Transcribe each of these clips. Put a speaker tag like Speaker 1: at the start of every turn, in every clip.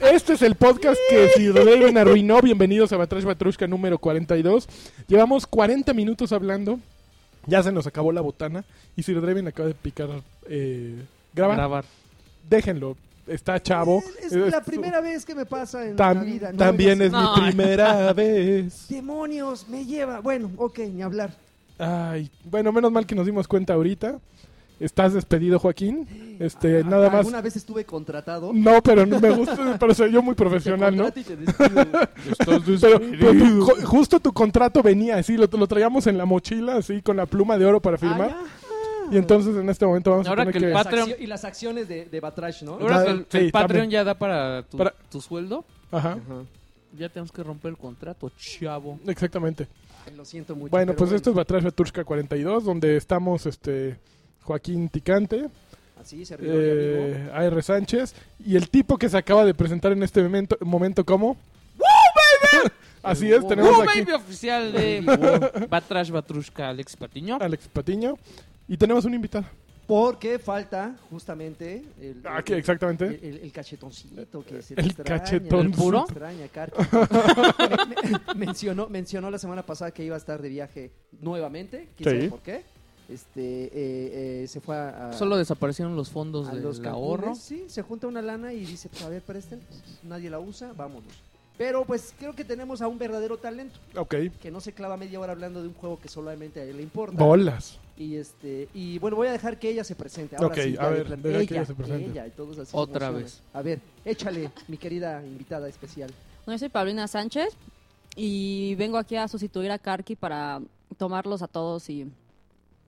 Speaker 1: Este es el podcast que si Raven arruinó. Bienvenidos a Batrash Batrushka número 42. Llevamos 40 minutos hablando. Ya se nos acabó la botana. Y Sir Draven acaba de picar. Eh, grabar.
Speaker 2: grabar.
Speaker 1: Déjenlo. Está chavo.
Speaker 3: Es
Speaker 1: Eh,
Speaker 3: la
Speaker 1: es-
Speaker 3: primera vez que me pasa en
Speaker 1: tam-
Speaker 3: la vida. No
Speaker 1: también
Speaker 3: me
Speaker 1: es
Speaker 3: digas,
Speaker 2: No.
Speaker 1: mi primera vez.
Speaker 3: Demonios, me lleva. Bueno, ok, ni hablar.
Speaker 1: Ay, bueno, menos mal que nos dimos cuenta ahorita. Estás despedido, Joaquín.
Speaker 3: Ah,
Speaker 1: Este, nada más.
Speaker 4: Ah, Alguna vez estuve contratado.
Speaker 1: No, pero no me gusta, pero soy yo muy profesional, ¿no?
Speaker 4: Te contrato y te despido. Ah,
Speaker 1: Pero, pero tu- jo- justo tu contrato venía así, lo, lo traíamos en la mochila, así, con la pluma de oro
Speaker 4: Ah,
Speaker 1: para firmar. y entonces en este momento vamos
Speaker 2: Ahora
Speaker 1: a tener
Speaker 2: que
Speaker 1: que...
Speaker 2: el
Speaker 4: Las
Speaker 2: Patreon.
Speaker 4: accio- y las acciones de, de Batrash, ¿no?
Speaker 2: Ahora que el,
Speaker 1: Sí,
Speaker 2: el Patreon
Speaker 1: también.
Speaker 2: ya da para tu,
Speaker 1: Para-
Speaker 2: tu sueldo,
Speaker 1: Ajá,
Speaker 2: ya tenemos que romper el contrato, chavo.
Speaker 1: exactamente.
Speaker 4: Ay, Lo siento mucho.
Speaker 1: Bueno,
Speaker 4: pero
Speaker 1: pues esto es Batrash Baturshka 42, donde estamos este Joaquín Ticante,
Speaker 4: Así se rió mi amigo.
Speaker 1: eh, AR Sánchez y el tipo que se acaba de presentar en este momento, momento como... Así es, tenemos
Speaker 2: Un
Speaker 1: aquí
Speaker 2: baby oficial de Batrash Batrushka Alex Patiño.
Speaker 1: Alex Patiño y tenemos un invitado.
Speaker 4: Porque falta justamente el,
Speaker 1: Ah, ¿qué? exactamente.
Speaker 4: el, el- el cachetoncito que se te
Speaker 1: El
Speaker 4: extraña.
Speaker 1: cachetón.
Speaker 2: ¿El puro?
Speaker 4: Se extraña, Car- me- me- mencionó, mencionó la semana pasada que iba a estar de viaje nuevamente. Quién
Speaker 1: Sí.
Speaker 4: sabe por qué. Este, eh, eh, se fue a, a-
Speaker 2: Solo desaparecieron los fondos
Speaker 4: a
Speaker 2: del
Speaker 4: los
Speaker 2: ahorro.
Speaker 4: ahorro. Sí, se junta una lana y dice, pues a ver, presten. Nadie la usa, vámonos. Pero pues creo que tenemos a un verdadero talento
Speaker 1: Ok.
Speaker 4: que no se clava media hora hablando de un juego que solamente a él le importa.
Speaker 1: Bolas.
Speaker 4: Y este y bueno, voy a dejar que ella se presente. Ahora
Speaker 1: Ok,
Speaker 4: sí, ya
Speaker 1: a
Speaker 4: de
Speaker 1: ver,
Speaker 4: plan-
Speaker 1: deja que
Speaker 4: ella,
Speaker 1: ella se presente.
Speaker 4: ella, y todos así
Speaker 2: Otra
Speaker 4: emocionan.
Speaker 2: vez.
Speaker 4: A ver, échale, mi querida invitada especial.
Speaker 5: Bueno, yo soy Paulina Sánchez y vengo aquí a sustituir a Karki para tomarlos a todos y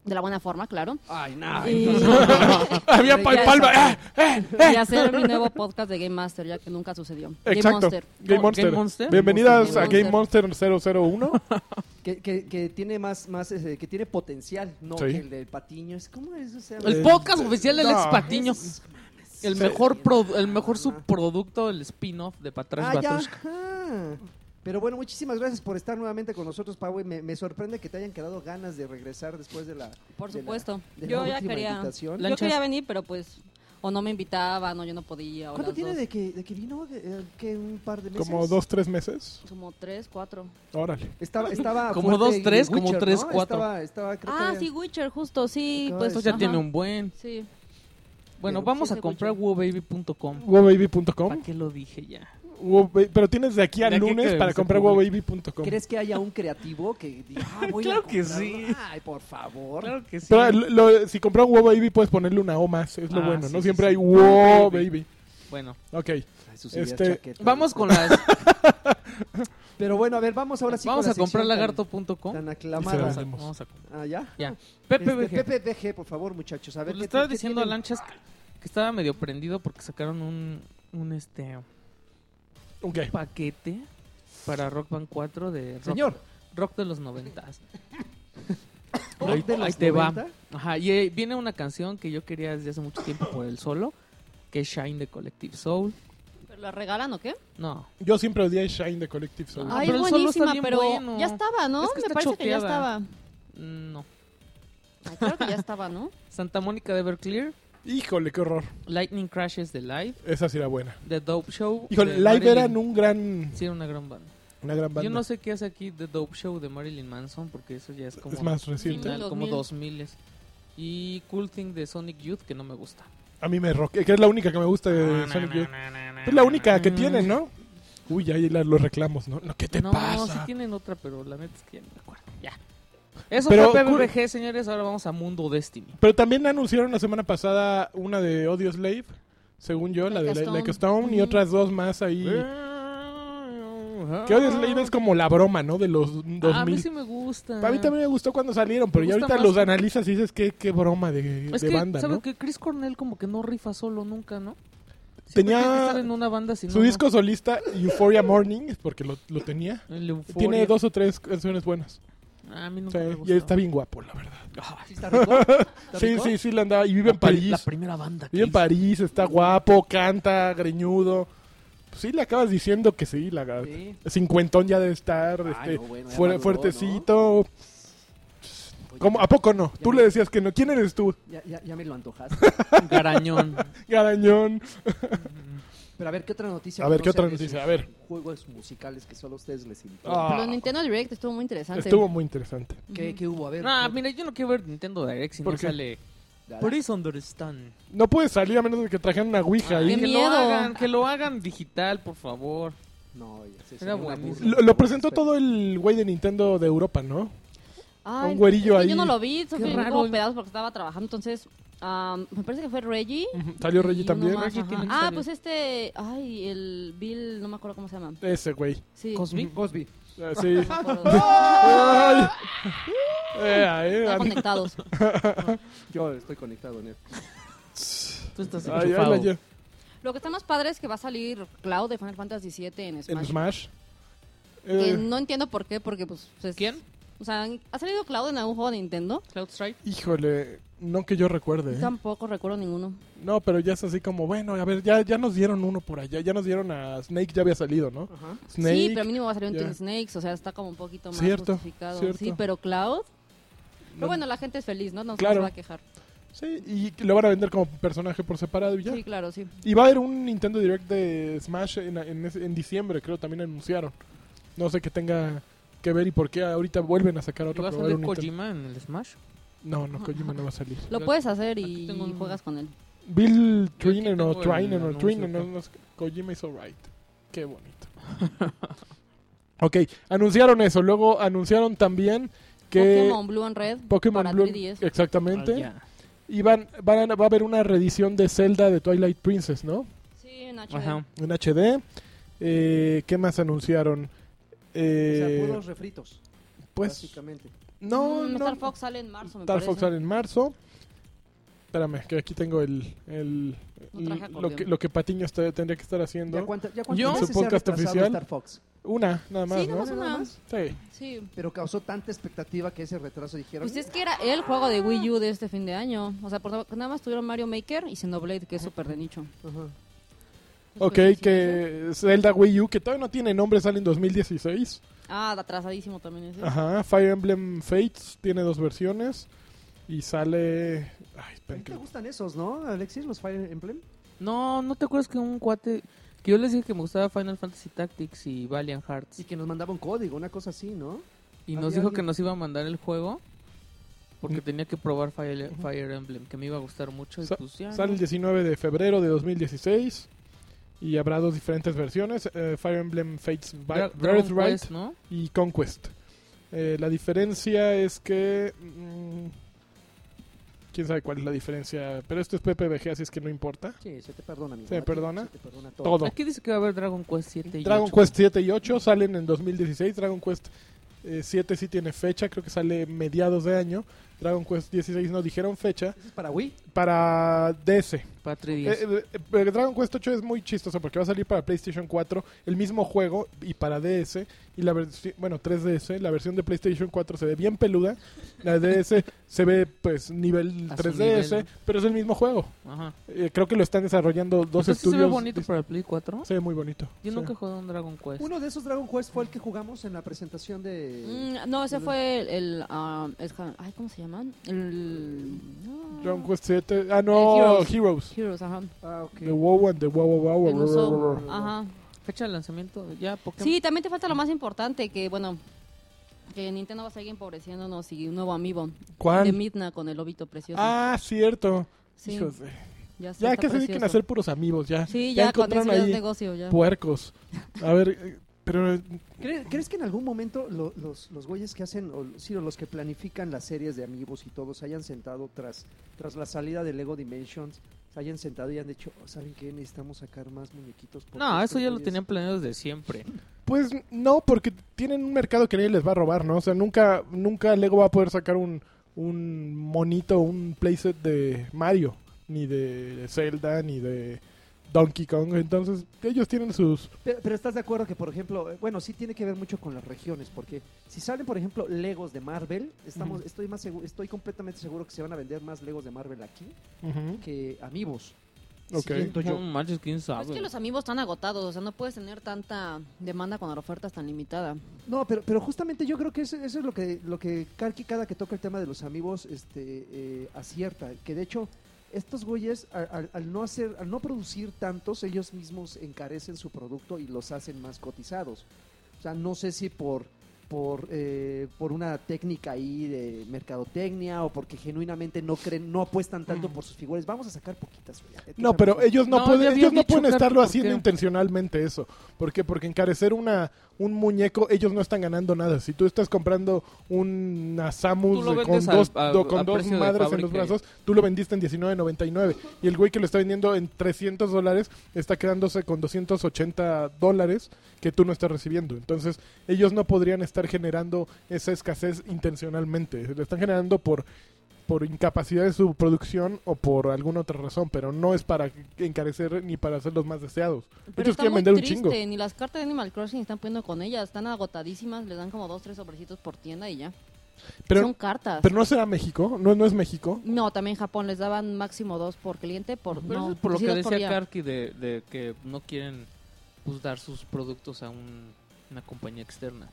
Speaker 5: de la buena forma, claro.
Speaker 4: Ay, no.
Speaker 5: Y,
Speaker 1: Había
Speaker 5: Ya
Speaker 1: pal-
Speaker 5: está.
Speaker 1: palma. ¡Ah!
Speaker 5: y hacer mi nuevo podcast de Game Master, ya que nunca sucedió. Game
Speaker 1: Exacto.
Speaker 5: Monster.
Speaker 1: Game
Speaker 2: Oh,
Speaker 1: Monster.
Speaker 2: Game Monster.
Speaker 1: Bienvenidas a Game
Speaker 5: Game
Speaker 1: Monster 001.
Speaker 4: Que, que, que tiene más más ese, que tiene potencial, no
Speaker 1: Sí.
Speaker 4: que el del Patiño, es como es, o sea,
Speaker 2: El
Speaker 4: es-
Speaker 2: podcast oficial de Alex
Speaker 1: no.
Speaker 2: Patiño. El
Speaker 4: Sí.
Speaker 2: mejor, pro- el mejor
Speaker 4: Ajá.
Speaker 2: subproducto, el spin-off de Batrash
Speaker 4: Ah, ya,
Speaker 2: Batrushka.
Speaker 4: ajá. Pero bueno, muchísimas gracias por estar nuevamente con nosotros, Pau. y Me, me sorprende que te hayan quedado ganas de regresar después de la.
Speaker 5: Por
Speaker 4: de la-
Speaker 5: supuesto.
Speaker 4: de la
Speaker 5: Yo ya
Speaker 4: última
Speaker 5: quería.
Speaker 4: invitación.
Speaker 5: Yo quería venir, pero pues o no me invitaban o yo no podía. o
Speaker 4: ¿Cuánto
Speaker 5: las
Speaker 4: tiene
Speaker 5: dos.
Speaker 4: de que, de que vino? De- eh, ¿Que un par de meses?
Speaker 1: Como dos, tres meses.
Speaker 5: Como tres, cuatro.
Speaker 1: Órale.
Speaker 4: Estaba, estaba
Speaker 2: Como
Speaker 4: fuerte
Speaker 2: dos,
Speaker 4: y
Speaker 2: tres, como tres,
Speaker 4: ¿no?
Speaker 2: cuatro.
Speaker 4: Estaba, estaba, creo que
Speaker 5: ah,
Speaker 4: había-
Speaker 5: sí, Witcher, justo, sí.
Speaker 4: Acaba
Speaker 5: Pues,
Speaker 4: de
Speaker 2: Entonces ya
Speaker 5: ajá.
Speaker 2: tiene un buen.
Speaker 5: Sí.
Speaker 2: Bueno,
Speaker 4: Pero
Speaker 2: vamos
Speaker 5: sí
Speaker 2: a
Speaker 5: se
Speaker 2: comprar wowbaby.com. ¿Para
Speaker 1: Wobaby.com.
Speaker 2: qué lo dije ya?
Speaker 1: Wobaby- Pero tienes de aquí al
Speaker 2: De aquí
Speaker 1: lunes
Speaker 2: que
Speaker 1: para
Speaker 2: se
Speaker 1: comprar
Speaker 2: publique.
Speaker 1: wobaby.com.
Speaker 4: ¿Crees que haya un creativo que diga, ah, voy a
Speaker 2: Claro que
Speaker 4: comprarlo?
Speaker 2: sí.
Speaker 4: Ay, por favor.
Speaker 2: Claro que sí.
Speaker 1: Pero lo- lo- si compras Wobaby puedes ponerle una O más. Es lo
Speaker 2: Ah,
Speaker 1: bueno,
Speaker 2: sí,
Speaker 1: ¿no?
Speaker 2: sí,
Speaker 1: Siempre
Speaker 2: sí.
Speaker 1: hay Wobaby.
Speaker 2: Bueno,
Speaker 1: Ok.
Speaker 4: Ay, sus ideas
Speaker 1: Este,
Speaker 4: chaquetas.
Speaker 2: vamos con las.
Speaker 4: Pero bueno, a ver, vamos ahora sí
Speaker 2: vamos
Speaker 4: con
Speaker 2: a
Speaker 4: la
Speaker 2: comprar
Speaker 4: sección tan-
Speaker 2: lagarto.com.
Speaker 4: Tan
Speaker 1: Y se
Speaker 4: aclamada.
Speaker 1: las-
Speaker 2: Vamos a- vamos a comprar.
Speaker 4: Ah, ¿ya?
Speaker 2: Ya.
Speaker 4: Este,
Speaker 2: PPBG.
Speaker 4: PPBG, por favor, muchachos. A ver,
Speaker 2: Pues le
Speaker 4: ¿qué-
Speaker 2: estaba
Speaker 4: qué
Speaker 2: diciendo a
Speaker 4: tienen?
Speaker 2: Lanchas que estaba medio prendido porque sacaron un, un este
Speaker 1: Ok.
Speaker 2: paquete para Rock Band 4 de rock,
Speaker 4: Señor.
Speaker 2: rock de los noventas.
Speaker 4: Rock
Speaker 2: ahí
Speaker 4: de los
Speaker 2: ahí te va.
Speaker 4: 90.
Speaker 2: Ajá, y eh, viene una canción que yo quería desde hace mucho tiempo por el solo, que es Shine de Collective Soul.
Speaker 5: ¿Pero la regalan o qué?
Speaker 2: No,
Speaker 1: Yo siempre odié Shine de Collective Soul.
Speaker 2: Ah,
Speaker 5: Ay,
Speaker 2: pero
Speaker 5: es
Speaker 2: el solo está
Speaker 5: buenísima,
Speaker 2: bien
Speaker 5: pero
Speaker 2: bueno.
Speaker 5: ya estaba, ¿no?
Speaker 2: Es que
Speaker 5: me
Speaker 2: está
Speaker 5: parece que ya
Speaker 2: choteada.
Speaker 5: estaba.
Speaker 2: no.
Speaker 5: Ay, claro que ya estaba, ¿no?
Speaker 2: Santa Mónica de Everclear,
Speaker 1: Híjole, qué horror.
Speaker 2: Lightning Crashes de Live,
Speaker 1: Esa sí era buena.
Speaker 2: The Dope Show.
Speaker 1: Híjole,
Speaker 2: de
Speaker 1: Live
Speaker 2: Marilyn-
Speaker 1: eran un gran,
Speaker 2: Sí, era una gran banda.
Speaker 1: una gran banda.
Speaker 2: Yo no sé qué hace aquí The Dope Show de Marilyn Manson, porque eso ya es como...
Speaker 1: Es más reciente.
Speaker 2: final, como
Speaker 5: 2000.
Speaker 2: 2000 y Cool Thing de Sonic Youth que no me gusta.
Speaker 1: A mí me rock, que es la única que me gusta de Sonic Youth. Es la única que
Speaker 2: Mm.
Speaker 1: tienen, ¿no? Uy, ahí la- los reclamos, ¿no? No, ¿Qué te
Speaker 2: no, sí
Speaker 1: pasa?
Speaker 2: tienen otra, pero la neta es que ya no me acuerdo. Ya. Eso
Speaker 1: Pero-
Speaker 2: fue PBBG, señores. Ahora vamos a Mundo Destiny.
Speaker 1: Pero también anunciaron la semana pasada una de Audio Slave, según yo, la de
Speaker 5: Like a
Speaker 1: Like Like a
Speaker 5: Stone.
Speaker 1: Stone y
Speaker 5: Ujú.
Speaker 1: otras dos más ahí.
Speaker 2: Eh,
Speaker 1: Que
Speaker 2: ¿Qué
Speaker 1: Audio Slave es como la broma, ¿no? De los
Speaker 2: Ah, A mí
Speaker 1: 2000.
Speaker 2: sí me gusta.
Speaker 1: A mí también me gustó cuando salieron, pero
Speaker 2: Me
Speaker 1: ya
Speaker 2: gusta
Speaker 1: ahorita
Speaker 2: más
Speaker 1: los
Speaker 2: que-
Speaker 1: analizas y dices, qué, qué broma de,
Speaker 2: Es
Speaker 1: de
Speaker 2: que,
Speaker 1: banda,
Speaker 2: ¿sabes
Speaker 1: ¿no?
Speaker 2: que Chris Cornell como que no rifa solo nunca, ¿no? Siempre
Speaker 1: Tenía-
Speaker 2: tiene que estar en una banda sin
Speaker 1: Su disco solista, Euphoria Morning, porque lo, lo tenía. Tiene dos o tres canciones buenas.
Speaker 2: Ah, A mí
Speaker 1: O
Speaker 2: nunca
Speaker 1: sea,
Speaker 2: me
Speaker 1: y
Speaker 2: gustó.
Speaker 1: está bien guapo, la verdad.
Speaker 4: ¿Sí está rico? ¿Está
Speaker 1: Sí,
Speaker 4: rico?
Speaker 1: sí, sí, le andaba. Y vive en
Speaker 2: La pri-
Speaker 1: París.
Speaker 2: La primera banda. que
Speaker 1: Vive en
Speaker 2: hizo.
Speaker 1: París, está guapo, canta, greñudo. Pues sí, le acabas diciendo que sí, la gata.
Speaker 4: Sí.
Speaker 1: Cincuentón ya debe estar,
Speaker 4: Ay,
Speaker 1: este,
Speaker 4: no, bueno, ya
Speaker 1: fuere-
Speaker 4: maduró,
Speaker 1: fuertecito.
Speaker 4: Oye,
Speaker 1: ¿Cómo? ¿A poco no?
Speaker 4: Ya
Speaker 1: Tú
Speaker 4: me-
Speaker 1: le decías que no. ¿Quién eres tú?
Speaker 4: Ya, ya, ya me lo antojaste.
Speaker 2: Garañón.
Speaker 1: Garañón.
Speaker 4: Pero a ver, ¿qué otra noticia?
Speaker 1: A ver,
Speaker 4: que
Speaker 1: ¿qué
Speaker 4: no sea
Speaker 1: otra
Speaker 4: de
Speaker 1: noticia?
Speaker 4: sus
Speaker 1: A ver.
Speaker 4: Juegos musicales que solo a ustedes les importan.
Speaker 1: Ah,
Speaker 5: Pero Nintendo Direct estuvo muy interesante.
Speaker 1: estuvo muy interesante.
Speaker 4: ¿Qué, qué hubo? A ver.
Speaker 2: Nah,
Speaker 4: ¿qué-
Speaker 2: Ah, mira, yo no quiero ver Nintendo Direct si
Speaker 1: ¿Por
Speaker 2: no
Speaker 1: qué?
Speaker 2: sale.
Speaker 4: la-
Speaker 2: Please understand.
Speaker 1: No puede salir a menos de que trajeran una ouija
Speaker 2: Que
Speaker 1: ahí.
Speaker 5: Qué
Speaker 2: lo
Speaker 5: miedo.
Speaker 2: hagan, que lo hagan digital, por favor.
Speaker 4: No, ya sé,
Speaker 2: Era
Speaker 4: sería una
Speaker 2: buenísimo.
Speaker 4: burla.
Speaker 1: Lo, lo presentó todo el güey de Nintendo de Europa, ¿no?
Speaker 5: Ay,
Speaker 1: Un güerillo
Speaker 5: es que
Speaker 1: ahí.
Speaker 5: Yo no lo vi, solo
Speaker 2: Qué
Speaker 5: que
Speaker 2: raro.
Speaker 5: como pedazos porque estaba trabajando. Entonces, am, me parece que fue Reggie.
Speaker 1: Salió
Speaker 5: y
Speaker 1: Mm, Reggie
Speaker 5: uno
Speaker 1: también.
Speaker 5: más,
Speaker 2: Reggie
Speaker 5: ajá.
Speaker 2: tiene
Speaker 5: ah,
Speaker 2: historia.
Speaker 5: pues este. Ay, el Bill, no me acuerdo cómo se llama.
Speaker 1: Ese güey.
Speaker 5: Sí.
Speaker 2: Cosby.
Speaker 4: Cosby.
Speaker 1: Ah, Sí.
Speaker 5: no me acuerdo.
Speaker 1: Ay. Eh, eh,
Speaker 5: Están
Speaker 1: an-
Speaker 5: conectados.
Speaker 4: Yo estoy conectado en él.
Speaker 2: Tú estás
Speaker 1: ay, ay,
Speaker 2: enchufado.
Speaker 1: la ya-
Speaker 5: Lo que está más padre es que va a salir Cloud de Final Fantasy VII en Smash.
Speaker 1: En Smash.
Speaker 5: Que
Speaker 1: Eh,
Speaker 5: no entiendo por qué, porque pues... es-
Speaker 2: ¿Quién?
Speaker 5: O sea, ¿ha salido Cloud en algún juego de Nintendo?
Speaker 2: Cloud Strike.
Speaker 1: Híjole, no que yo recuerde. ¿eh?
Speaker 5: Tampoco recuerdo ninguno.
Speaker 1: No, pero ya es así como, bueno, a ver, ya, ya nos dieron uno por allá, ya nos dieron a Snake, ya había salido, ¿no?
Speaker 4: Ajá.
Speaker 1: Snake.
Speaker 5: sí, pero mínimo va a salir un
Speaker 1: ya.
Speaker 5: Team Snakes, o sea, está como un poquito más
Speaker 1: Cierto,
Speaker 5: justificado.
Speaker 1: cierto.
Speaker 5: Sí, pero Cloud... Pero
Speaker 1: No.
Speaker 5: bueno, la gente es feliz, ¿no? No se
Speaker 1: Claro.
Speaker 5: va a quejar.
Speaker 1: Sí, y lo van a vender como personaje por separado y ya.
Speaker 5: Sí, claro, sí.
Speaker 1: Y va a haber un Nintendo Direct de Smash en, en ese- en diciembre, creo, también anunciaron. No sé qué tenga que ver y por qué ahorita vuelven a sacar
Speaker 2: ¿Te
Speaker 1: otro.
Speaker 2: vas a
Speaker 1: pero va a haber
Speaker 2: ver
Speaker 1: un Nintendo-
Speaker 2: Kojima en el Smash?
Speaker 1: No, no, Kojima no va a salir.
Speaker 5: Lo
Speaker 2: Yo-
Speaker 5: puedes hacer y
Speaker 2: aquí tengo un-
Speaker 5: juegas con él.
Speaker 1: Bill
Speaker 2: Yo aquí
Speaker 1: Trinen o
Speaker 2: tengo el
Speaker 1: Trinen o
Speaker 2: anuncio
Speaker 1: Trinen, no,
Speaker 2: acá.
Speaker 1: no sé qué. Kojima is alright. Qué bonito. ok, anunciaron eso. Luego anunciaron también que
Speaker 5: Pokémon Blue and Red.
Speaker 1: Pokémon
Speaker 5: para
Speaker 1: Blue, Eh.
Speaker 5: 3DS.
Speaker 1: exactamente.
Speaker 2: Allá.
Speaker 1: Y van, van a- va a haber una reedición de Zelda de Twilight Princess, ¿no?
Speaker 5: Sí, en HD.
Speaker 2: Ajá.
Speaker 1: En HD. Eh, ¿Qué más anunciaron?
Speaker 2: Pues
Speaker 4: O
Speaker 1: Eh,
Speaker 4: sea, puros refritos,
Speaker 1: pues,
Speaker 4: básicamente.
Speaker 1: no,
Speaker 5: Mm,
Speaker 1: no.
Speaker 5: Star Fox sale en marzo, me
Speaker 1: Star
Speaker 5: parece.
Speaker 1: Fox sale en marzo. Espérame, que aquí tengo el, el-
Speaker 5: No traje acordeón.
Speaker 1: lo, que, lo que Patiño está- tendría que estar haciendo.
Speaker 4: ¿Ya cuánta- ya cuántas
Speaker 2: Yo-
Speaker 4: veces
Speaker 1: Su
Speaker 4: se ha
Speaker 1: podcast
Speaker 4: retrasado
Speaker 1: oficial.
Speaker 4: Star Fox?
Speaker 1: Una, nada más,
Speaker 5: Sí,
Speaker 1: ¿no?
Speaker 5: nada más
Speaker 4: ¿Nada
Speaker 5: una.
Speaker 4: más?
Speaker 1: Sí.
Speaker 5: Sí.
Speaker 4: Pero causó tanta expectativa que ese retraso dijeron.
Speaker 5: Pues es que era el juego de Wii U de este fin de año. O sea, por na- nada más tuvieron Mario Maker y Xenoblade, que es súper de nicho.
Speaker 4: Ajá.
Speaker 1: Ok,
Speaker 5: Entonces, sí,
Speaker 1: que Zelda Wii U, que todavía no tiene nombre, sale en 2016.
Speaker 5: sí. Ah, atrasadísimo también ese.
Speaker 1: Ajá, Fire Emblem Fates tiene dos versiones. Y sale... Ay,
Speaker 4: ¿A
Speaker 1: espera
Speaker 4: ti te
Speaker 1: que-
Speaker 4: gustan esos, no, Alexis? Los Fire Emblem.
Speaker 2: No, ¿no te acuerdas que un cuate... Que yo les dije que me gustaba Final Fantasy Tactics y Valiant Hearts.
Speaker 4: Y que nos mandaba un código, una cosa así, ¿no?
Speaker 2: Y nos
Speaker 4: Había
Speaker 2: dijo
Speaker 4: alguien-
Speaker 2: que nos iba a mandar el juego porque
Speaker 1: Mm.
Speaker 2: tenía que probar Fire, Fire Emblem, que me iba a gustar mucho. Y
Speaker 1: Sa-
Speaker 2: pues ya,
Speaker 1: Sale el
Speaker 2: ¿no?
Speaker 1: 19 de febrero de 2016. Y habrá dos diferentes versiones. eh, Fire Emblem Fates Vi-
Speaker 2: Dra- Dragon
Speaker 1: Birthright
Speaker 2: Quest, ¿no?
Speaker 1: y Conquest. Eh, la diferencia es que... mm, ¿Quién sabe cuál es la diferencia? Pero esto es PPBG, así es que no importa.
Speaker 4: Sí, se te perdona, mi
Speaker 1: ¿Se me
Speaker 4: amor,
Speaker 1: perdona?
Speaker 4: Se te perdona todo.
Speaker 1: Todo.
Speaker 2: Aquí dice que va a haber Dragon Quest 7 y
Speaker 1: Dragon
Speaker 2: 8.
Speaker 1: Quest 7 y 8 salen en 2016. Dragon Quest eh, 7 sí tiene fecha, creo que sale mediados de año. Dragon Quest 16 no dijeron fecha.
Speaker 4: ¿Ese Este es para Wii?
Speaker 1: Para DS. Eh,
Speaker 2: Para 3DS.
Speaker 1: eh, eh, pero Dragon Quest 8 es muy chistoso porque va a salir para PlayStation 4 el mismo juego y para DS. Y la versi- bueno, 3DS. La versión de PlayStation 4 se ve bien peluda. La de DS se ve pues nivel
Speaker 2: A su
Speaker 1: 3DS,
Speaker 2: nivel, ¿no?
Speaker 1: pero es el mismo juego.
Speaker 2: Ajá.
Speaker 1: Eh, creo que lo están desarrollando dos
Speaker 2: Entonces,
Speaker 1: estudios.
Speaker 2: se ve bonito para el Play 4?
Speaker 1: Se ve muy bonito.
Speaker 2: Yo
Speaker 1: Sí.
Speaker 2: nunca he jugado un Dragon Quest.
Speaker 4: Uno de esos Dragon Quest fue el que jugamos en la presentación de...
Speaker 5: Mm, no, ese fue el... el, ah, es ja- ay, ¿cómo se llaman? El... ah,
Speaker 1: Dragon Quest 7. Ah, no,
Speaker 5: Eh,
Speaker 1: Heroes.
Speaker 5: Heroes. Heroes, ajá.
Speaker 4: Ah, ok.
Speaker 1: The WoW and the WoW WoW
Speaker 5: El
Speaker 1: WoW,
Speaker 5: uso-
Speaker 1: WoW, WoW.
Speaker 5: Ajá.
Speaker 2: Fecha de lanzamiento, ya Pokémon.
Speaker 5: Sí, también te falta lo más importante, que bueno... Que Nintendo va a seguir empobreciéndonos y un nuevo amigo de
Speaker 1: ¿Cuál?
Speaker 5: Midna con el lobito precioso.
Speaker 1: Ah, cierto.
Speaker 5: Sí,
Speaker 1: Hijos de-
Speaker 5: ya, está
Speaker 1: Ya que se
Speaker 5: precioso.
Speaker 1: dediquen a hacer puros amigos, ya.
Speaker 5: Sí, ya, con eso
Speaker 1: encontraron
Speaker 5: ya es
Speaker 1: ahí
Speaker 5: negocio, ya.
Speaker 1: puercos. A ver, eh, pero eh,
Speaker 4: ¿Cre- ¿Crees que en algún momento lo- los, los güeyes que hacen, o, sí, o los que planifican las series de amigos y todos, se hayan sentado tras, tras la salida de Lego Dimensions, se hayan sentado y han dicho, "Oh, ¿saben qué? Necesitamos sacar más muñequitos. porque
Speaker 2: No, eso
Speaker 4: estos
Speaker 2: ya lo
Speaker 4: güeyes-
Speaker 2: tenían planeado desde siempre.
Speaker 1: pues no, porque tienen un mercado que nadie les va a robar, ¿no? O sea, nunca, nunca Lego va a poder sacar un, un monito, un playset de Mario, ni de Zelda, ni de Donkey Kong. Entonces, ellos tienen sus...
Speaker 4: Pero, pero estás de acuerdo que, por ejemplo, eh, bueno, sí tiene que ver mucho con las regiones, porque si salen, por ejemplo, Legos de Marvel, estamos,
Speaker 1: Ujú.
Speaker 4: estoy, más seguro, estoy completamente seguro que se van a vender más Legos de Marvel aquí
Speaker 1: Ujú.
Speaker 4: que amigos.
Speaker 1: Ok.
Speaker 4: Siento yo.
Speaker 2: No manches, quién sabe.
Speaker 5: Pues Es que los amigos están agotados, o sea, no puedes tener tanta demanda cuando la oferta es tan limitada.
Speaker 4: No, pero, pero justamente yo creo que eso, eso es lo que, lo que Karki cada que toca el tema de los amigos este, eh, acierta. Que de hecho, estos güeyes, a- al, al no hacer, al no producir tantos, ellos mismos encarecen su producto y los hacen más cotizados. O sea, no sé si por por, eh, por una técnica ahí de mercadotecnia o porque genuinamente no creen, no apuestan tanto por sus figuras. Vamos a sacar poquitas. güey.
Speaker 1: No, pero ellos no,
Speaker 2: No, ya
Speaker 1: pueden,
Speaker 2: habían
Speaker 1: ellos no
Speaker 2: dicho,
Speaker 1: pueden
Speaker 2: Carlos,
Speaker 1: estarlo
Speaker 2: ¿por
Speaker 1: haciendo
Speaker 2: qué?
Speaker 1: intencionalmente eso. ¿Por qué? Porque encarecer una, un muñeco, ellos no están ganando nada. Si tú estás comprando una Samus
Speaker 2: Tú lo
Speaker 1: de- con
Speaker 2: vendes
Speaker 1: dos,
Speaker 2: a- a-
Speaker 1: do- con
Speaker 2: a
Speaker 1: dos
Speaker 2: precio de
Speaker 1: madres en
Speaker 2: fábrica
Speaker 1: los
Speaker 2: y-
Speaker 1: brazos, tú lo vendiste en 19.99. Y el güey que lo está vendiendo en 300 dólares está quedándose con 280 dólares que tú no estás recibiendo. Entonces, ellos no podrían estar generando esa escasez intencionalmente. Lo están generando por por incapacidad de su producción o por alguna otra razón, pero no es para encarecer ni para hacerlos más deseados.
Speaker 5: Pero
Speaker 1: Ellos
Speaker 5: está
Speaker 1: quieren
Speaker 5: muy
Speaker 1: vender un
Speaker 5: triste,
Speaker 1: chingo.
Speaker 5: ni las cartas de Animal Crossing están poniendo con ellas, están agotadísimas, les dan como dos, tres sobrecitos por tienda y ya. Son
Speaker 1: Pero,
Speaker 5: cartas.
Speaker 1: pero no será México, no, no es México.
Speaker 5: No, también en Japón les daban máximo dos por cliente, por,
Speaker 2: Pero
Speaker 5: no,
Speaker 2: eso es
Speaker 5: pues
Speaker 2: por lo
Speaker 5: sí,
Speaker 2: que
Speaker 5: dos por
Speaker 2: decía
Speaker 5: día.
Speaker 2: Karki de, de que no quieren pues, dar sus productos a un- una compañía externa.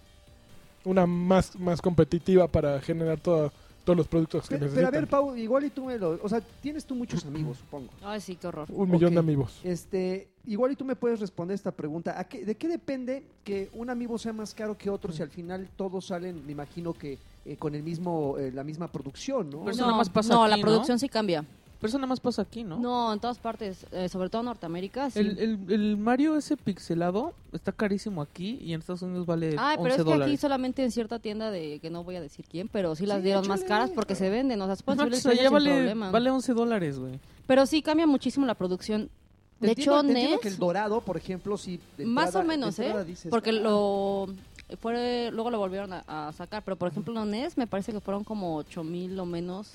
Speaker 1: Una más, más competitiva para generar toda- todos los productos que
Speaker 4: Pero, pero
Speaker 1: necesitan.
Speaker 4: a ver, Pau, igual y tú me lo... O sea, tienes tú muchos amigos, supongo.
Speaker 5: Ay, sí, qué horror.
Speaker 1: un millón de
Speaker 4: ok.
Speaker 1: amigos.
Speaker 4: Este, igual y tú me puedes responder esta pregunta. ¿A qué- ¿De qué depende que un amigo sea más caro que otro si al final todos salen, me imagino que eh, con el mismo, eh, la misma producción, ¿no?
Speaker 2: Pero eso nada más pasa
Speaker 5: no,
Speaker 2: aquí,
Speaker 5: la
Speaker 2: ¿no?
Speaker 5: producción sí cambia.
Speaker 2: Pero eso nada más pasa aquí, ¿no?
Speaker 5: No, en todas partes, eh, sobre todo en Norteamérica. Sí.
Speaker 2: El, el, el Mario ese pixelado está carísimo aquí y en Estados Unidos vale
Speaker 5: Ay,
Speaker 2: 11
Speaker 5: Ah, pero es que aquí
Speaker 2: dólares.
Speaker 5: solamente en cierta tienda de que no voy a decir quién, pero sí las
Speaker 4: Sí,
Speaker 5: dieron más
Speaker 4: échale,
Speaker 5: caras porque
Speaker 4: pero-
Speaker 5: se venden, o sea, se pueden subir el
Speaker 2: Max, allá
Speaker 5: precio sin
Speaker 2: vale,
Speaker 5: problema.
Speaker 2: vale 11 dólares, güey.
Speaker 5: Pero sí cambia muchísimo la producción.
Speaker 4: Te
Speaker 5: De
Speaker 4: entiendo-
Speaker 5: hecho,
Speaker 4: te entiendo
Speaker 5: NES,
Speaker 4: que el dorado, por ejemplo, sí. de
Speaker 5: más
Speaker 4: entrada-
Speaker 5: o menos,
Speaker 4: de
Speaker 5: ¿eh?
Speaker 4: entrada dices,
Speaker 5: porque
Speaker 4: "Ah,
Speaker 5: lo fue, luego lo volvieron a, a sacar, pero por ejemplo, los NES E me parece que fueron como 8000 o menos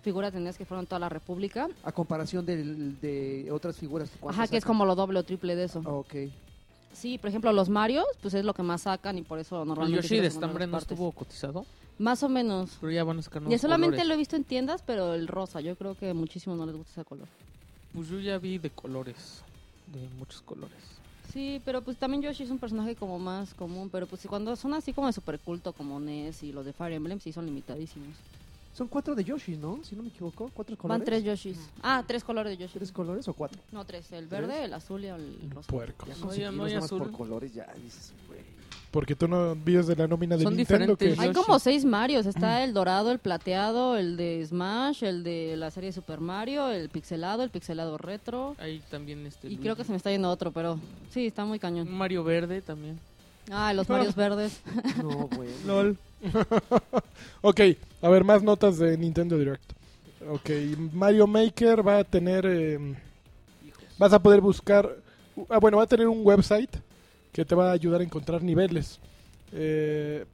Speaker 5: figuras de NES que fueron toda la República.
Speaker 4: A comparación del- de otras figuras.
Speaker 5: Ajá,
Speaker 4: ¿cuántas
Speaker 5: que es
Speaker 4: sacan?
Speaker 5: como lo doble o triple de eso.
Speaker 4: Ah, Ok.
Speaker 5: Sí, por ejemplo, los Marios, pues es lo que más sacan y por eso
Speaker 2: El
Speaker 5: normalmente... sí
Speaker 2: Yoshi de
Speaker 5: los mandan a
Speaker 2: estambre no
Speaker 5: las partes.
Speaker 2: estuvo cotizado,
Speaker 5: Más o menos.
Speaker 2: pero ya van a sacar
Speaker 5: Ya
Speaker 2: nuevos
Speaker 5: solamente
Speaker 2: colores.
Speaker 5: lo he visto en tiendas, pero el rosa, yo creo que muchísimo no les gusta ese color.
Speaker 2: Pues yo ya vi de colores, de muchos colores.
Speaker 5: Sí, pero pues también Yoshi es un personaje como más común, pero pues cuando son así como de superculto como Ness y los de Fire Emblem sí son limitadísimos.
Speaker 4: Son cuatro de Yoshi, ¿no? Si no me equivoco. ¿Cuatro colores?
Speaker 5: Van tres Yoshis. Ah, tres colores de Yoshi.
Speaker 4: ¿Tres colores o cuatro?
Speaker 5: No, tres. El verde, el azul y el rosa.
Speaker 1: Puerco.
Speaker 5: Ya.
Speaker 2: No, ya
Speaker 4: conseguirlos
Speaker 2: no hay
Speaker 4: nada más
Speaker 2: azul.
Speaker 4: por colores, ya dices, güey.
Speaker 1: Porque tú no vives de la nómina de
Speaker 2: Son
Speaker 1: Nintendo. Que...
Speaker 2: diferentes.
Speaker 5: Hay
Speaker 2: Yoshi.
Speaker 5: como seis Marios.
Speaker 1: Mm.
Speaker 5: Está el dorado, el plateado, el de Smash, el de la serie Super Mario, el pixelado, el pixelado retro.
Speaker 2: Ahí también este
Speaker 5: Y
Speaker 2: Luigi.
Speaker 5: creo que se me está yendo otro, pero sí, está muy
Speaker 2: Un
Speaker 5: cañón.
Speaker 2: Mario verde también.
Speaker 5: Ah, los Marios verdes.
Speaker 4: No, güey.
Speaker 1: Ok, a ver, más notas de Nintendo Direct. Ok, Mario Maker va a tener... eh, vas a poder buscar... Ah, bueno, va a tener un website que te va a ayudar a encontrar niveles. Eh,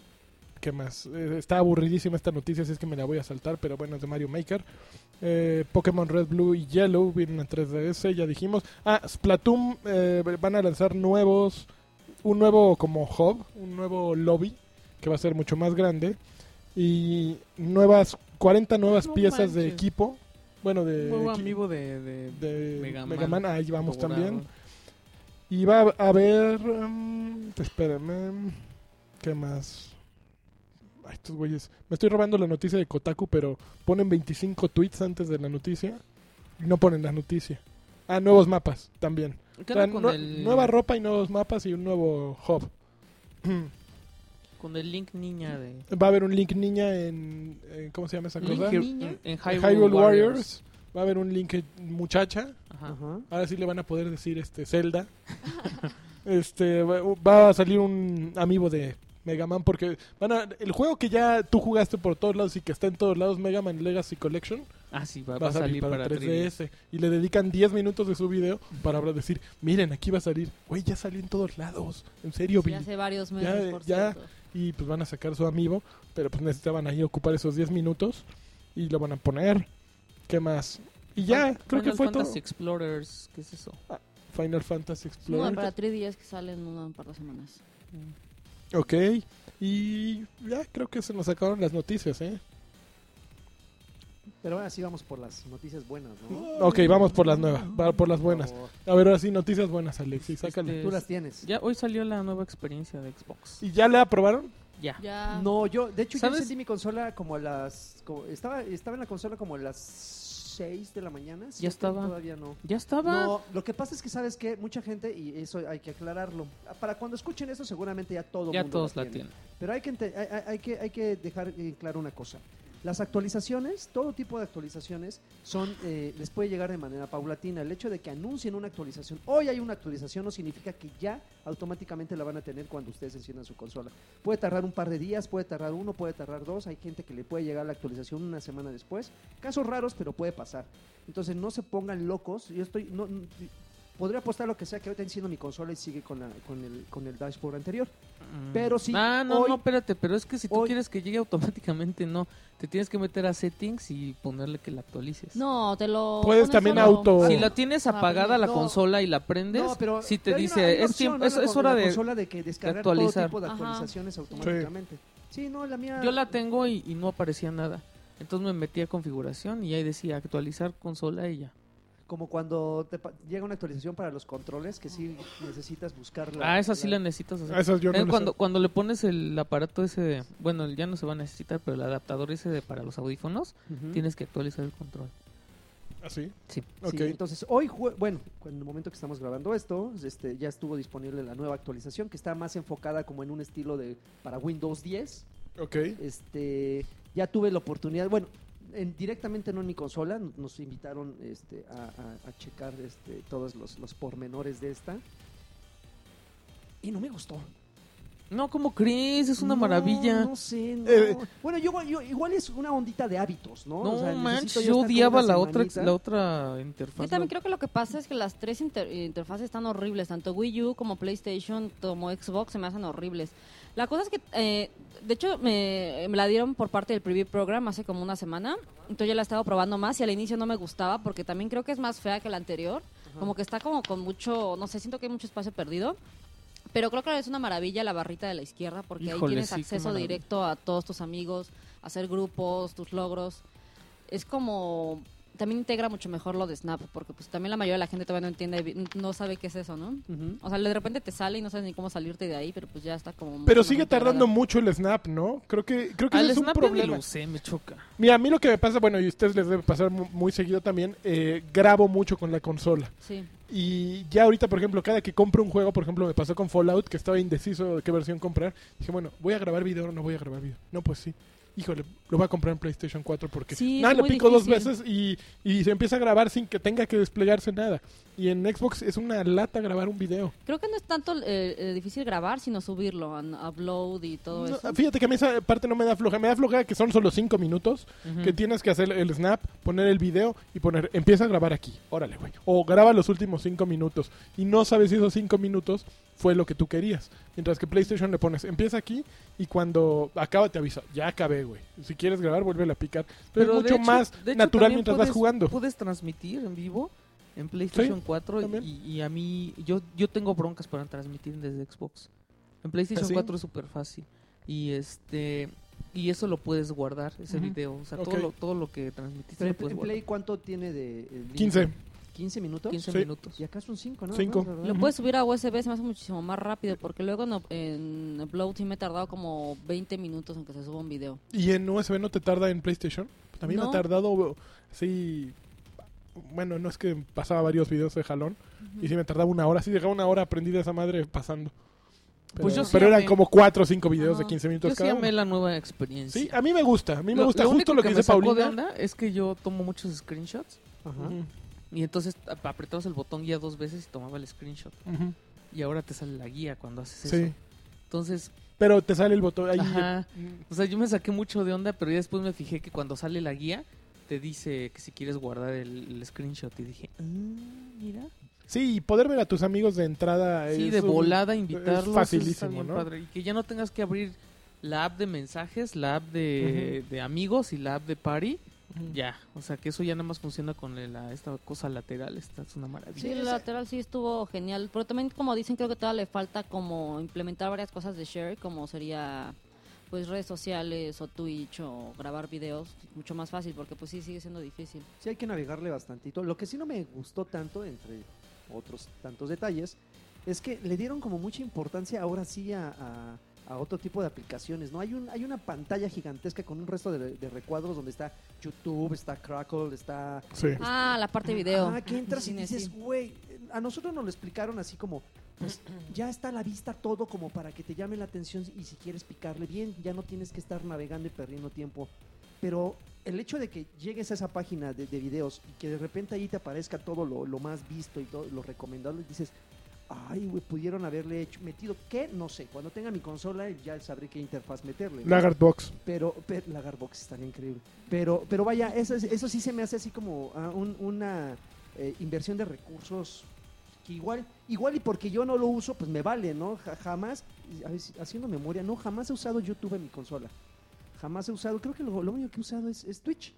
Speaker 1: ¿Qué más? Eh, está aburridísima esta noticia, así es que me la voy a saltar, pero bueno, es de Mario Maker. Eh, Pokémon Red, Blue y Yellow vienen en 3DS, ya dijimos. Ah, Splatoon eh, van a lanzar nuevos... Un nuevo como hub, un nuevo lobby que va a ser mucho más grande y nuevas 40 nuevas
Speaker 2: No
Speaker 1: piezas de
Speaker 2: manches.
Speaker 1: equipo bueno de,
Speaker 2: Un nuevo
Speaker 1: equi-
Speaker 2: amigo de, de,
Speaker 1: de Mega
Speaker 2: Mega
Speaker 1: Man,
Speaker 2: Man.
Speaker 1: ahí vamos
Speaker 2: Colorado.
Speaker 1: también y va a haber mm, espérame qué más Ay, estos güeyes me estoy robando la noticia de Kotaku pero ponen 25 tweets antes de la noticia y no ponen la noticia ah nuevos mapas también
Speaker 2: ¿Qué
Speaker 1: O sea,
Speaker 2: onda con
Speaker 1: nue-
Speaker 2: el
Speaker 1: nueva ropa y nuevos mapas y un nuevo hub
Speaker 2: con el Link niña de
Speaker 1: va a haber un link niña en, en- cómo se llama esa
Speaker 2: Link
Speaker 1: cosa
Speaker 2: Hero-
Speaker 5: Niña.
Speaker 2: en, en Hyrule,
Speaker 1: Hyrule, Warriors.
Speaker 2: Warriors.
Speaker 1: Va a haber un link muchacha.
Speaker 2: Ajá.
Speaker 4: Ajá.
Speaker 1: Ahora sí le van a poder decir este Zelda. este va- va a salir un amigo de Mega Man porque van a- el juego que ya tú jugaste por todos lados y que está en todos lados Mega Man Legacy Collection
Speaker 2: Ah, sí, va,
Speaker 1: va,
Speaker 2: va
Speaker 1: a salir para, 3DS y le dedican 10 minutos de su video para hablar- decir, miren, aquí va a salir. Güey, ya salió en todos lados. En serio,
Speaker 5: Sí,
Speaker 1: vi.
Speaker 5: hace varios meses,
Speaker 1: Ya,
Speaker 5: por
Speaker 1: ya.
Speaker 5: cierto.
Speaker 1: y pues van a sacar su amigo, pero pues necesitaban ahí ocupar esos 10 minutos y lo van a poner. ¿Qué más? Y ya,
Speaker 2: Fan-
Speaker 1: creo que
Speaker 2: Final
Speaker 1: fue
Speaker 2: Fantasy Explorers, ¿qué es eso?
Speaker 1: todo. Final Fantasy
Speaker 5: Una
Speaker 1: Explorer.
Speaker 5: para 3 que salen una par de semanas.
Speaker 1: Ok. Y ya creo que se nos acabaron las noticias, ¿eh?
Speaker 4: Pero ahora sí vamos por las noticias buenas, ¿no?
Speaker 1: Mm. Ok, vamos por las nuevas, va- por las buenas.
Speaker 4: Por favor.
Speaker 1: A ver, ahora sí, noticias buenas, Alexis, sácale.
Speaker 2: Este-
Speaker 4: Tú las tienes.
Speaker 2: Ya hoy salió la nueva experiencia de Xbox.
Speaker 1: ¿Y ya la aprobaron?
Speaker 2: Ya.
Speaker 5: Ya.
Speaker 4: No, yo, de hecho,
Speaker 2: ¿Sabes?
Speaker 4: yo encendí mi consola como a las. como- estaba, estaba en la consola como a las 6 de la mañana. siete,
Speaker 2: estaba.
Speaker 4: Todavía no.
Speaker 2: Ya estaba.
Speaker 4: No, lo que pasa es que sabes que mucha gente, y eso hay que aclararlo, para cuando escuchen eso seguramente ya todo
Speaker 2: ya
Speaker 4: mundo
Speaker 2: todos
Speaker 4: la
Speaker 2: la tienen.
Speaker 4: Pero hay que, ente- hay, hay- hay que, hay que dejar eh, claro una cosa. Las actualizaciones, todo tipo de actualizaciones, son eh, les puede llegar de manera paulatina. El hecho de que anuncien una actualización, hoy hay una actualización, no significa que ya automáticamente la van a tener cuando ustedes enciendan su consola. Puede tardar un par de días, puede tardar uno, puede tardar dos. Hay gente que le puede llegar la actualización una semana después. Casos raros, pero puede pasar. Entonces no se pongan locos. Yo estoy. No, n- podría apostar lo que sea que ahorita enciendo mi consola y sigue con, la- con, el, con el dashboard anterior.
Speaker 2: Mm.
Speaker 4: Pero sí,
Speaker 2: Ah, no,
Speaker 4: hoy-
Speaker 2: no, espérate, pero es que si tú
Speaker 4: hoy-
Speaker 2: quieres que llegue automáticamente, no. Te tienes que meter a settings y ponerle que la actualices.
Speaker 5: No, te lo.
Speaker 1: Puedes
Speaker 5: pones
Speaker 1: también
Speaker 5: solo.
Speaker 1: auto-
Speaker 2: Si la tienes
Speaker 5: Ah,
Speaker 2: apagada la
Speaker 4: no.
Speaker 2: consola y la prendes,
Speaker 4: No, pero-
Speaker 2: si te
Speaker 4: pero hay una-
Speaker 2: dice,
Speaker 4: hay una
Speaker 2: es,
Speaker 4: opción,
Speaker 2: tiempo-
Speaker 4: ¿no?
Speaker 2: es,
Speaker 4: La
Speaker 2: es
Speaker 4: con-
Speaker 2: hora
Speaker 4: la
Speaker 2: de...
Speaker 4: consola de que descargar
Speaker 2: actualizar.
Speaker 4: todo tipo de
Speaker 5: Ajá.
Speaker 4: actualizaciones
Speaker 5: Sí.
Speaker 4: automáticamente. Sí. no, la mía.
Speaker 2: Yo la tengo y, y no aparecía nada. Entonces me metí a configuración y ahí decía actualizar consola y ya.
Speaker 4: Como cuando te pa- llega una actualización para los controles que sí necesitas buscarla.
Speaker 2: ah, esa sí la necesitas hacer.
Speaker 1: Esas yo no
Speaker 2: Eh,
Speaker 1: las
Speaker 2: cuando, cuando le pones el aparato ese, de- bueno, ya no se va a necesitar, pero el adaptador ese de para los audífonos,
Speaker 4: Ujú.
Speaker 2: tienes que actualizar el control.
Speaker 1: ¿Ah, sí?
Speaker 2: Sí.
Speaker 1: Ok.
Speaker 4: Sí, entonces hoy, jue- bueno, en el momento que estamos grabando esto, este, ya estuvo disponible la nueva actualización que está más enfocada como en un estilo de para Windows 10.
Speaker 1: ok.
Speaker 4: Este, ya tuve la oportunidad, bueno, en- directamente no en mi consola, n- nos invitaron este, a, a- a checar este, todos los, los pormenores de esta. Y no me gustó.
Speaker 2: No, como crees, es una
Speaker 4: No,
Speaker 2: maravilla.
Speaker 4: No sé, no.
Speaker 1: Eh,
Speaker 4: bueno, yo, yo- igual es una ondita de hábitos, ¿no?
Speaker 2: No,
Speaker 4: O sea, necesito
Speaker 2: manches,
Speaker 4: ya
Speaker 2: yo
Speaker 4: estar con
Speaker 2: odiaba
Speaker 4: una
Speaker 2: la otra,
Speaker 4: semanita.
Speaker 2: la otra interfaz.
Speaker 5: Yo también creo que lo que pasa es que las tres inter- interfaces están horribles, tanto Wii U como PlayStation como Xbox se me hacen horribles. La cosa es que, eh, de hecho, me, me la dieron por parte del Preview Program hace como una semana, entonces ya la he estado probando más y al inicio no me gustaba porque también creo que es más fea que la anterior, como que está como con mucho, no sé, siento que hay mucho espacio perdido. Pero creo que es una maravilla la barrita de la izquierda porque
Speaker 2: Híjole,
Speaker 5: ahí tienes
Speaker 2: sí, qué
Speaker 5: acceso
Speaker 2: maravilla.
Speaker 5: directo a todos tus amigos, hacer grupos, tus logros. Es como también integra mucho mejor lo de Snap porque pues también la mayoría de la gente todavía no entiende, vi- no sabe qué es eso, ¿no?
Speaker 4: Ujú.
Speaker 5: O sea, de repente te sale y no sabes ni cómo salirte de ahí, pero pues ya está como
Speaker 1: Pero
Speaker 5: mucho
Speaker 1: sigue
Speaker 5: mejor
Speaker 1: tardando
Speaker 5: integrada.
Speaker 1: mucho el snap, ¿no? Creo que, creo que
Speaker 2: Al
Speaker 1: ese es un
Speaker 2: Snap ya ni
Speaker 1: problema.
Speaker 2: lo usé, me choca.
Speaker 1: Mira, a mí lo que me pasa, bueno, y a ustedes les debe pasar mu- muy seguido también, eh, grabo mucho con la consola.
Speaker 5: Sí.
Speaker 1: Y ya ahorita, por ejemplo, cada que compro un juego, por ejemplo, me pasó con Fallout, que estaba indeciso de qué versión comprar. Dije, bueno, ¿voy a grabar video o no voy a grabar video? No, pues sí. Híjole, lo voy a comprar en PlayStation 4 porque
Speaker 5: Sí,
Speaker 1: nada,
Speaker 5: es
Speaker 1: le
Speaker 5: muy
Speaker 1: pico
Speaker 5: difícil.
Speaker 1: dos veces y, y se empieza a grabar sin que tenga que desplegarse nada. Y en Xbox es una lata grabar un video.
Speaker 5: Creo que no es tanto eh, eh, difícil grabar, sino subirlo, an- upload y todo
Speaker 1: No, ah,
Speaker 5: eso.
Speaker 1: fíjate que a mí esa parte no me da floja. Me da floja que son solo cinco minutos.
Speaker 2: Ujú.
Speaker 1: Que tienes que hacer el snap, poner el video y poner, empieza a grabar aquí. Órale, güey. O graba los últimos cinco minutos. Y no sabes si esos cinco minutos fue lo que tú querías. Mientras que PlayStation le pones, empieza aquí y cuando acaba te avisa, ya acabé, güey. Si quieres grabar, vuelve a picar. Pero es
Speaker 2: de
Speaker 1: mucho
Speaker 2: hecho-
Speaker 1: más
Speaker 2: de hecho
Speaker 1: natural
Speaker 2: también
Speaker 1: mientras
Speaker 2: puedes-
Speaker 1: vas jugando.
Speaker 2: Puedes transmitir en vivo en PlayStation 4 y,
Speaker 1: también.
Speaker 2: y a mí yo yo tengo broncas para transmitir desde Xbox. En PlayStation
Speaker 1: ¿Ah, sí?
Speaker 2: 4 es súper fácil y este y eso lo puedes guardar ese
Speaker 1: Ujú.
Speaker 2: video, o sea,
Speaker 1: Ok.
Speaker 2: todo lo todo lo que transmitiste
Speaker 4: Pero
Speaker 2: lo
Speaker 4: en-
Speaker 2: puedes
Speaker 4: en
Speaker 2: guardar.
Speaker 4: Play, ¿cuánto tiene de.? eh, límite?
Speaker 1: 15.
Speaker 4: 15 minutos.
Speaker 2: 15
Speaker 1: Sí.
Speaker 2: minutos.
Speaker 4: Y acá son 5, ¿no?
Speaker 1: Cinco.
Speaker 5: Lo puedes subir a USB, se me hace muchísimo más rápido, porque luego en, up- en upload sí me he tardado como 20 minutos en que se suba un video.
Speaker 1: ¿Y en USB no te tarda en PlayStation? A mí me
Speaker 5: No.
Speaker 1: ha tardado, sí. Bueno, no es que pasaba varios videos de jalón. Y sí me tardaba una hora. Sí, dejaba una hora aprendida esa madre pasando. Pero,
Speaker 2: Pues yo sí
Speaker 1: pero eran
Speaker 2: amé.
Speaker 1: como cuatro o cinco videos
Speaker 5: Ajá.
Speaker 1: de 15 minutos
Speaker 2: Yo sí
Speaker 1: cada uno.
Speaker 2: amé la nueva experiencia.
Speaker 1: Sí, a mí me gusta. A mí me
Speaker 2: Lo-
Speaker 1: gusta
Speaker 2: lo
Speaker 1: justo
Speaker 2: único
Speaker 1: lo que,
Speaker 2: me
Speaker 1: dice
Speaker 2: sacó de
Speaker 1: Paulina.
Speaker 2: onda es que yo tomo muchos screenshots
Speaker 4: Ajá.
Speaker 1: Ujú,
Speaker 2: y entonces ap- apretabas el botón guía dos veces y tomaba el screenshot
Speaker 1: ujú,
Speaker 2: y ahora te sale la guía cuando haces
Speaker 1: Sí.
Speaker 2: eso. Entonces,
Speaker 1: Pero te sale el botón ahí.
Speaker 2: Ajá.
Speaker 1: Mm,
Speaker 2: O sea, yo me saqué mucho de onda, pero ya después me fijé que cuando sale la guía te dice que si quieres guardar el, el screenshot y dije, "Ah, mira.
Speaker 1: Sí, y poder ver a tus amigos de entrada.
Speaker 2: Sí,
Speaker 1: Ah, es
Speaker 2: de
Speaker 1: un-
Speaker 2: volada invitarlos. eso está
Speaker 1: facilísimo,
Speaker 2: bien
Speaker 1: ¿no?
Speaker 2: padre. Y que ya no tengas que abrir la app de mensajes, la app de, de amigos y la app de party.
Speaker 1: Ujú.
Speaker 2: Ya, o sea, que eso ya nada más funciona con el- la- esta cosa lateral, esta es una maravilla.
Speaker 5: Sí, el lateral sí estuvo genial, pero también como dicen creo que todavía le falta como implementar varias cosas de Share, como sería pues redes sociales o Twitch o grabar videos, mucho más fácil porque pues sí sigue siendo difícil.
Speaker 4: Sí, hay que navegarle bastantito. Lo que sí no me gustó tanto, entre otros tantos detalles, es que le dieron como mucha importancia ahora sí a, a- a otro tipo de aplicaciones, ¿no? Hay, un, hay una pantalla gigantesca con un resto de, de recuadros donde está YouTube, está Crackle, está...
Speaker 1: Sí.
Speaker 5: Ah, la parte video.
Speaker 4: Ah, que entras y
Speaker 5: Cine,
Speaker 4: dices,
Speaker 5: sí.
Speaker 4: güey, eh, a nosotros nos lo explicaron así como, pues ya está a la vista todo como para que te llame la atención y si quieres picarle bien, ya no tienes que estar navegando y perdiendo tiempo. Pero el hecho de que llegues a esa página de, de videos y que de repente ahí te aparezca todo lo, lo más visto y todo lo recomendado, y dices, ay, güey, pudieron haberle hecho, metido, ¿qué? No sé, cuando tenga mi consola ya sabré qué interfaz meterle. ¿no?
Speaker 1: Lagart Box.
Speaker 4: Pero, pero la Garbox está bien increíble. Pero, pero vaya, eso, es- eso sí se me hace así como ah, un- una eh, inversión de recursos que igual, igual y porque yo no lo uso, pues me vale, ¿no? Ja- jamás, y a ver si- haciendo memoria, no, jamás he usado YouTube en mi consola. Jamás he usado, creo que lo, lo único que he usado es, es Twitch.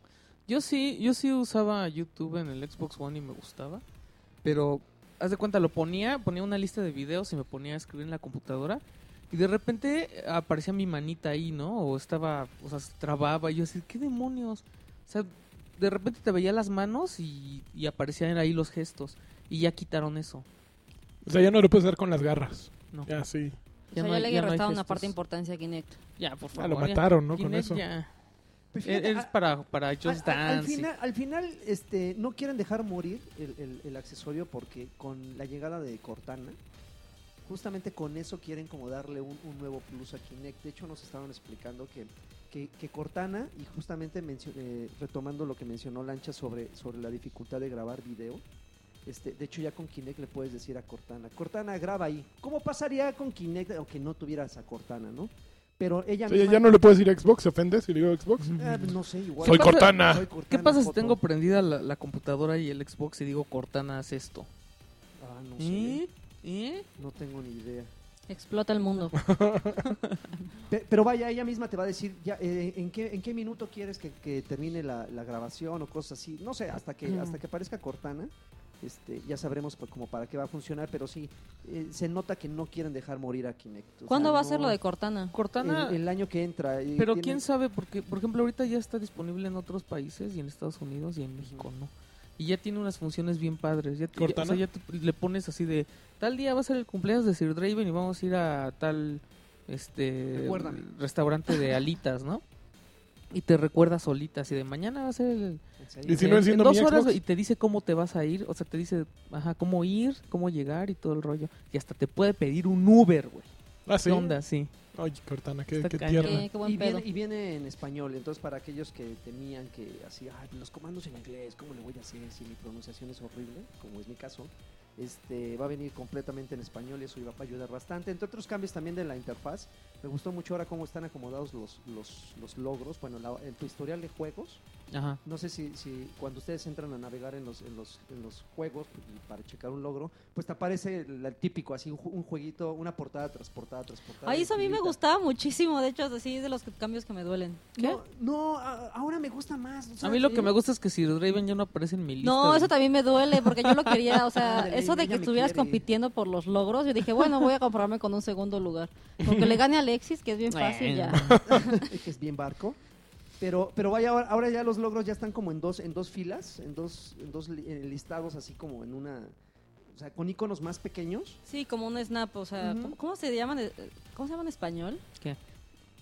Speaker 2: Yo sí, yo sí usaba YouTube en el Xbox One y me gustaba. Pero, haz de cuenta, lo ponía, ponía una lista de videos y me ponía a escribir en la computadora. Y de repente eh, aparecía mi manita ahí, ¿no? O estaba, o sea, se trababa. Y yo así, ¿qué demonios? O sea, de repente te veía las manos y, y aparecían ahí los gestos. Y ya quitaron eso.
Speaker 1: O sea, ya no lo puedes hacer con las garras.
Speaker 2: No.
Speaker 1: Ya sí.
Speaker 5: O sea,
Speaker 2: no
Speaker 5: ya
Speaker 2: hay-
Speaker 5: le
Speaker 2: ya
Speaker 5: he
Speaker 2: no hay
Speaker 5: restado una
Speaker 2: gestos.
Speaker 5: parte de importancia a Kinect.
Speaker 2: Ya, por
Speaker 1: Ah,
Speaker 2: favor.
Speaker 1: lo
Speaker 2: ya.
Speaker 1: mataron, ¿no? Con
Speaker 2: Kinect
Speaker 1: eso.
Speaker 2: ya.
Speaker 4: Pues
Speaker 2: E-
Speaker 4: fíjate,
Speaker 2: Es
Speaker 4: a-
Speaker 2: para, para
Speaker 4: Al-
Speaker 2: Just
Speaker 4: al- Al,
Speaker 2: Dance. y-
Speaker 4: final, al final, este, no quieren dejar morir el, el- el accesorio porque con la llegada de Cortana, justamente con eso quieren como darle un, un nuevo plus a Kinect. De hecho, nos estaban explicando que, que, que Cortana, y justamente mencio- eh, retomando lo que mencionó Lancha sobre, sobre la dificultad de grabar video, este, de hecho ya con Kinect le puedes decir a Cortana, Cortana, graba ahí. ¿Cómo pasaría con Kinect aunque no tuvieras a Cortana, no? Pero ella
Speaker 1: O sea, ya-
Speaker 4: misma-
Speaker 1: ya no le puedes decir Xbox, ¿se ofende si le digo Xbox?
Speaker 4: Ah, no sé, igual.
Speaker 1: Soy
Speaker 2: ¿Qué pasa-
Speaker 1: Cortana.
Speaker 4: Soy
Speaker 2: ¿Qué
Speaker 4: Cortana,
Speaker 2: pasa si
Speaker 4: Ah, foto.
Speaker 2: tengo prendida la, la computadora y el Xbox y digo, Cortana, haz esto?
Speaker 4: Ah, no sé.
Speaker 2: ¿Eh? ¿Eh?
Speaker 4: No tengo ni idea.
Speaker 5: Explota el mundo.
Speaker 4: Pe- Pero vaya, ella misma te va a decir ya, eh, ¿en, qué, en qué minuto quieres que, que termine la, la grabación o cosas así. No sé, hasta que,
Speaker 5: Ujú.
Speaker 4: hasta que aparezca Cortana, este, ya sabremos pa- como para qué va a funcionar, pero sí, eh, se nota que no quieren dejar morir a Kinect. O sea,
Speaker 5: ¿Cuándo va a ser
Speaker 4: no-
Speaker 5: lo de Cortana?
Speaker 2: Cortana.
Speaker 4: El, el año que entra. eh,
Speaker 2: pero
Speaker 4: tiene-
Speaker 2: quién sabe, porque, por ejemplo, ahorita ya está disponible en otros países y en Estados Unidos y en México no. Y ya tiene unas funciones bien padres. Ya, te- ya- o sea,
Speaker 1: ¿Cortana?
Speaker 2: ya te- le pones así de. Tal día va a ser el cumpleaños de Sir Draven y vamos a ir a tal. Este.
Speaker 4: Recuérdame.
Speaker 2: Restaurante de alitas, ¿no? Y te recuerda solita, así de mañana va a ser el.
Speaker 4: ¿En serio?
Speaker 1: Y si no
Speaker 2: en-
Speaker 1: enciendo
Speaker 2: en dos
Speaker 1: mi
Speaker 2: horas
Speaker 1: Xbox.
Speaker 2: y te dice cómo te vas a ir, o sea, te dice, ajá, cómo ir, cómo llegar y todo el rollo. Y hasta te puede pedir un Uber, güey.
Speaker 1: Ah, sí.
Speaker 2: ¿Qué onda? Sí.
Speaker 1: Ay, Cortana, qué,
Speaker 2: Está
Speaker 1: qué
Speaker 2: cañón.
Speaker 1: tierna.
Speaker 5: Eh, qué
Speaker 4: Y
Speaker 5: buen pedo.
Speaker 4: viene, y viene en español, entonces para aquellos que temían que así, "Ay, los comandos en inglés, ¿cómo le voy a hacer si mi pronunciación es horrible? Como es mi caso, este va a venir completamente en español y eso iba a ayudar bastante. Entre otros cambios también de la interfaz, me gustó mucho ahora cómo están acomodados los, los, los logros, bueno, la- en tu historial de juegos.
Speaker 2: Ajá.
Speaker 4: No sé si, si cuando ustedes entran a navegar en los, en los, en los juegos y para checar un logro, pues te aparece el, el típico, así un, ju- un jueguito, una portada tras portada tras portada.
Speaker 5: Ay, eso a mí me
Speaker 4: infinita.
Speaker 5: gustaba muchísimo. De hecho, así es de los cambios que me duelen.
Speaker 4: No, no, a- ahora me gusta más. o sea, eh,
Speaker 2: A mí lo
Speaker 4: sí.
Speaker 2: que me gusta es que Sir Draven ya no aparece en mi lista.
Speaker 5: No,
Speaker 2: de-
Speaker 5: eso también me duele porque yo lo quería, o sea,
Speaker 4: Ándale,
Speaker 5: eso de
Speaker 4: ella
Speaker 5: que
Speaker 4: me
Speaker 5: estuvieras
Speaker 4: quiere.
Speaker 5: compitiendo por los logros, yo dije, bueno, voy a comprarme con un segundo lugar. Porque le gane a Alexis, que es bien fácil ya.
Speaker 4: que es bien barco. Pero, pero vaya, ahora, ahora ya los logros ya están como en dos, en dos filas, en dos, en dos li- eh, listados, así como en una. O sea, con iconos más pequeños.
Speaker 5: Sí, como un snap, o sea,
Speaker 4: Ujú.
Speaker 5: ¿cómo- ¿cómo se llaman? eh, ¿Cómo se llama en español?
Speaker 2: ¿Qué?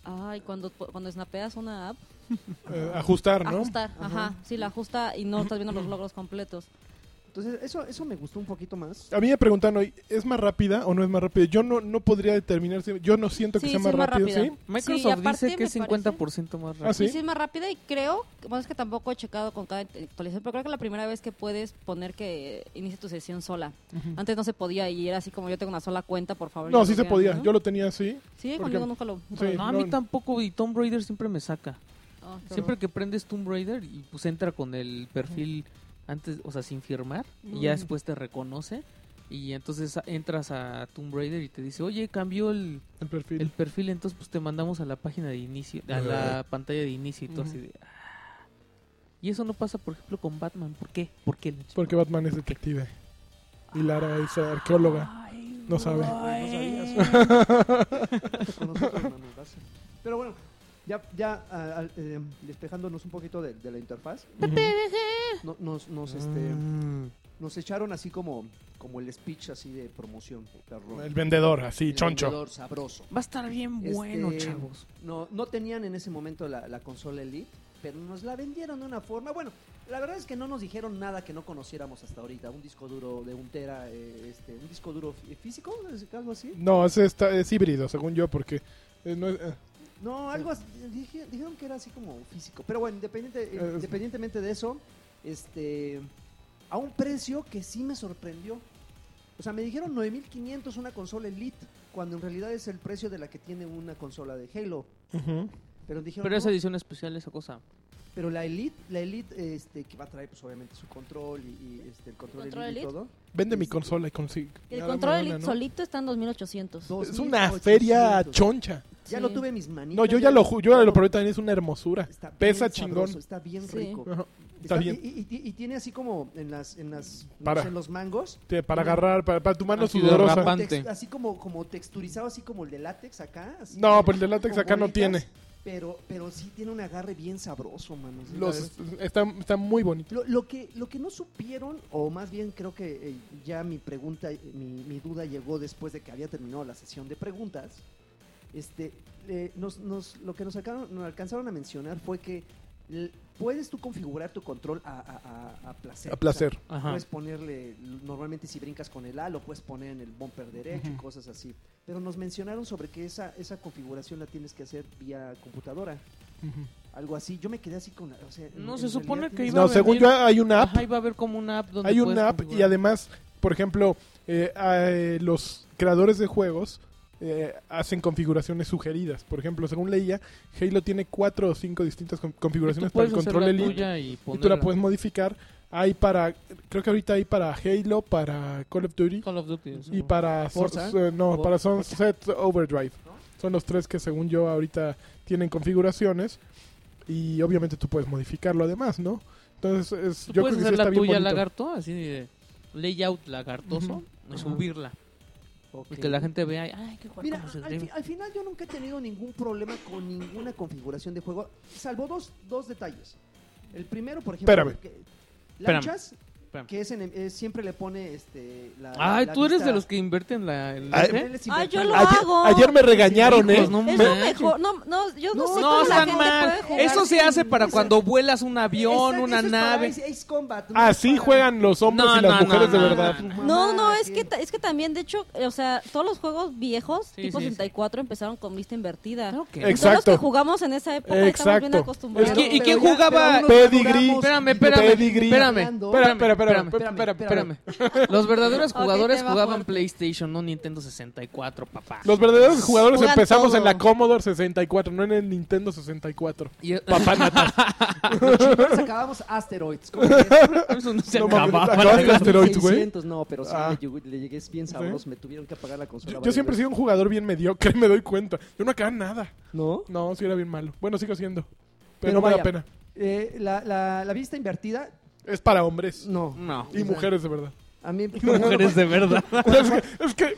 Speaker 5: Ay, cuando, cuando snapeas una app.
Speaker 1: Eh, ajustar, ¿no?
Speaker 5: Ajustar, ajá.
Speaker 4: Ajá.
Speaker 5: Sí, la ajusta y no estás viendo los logros completos.
Speaker 4: Entonces, eso, eso me gustó un poquito más.
Speaker 1: A mí me preguntan hoy, ¿es más rápida o no es más rápida? Yo no, no podría determinar si... Yo no siento que
Speaker 5: Sí,
Speaker 1: sea
Speaker 5: sí,
Speaker 1: más
Speaker 5: es más
Speaker 1: rápida,
Speaker 5: rápida.
Speaker 1: ¿sí?
Speaker 5: Sí, y
Speaker 2: Microsoft
Speaker 5: aparte
Speaker 2: dice que es
Speaker 5: me
Speaker 2: 50% más rápido.
Speaker 1: Ah, sí.
Speaker 5: ¿Sí? es más rápida y creo, bueno, es que tampoco he checado con cada actualización, pero creo que la primera vez que puedes poner que inicie tu sesión sola. Antes no se podía y era así como yo tengo una sola cuenta, por favor.
Speaker 1: No,
Speaker 5: ya
Speaker 1: sí se
Speaker 5: vean,
Speaker 1: podía.
Speaker 5: ¿no?
Speaker 1: Yo lo tenía así.
Speaker 5: Sí,
Speaker 1: por
Speaker 5: conmigo
Speaker 1: ejemplo.
Speaker 5: nunca lo...
Speaker 1: Sí,
Speaker 2: No, a
Speaker 1: no,
Speaker 2: mí tampoco, y Tomb Raider siempre me saca.
Speaker 5: Ah, qué
Speaker 2: Siempre que prendes Tomb Raider y pues entra con el perfil antes, o sea, sin firmar, y ya después te reconoce. Y entonces a- entras a Tomb Raider y te dice, oye, cambió el,
Speaker 1: El perfil.
Speaker 2: el perfil, entonces pues te mandamos a la página de inicio, a la pantalla de inicio y tú así de... "Ah". Y eso no pasa, por ejemplo, con Batman. ¿Por qué? ¿Por qué?
Speaker 1: Porque Batman es detective. Y Lara es arqueóloga. No sabe.
Speaker 4: No sabías. Con nosotros no nos vas. Pero bueno, ya, ya ah, al- eh, despejándonos un poquito de, de la interfaz,
Speaker 1: Ujú.
Speaker 4: Pues, Mm.
Speaker 1: Mm.
Speaker 4: no- nos, nos, este, nos este, echaron así como como el speech así de promoción. perrón.
Speaker 1: El vendedor, así,
Speaker 4: El
Speaker 1: choncho.
Speaker 4: vendedor sabroso.
Speaker 2: Va a estar bien
Speaker 4: Este,
Speaker 2: bueno, chavos.
Speaker 4: No, no tenían en ese momento la, la consola Elite, pero nos la vendieron de una forma. Bueno, la verdad es que no nos dijeron nada que no conociéramos hasta ahorita. Un disco duro de un tera, eh, este, un disco duro fí- físico, ¿es algo así.
Speaker 1: No, es, esta- es híbrido, según yo, porque... eh, no es- eh,
Speaker 4: No, algo así. dije- dijeron que era así como físico. Pero bueno, independiente, eh,
Speaker 1: Eh,
Speaker 4: independientemente de eso, este, a un precio que sí me sorprendió. O sea, me dijeron 9500 una consola Elite, cuando en realidad es el precio de la que tiene una consola de Halo.
Speaker 1: ujú.
Speaker 4: Pero dijeron,
Speaker 2: Pero
Speaker 4: "No,
Speaker 2: esa edición especial, esa cosa.
Speaker 4: Pero la Elite, la Elite este, que va a traer pues obviamente su control y, y, este, el control,
Speaker 5: ¿El control
Speaker 4: Elite,
Speaker 5: Elite?
Speaker 4: y todo.
Speaker 1: Vende mi
Speaker 4: Este-
Speaker 1: consola y consigue.
Speaker 5: El
Speaker 1: nada
Speaker 5: control
Speaker 1: más
Speaker 5: Elite
Speaker 1: una, ¿no?
Speaker 5: solito está en 2800.
Speaker 1: Es una feria
Speaker 4: 2800.
Speaker 1: choncha.
Speaker 4: Ya
Speaker 5: Sí.
Speaker 4: lo tuve en mis manitas.
Speaker 1: No, yo ya lo, ju- yo ya lo
Speaker 4: lo-
Speaker 1: probé también, es una hermosura.
Speaker 4: está bien
Speaker 1: Pesa
Speaker 4: sabroso,
Speaker 1: chingón.
Speaker 4: Está bien
Speaker 5: Sí.
Speaker 4: rico.
Speaker 1: Ajá,
Speaker 4: Está-
Speaker 1: Está bien.
Speaker 4: Y, y- y tiene así como en las en las no
Speaker 1: Para.
Speaker 4: sé, en los mangos.
Speaker 1: Te- Para agarrar, para, para tu mano
Speaker 2: Así de
Speaker 1: sudorosa.
Speaker 2: rapaz.
Speaker 4: tex-
Speaker 2: Pante.
Speaker 4: así como como texturizado así como el de látex acá. así
Speaker 1: No,
Speaker 4: como-
Speaker 1: pues el de látex
Speaker 4: con
Speaker 1: acá no
Speaker 4: bolitas,
Speaker 1: tiene.
Speaker 4: Pero pero sí tiene un agarre bien sabroso, mano. sí, la verdad.
Speaker 1: Los, está, está muy bonito.
Speaker 4: Lo, lo que, lo que no supieron, o más bien creo que eh, ya mi pregunta, eh, mi, mi duda llegó después de que había terminado la sesión de preguntas, este, eh, nos, nos- lo que nos, sacaron- nos alcanzaron a mencionar fue que l- puedes tú configurar tu control a, a- a- a placer.
Speaker 1: A placer.
Speaker 4: O sea,
Speaker 2: Ajá.
Speaker 4: puedes ponerle, normalmente si brincas con el A, lo puedes poner en el bumper derecho y
Speaker 1: Ujú.
Speaker 4: cosas así. Pero nos mencionaron sobre que esa, esa configuración la tienes que hacer vía computadora.
Speaker 1: Ujú.
Speaker 4: Algo así, yo me quedé así con la... o sea, en-
Speaker 2: No,
Speaker 4: en
Speaker 2: se supone que
Speaker 4: realidad tienes-
Speaker 2: iba a
Speaker 1: No, según yo
Speaker 2: venir-
Speaker 1: hay una app.
Speaker 2: Ajá, y va a haber como una app donde
Speaker 1: Hay
Speaker 2: puedes
Speaker 1: una app y
Speaker 2: configurar.
Speaker 1: además, por ejemplo, eh, eh, los creadores de juegos eh, hacen configuraciones sugeridas. Por ejemplo, según leía, Halo tiene cuatro o cinco distintas con- configuraciones
Speaker 2: Tú
Speaker 1: para el
Speaker 2: puedes hacer
Speaker 1: control
Speaker 2: la
Speaker 1: Elite.
Speaker 2: tuya y
Speaker 1: Y tú la
Speaker 2: ponerla.
Speaker 1: puedes modificar. Hay para, creo que ahorita hay para Halo, para Call of Duty
Speaker 2: Call of Duty.
Speaker 1: y
Speaker 2: sí.
Speaker 1: para Sun-
Speaker 4: Forza.
Speaker 1: eh, no,
Speaker 4: For-
Speaker 1: para Sunset Overdrive.
Speaker 4: ¿No?
Speaker 1: Son los tres que según yo ahorita tienen configuraciones y obviamente tú puedes modificarlo además, ¿no? Entonces, es- yo
Speaker 2: Tú
Speaker 1: creo
Speaker 2: puedes
Speaker 1: que sí
Speaker 2: hacer
Speaker 1: está
Speaker 2: la
Speaker 1: bien
Speaker 2: tuya
Speaker 1: bonito.
Speaker 2: lagarto, así de layout lagartoso,
Speaker 1: Ujú.
Speaker 2: y subirla. Y que
Speaker 4: Ok.
Speaker 2: la gente vea, ay, qué guapo
Speaker 4: Mira,
Speaker 2: cómo se
Speaker 4: al,
Speaker 2: escribe".
Speaker 4: fi- al final yo nunca he tenido ningún problema con ninguna configuración de juego, salvo dos, dos detalles. El primero, por ejemplo,
Speaker 1: Espérame.
Speaker 4: que-
Speaker 2: Espérame.
Speaker 4: Lanchas,
Speaker 2: Espérame.
Speaker 4: que es en- eh, siempre le pone este, la.
Speaker 2: Ay,
Speaker 4: la
Speaker 2: tú eres
Speaker 4: vista-
Speaker 2: de los que invierten la... el-
Speaker 1: Ay,
Speaker 2: ¿eh?
Speaker 4: Él es
Speaker 5: Ay, yo
Speaker 4: invertible.
Speaker 5: lo
Speaker 1: Ayer,
Speaker 5: hago.
Speaker 1: ayer me regañaron,
Speaker 2: Hijos,
Speaker 1: ¿eh?
Speaker 2: no
Speaker 5: es lo
Speaker 2: manches.
Speaker 5: mejor. No, no, yo no,
Speaker 4: No,
Speaker 5: sé
Speaker 2: No,
Speaker 5: cómo la
Speaker 2: están
Speaker 5: gente
Speaker 2: mal.
Speaker 5: puede jugar
Speaker 2: Eso se
Speaker 5: sin-
Speaker 2: hace para
Speaker 4: Esa-
Speaker 2: cuando vuelas un avión,
Speaker 4: Exacto,
Speaker 2: una
Speaker 4: eso es para
Speaker 2: nave.
Speaker 4: Ace- Ace Combat, no
Speaker 1: Así
Speaker 4: para-
Speaker 1: Ah, juegan los hombres
Speaker 2: No,
Speaker 1: y las
Speaker 2: no, no,
Speaker 1: mujeres
Speaker 2: no,
Speaker 1: de
Speaker 2: no,
Speaker 1: verdad.
Speaker 2: no,
Speaker 4: Mamá,
Speaker 5: No, no, es
Speaker 4: sí.
Speaker 5: que, ta- es que también, de hecho, eh, o sea, todos los juegos viejos,
Speaker 2: Sí,
Speaker 5: tipo
Speaker 2: sí, sí.
Speaker 5: 64, empezaron con vista invertida.
Speaker 2: Claro que no.
Speaker 1: Ex-
Speaker 5: Todos los que
Speaker 1: Exacto.
Speaker 5: jugamos en esa época estamos bien
Speaker 1: Exacto.
Speaker 5: acostumbrados.
Speaker 2: Es que- ¿y
Speaker 4: Pero
Speaker 2: quién
Speaker 4: ya-
Speaker 2: jugaba?
Speaker 4: pero unos ya
Speaker 1: Pedigrí.
Speaker 4: jugamos-
Speaker 2: Espérame, espérame,
Speaker 1: Pedigree.
Speaker 2: espérame,
Speaker 4: Hablando.
Speaker 2: espérame,
Speaker 1: Espérame, espérame,
Speaker 2: espérame,
Speaker 1: espérame,
Speaker 2: espérame. Los verdaderos
Speaker 5: Ok,
Speaker 2: jugadores
Speaker 5: tema
Speaker 2: jugaban
Speaker 5: fuerte.
Speaker 2: PlayStation, no Nintendo 64, papá.
Speaker 1: Los verdaderos jugadores
Speaker 5: Juegan
Speaker 1: empezamos en
Speaker 5: todo.
Speaker 1: la Commodore 64, no en el Nintendo 64.
Speaker 2: Y-
Speaker 1: Papá Natas.
Speaker 4: Nosotros acabamos Asteroids. ¿cómo ves?
Speaker 2: Eso no se
Speaker 1: No mames,
Speaker 2: acababa.
Speaker 1: acabaste el Asteroids, güey?
Speaker 4: 600, No, pero sí,
Speaker 1: Ah.
Speaker 4: le llegué- le llegué es bien sabroso. Me tuvieron que apagar la consola.
Speaker 1: Yo, yo
Speaker 4: varias
Speaker 1: siempre he
Speaker 4: veces.
Speaker 1: sido un jugador bien mediocre, me doy cuenta. Yo no acababa nada.
Speaker 4: ¿No?
Speaker 1: No, sí era bien malo. Bueno, sigo siendo. Pero,
Speaker 4: Pero
Speaker 1: no vale la
Speaker 4: vaya.
Speaker 1: pena.
Speaker 4: Eh, la, la, la vista invertida,
Speaker 1: Es para hombres.
Speaker 4: no.
Speaker 2: No.
Speaker 1: Y mujeres de verdad.
Speaker 4: A mí, cuando,
Speaker 2: Mujeres de verdad.
Speaker 1: es que, es que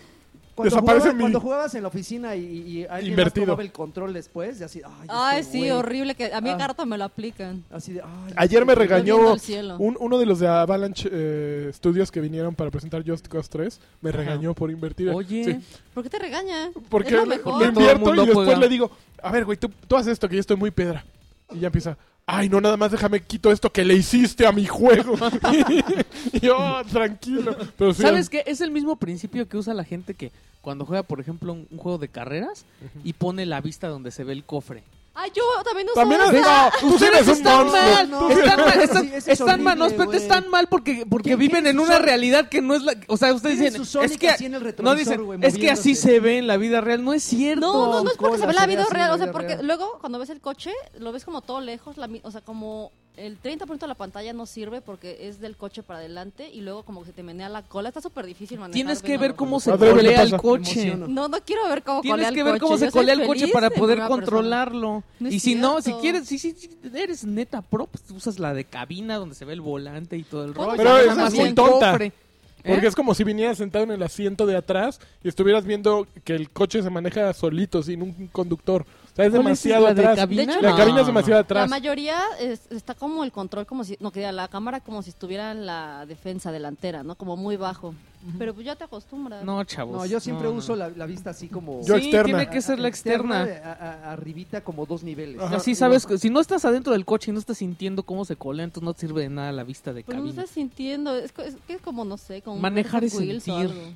Speaker 4: cuando
Speaker 1: desaparece
Speaker 4: jugabas,
Speaker 1: mi-
Speaker 4: cuando jugabas en la oficina y, y alguien
Speaker 1: Invertido.
Speaker 4: más tomaba el control después, y así, ay,
Speaker 5: Ay,
Speaker 4: este
Speaker 5: sí,
Speaker 4: güey.
Speaker 5: horrible. que A mí
Speaker 4: Ah.
Speaker 5: carta me lo aplican.
Speaker 4: Así de, ay,
Speaker 1: ayer me
Speaker 4: este güey.
Speaker 1: regañó
Speaker 5: Volviendo al cielo.
Speaker 1: un- uno de los de Avalanche eh, Studios que vinieron para presentar Just Cause 3. Me regañó por invertir.
Speaker 2: Oye,
Speaker 1: Sí.
Speaker 5: ¿Por qué te regaña?
Speaker 1: Porque
Speaker 5: es lo
Speaker 1: le, le
Speaker 5: mejor.
Speaker 2: todo el
Speaker 1: invierto y
Speaker 2: mundo
Speaker 1: después
Speaker 2: juega.
Speaker 1: le digo, a ver, güey, tú, tú haces esto que yo estoy muy pedra. Y ya empieza, ay, no, nada más déjame quito esto que le hiciste a mi juego. y yo, "Ah, tranquilo. Pero sí,
Speaker 2: ¿Sabes qué? Es el mismo principio que usa la gente que cuando juega, por ejemplo, un, un juego de carreras y pone la vista donde se ve el cofre.
Speaker 5: Ay, yo también uso
Speaker 1: También es,
Speaker 5: esa.
Speaker 1: no, tú sí eres un
Speaker 2: están
Speaker 1: monstruo.
Speaker 2: mal,
Speaker 4: No,
Speaker 2: están
Speaker 4: no,
Speaker 2: mal,
Speaker 4: sí,
Speaker 2: están,
Speaker 4: ese es
Speaker 2: están
Speaker 4: horrible,
Speaker 2: mal, no, espérate,
Speaker 4: güey.
Speaker 2: están mal porque, porque
Speaker 4: ¿Quién-
Speaker 2: viven
Speaker 4: quién es
Speaker 2: en
Speaker 4: su
Speaker 2: una
Speaker 4: Sonic?
Speaker 2: realidad que no es la, o sea, ustedes
Speaker 4: ¿Quién es
Speaker 2: dicen,
Speaker 4: su Sonic
Speaker 2: es que,
Speaker 4: así en el
Speaker 2: no
Speaker 4: retrovisor,
Speaker 2: dicen,
Speaker 4: güey,
Speaker 2: es que así
Speaker 4: moviéndose?
Speaker 2: se ve en la vida real, no es cierto.
Speaker 5: No, no, no es porque se ve
Speaker 4: Cola,
Speaker 5: la
Speaker 4: se ve
Speaker 5: vida
Speaker 4: así
Speaker 5: real.
Speaker 4: la
Speaker 5: O sea,
Speaker 4: vida
Speaker 5: porque
Speaker 4: real.
Speaker 5: luego cuando ves el coche, lo ves como todo lejos. la mi- o sea, como el 30% de la pantalla no sirve porque es del coche para adelante y luego como que se te menea la cola. Está súper difícil manejar.
Speaker 2: Tienes que
Speaker 5: viendo
Speaker 2: ver
Speaker 5: la
Speaker 2: cómo
Speaker 5: cola.
Speaker 2: se
Speaker 1: A ver, ¿qué le
Speaker 2: colea el
Speaker 1: pasa?
Speaker 4: Me
Speaker 2: coche.
Speaker 4: emociono.
Speaker 5: No, no quiero ver cómo colea
Speaker 2: Tienes
Speaker 5: el
Speaker 2: que ver
Speaker 5: coche.
Speaker 2: cómo se
Speaker 5: Yo soy
Speaker 2: colea el coche
Speaker 5: feliz
Speaker 2: para
Speaker 5: en
Speaker 2: poder
Speaker 5: primera persona.
Speaker 2: controlarlo.
Speaker 5: No es
Speaker 2: y si no, si
Speaker 5: cierto.
Speaker 2: quieres, si, si si eres neta pro, pues tú usas la de cabina donde se ve el volante y todo el
Speaker 5: ¿Cómo
Speaker 2: rollo.
Speaker 5: Pero se
Speaker 2: Nada
Speaker 5: llama
Speaker 2: más
Speaker 5: bien
Speaker 2: el
Speaker 1: tonta?
Speaker 2: cofre.
Speaker 1: Porque
Speaker 2: ¿Eh?
Speaker 1: es como si vinieras sentado en el asiento de atrás y estuvieras viendo que el coche se maneja solito, sin un conductor. O sea, es
Speaker 2: ¿Cuál
Speaker 1: demasiado
Speaker 2: la de
Speaker 1: atrás.
Speaker 2: cabina?
Speaker 5: De hecho,
Speaker 1: La
Speaker 5: No,
Speaker 1: cabina es demasiado
Speaker 5: La
Speaker 1: atrás.
Speaker 5: mayoría es- está como el control, como si, no, que la cámara como si estuviera en la defensa delantera, ¿no? Como muy bajo. Pero pues ya te acostumbras.
Speaker 2: No, chavos.
Speaker 4: No, yo siempre
Speaker 2: no, no.
Speaker 4: uso La, la vista así como...
Speaker 1: Yo
Speaker 2: sí,
Speaker 1: externa.
Speaker 2: tiene que ser la externa.
Speaker 4: de- a- a- arribita como dos niveles.
Speaker 1: Ajá.
Speaker 2: Así sabes, que- si no estás adentro del coche y no estás sintiendo cómo se colea, entonces no te sirve de nada la vista de
Speaker 5: Pero Pues, no
Speaker 2: cabina.
Speaker 5: estás sintiendo. Es, co- es que es como, no sé, como. un
Speaker 2: Manejar es
Speaker 5: Hot Wheels o
Speaker 2: sentir.
Speaker 5: algo.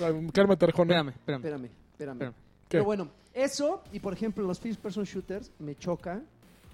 Speaker 1: Ay, Cálmate, Arjona.
Speaker 2: Espérame, espérame.
Speaker 4: Espérame, espérame.
Speaker 2: Espérame.
Speaker 1: ¿Qué?
Speaker 4: Pero bueno, eso y por ejemplo los first person shooters me choca.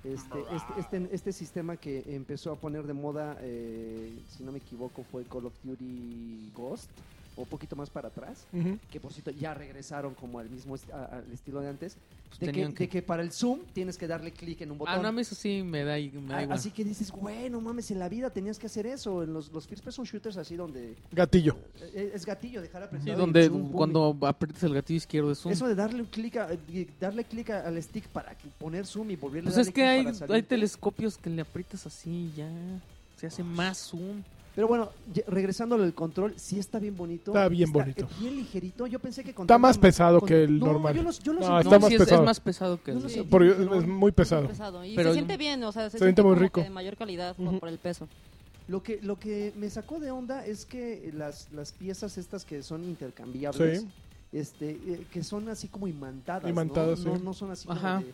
Speaker 4: Este, este, este, este sistema que empezó a poner de moda, eh, si no me equivoco, fue Call of Duty Ghost, o un poquito más para atrás,
Speaker 1: Ujú.
Speaker 4: que por cierto ya regresaron como al mismo est- a- al estilo de antes,
Speaker 2: Pues
Speaker 4: de que,
Speaker 2: tenían que-
Speaker 4: de que para el zoom tienes que darle clic en un botón.
Speaker 2: Ah, no, a mí eso sí me da, i- me da
Speaker 4: Ah,
Speaker 2: igual.
Speaker 4: así que dices, bueno, mames, en la vida tenías que hacer eso, en los, los first person shooters así donde
Speaker 1: Gatillo.
Speaker 4: eh, es gatillo, dejar
Speaker 2: Sí,
Speaker 4: apretado. y
Speaker 2: donde
Speaker 4: zoom, boom,
Speaker 2: cuando aprietas el gatillo izquierdo es un...
Speaker 4: Eso de darle un clic a- eh, darle clic a- al stick para que- poner zoom y volverle
Speaker 2: Pues
Speaker 4: a
Speaker 2: es
Speaker 4: darle
Speaker 2: que
Speaker 4: clic
Speaker 2: hay,
Speaker 4: para salir.
Speaker 2: hay telescopios que le aprietas así y ya se hace más zoom.
Speaker 4: Pero bueno, ye- regresando al control, sí está bien bonito.
Speaker 1: Está bien bonito.
Speaker 4: eh, Bien ligerito. Yo pensé que con
Speaker 1: Está más
Speaker 4: tanta-
Speaker 1: pesado
Speaker 4: con-
Speaker 1: que el
Speaker 4: No,
Speaker 1: normal.
Speaker 4: yo los- yo los
Speaker 1: No,
Speaker 4: sentí-
Speaker 1: Ah, está
Speaker 2: no,
Speaker 1: más
Speaker 2: sí, es- es,
Speaker 1: pesado.
Speaker 2: más pesado que
Speaker 4: No
Speaker 2: el-
Speaker 4: lo sé.
Speaker 1: Porque es muy pesado.
Speaker 5: pesado. Y
Speaker 2: Pero-
Speaker 5: se siente bien, o sea, se,
Speaker 1: Se siente muy
Speaker 5: como
Speaker 1: rico.
Speaker 5: que De mayor calidad por-
Speaker 1: Ujú.
Speaker 5: por el peso.
Speaker 4: Lo que, lo que me sacó de onda es que las, las piezas estas que son intercambiables,
Speaker 1: Sí.
Speaker 4: este, eh, que son así como imantadas. ¿no?
Speaker 1: Imantadas,
Speaker 4: no,
Speaker 1: sí.
Speaker 4: no son así como
Speaker 2: Ajá.
Speaker 4: de-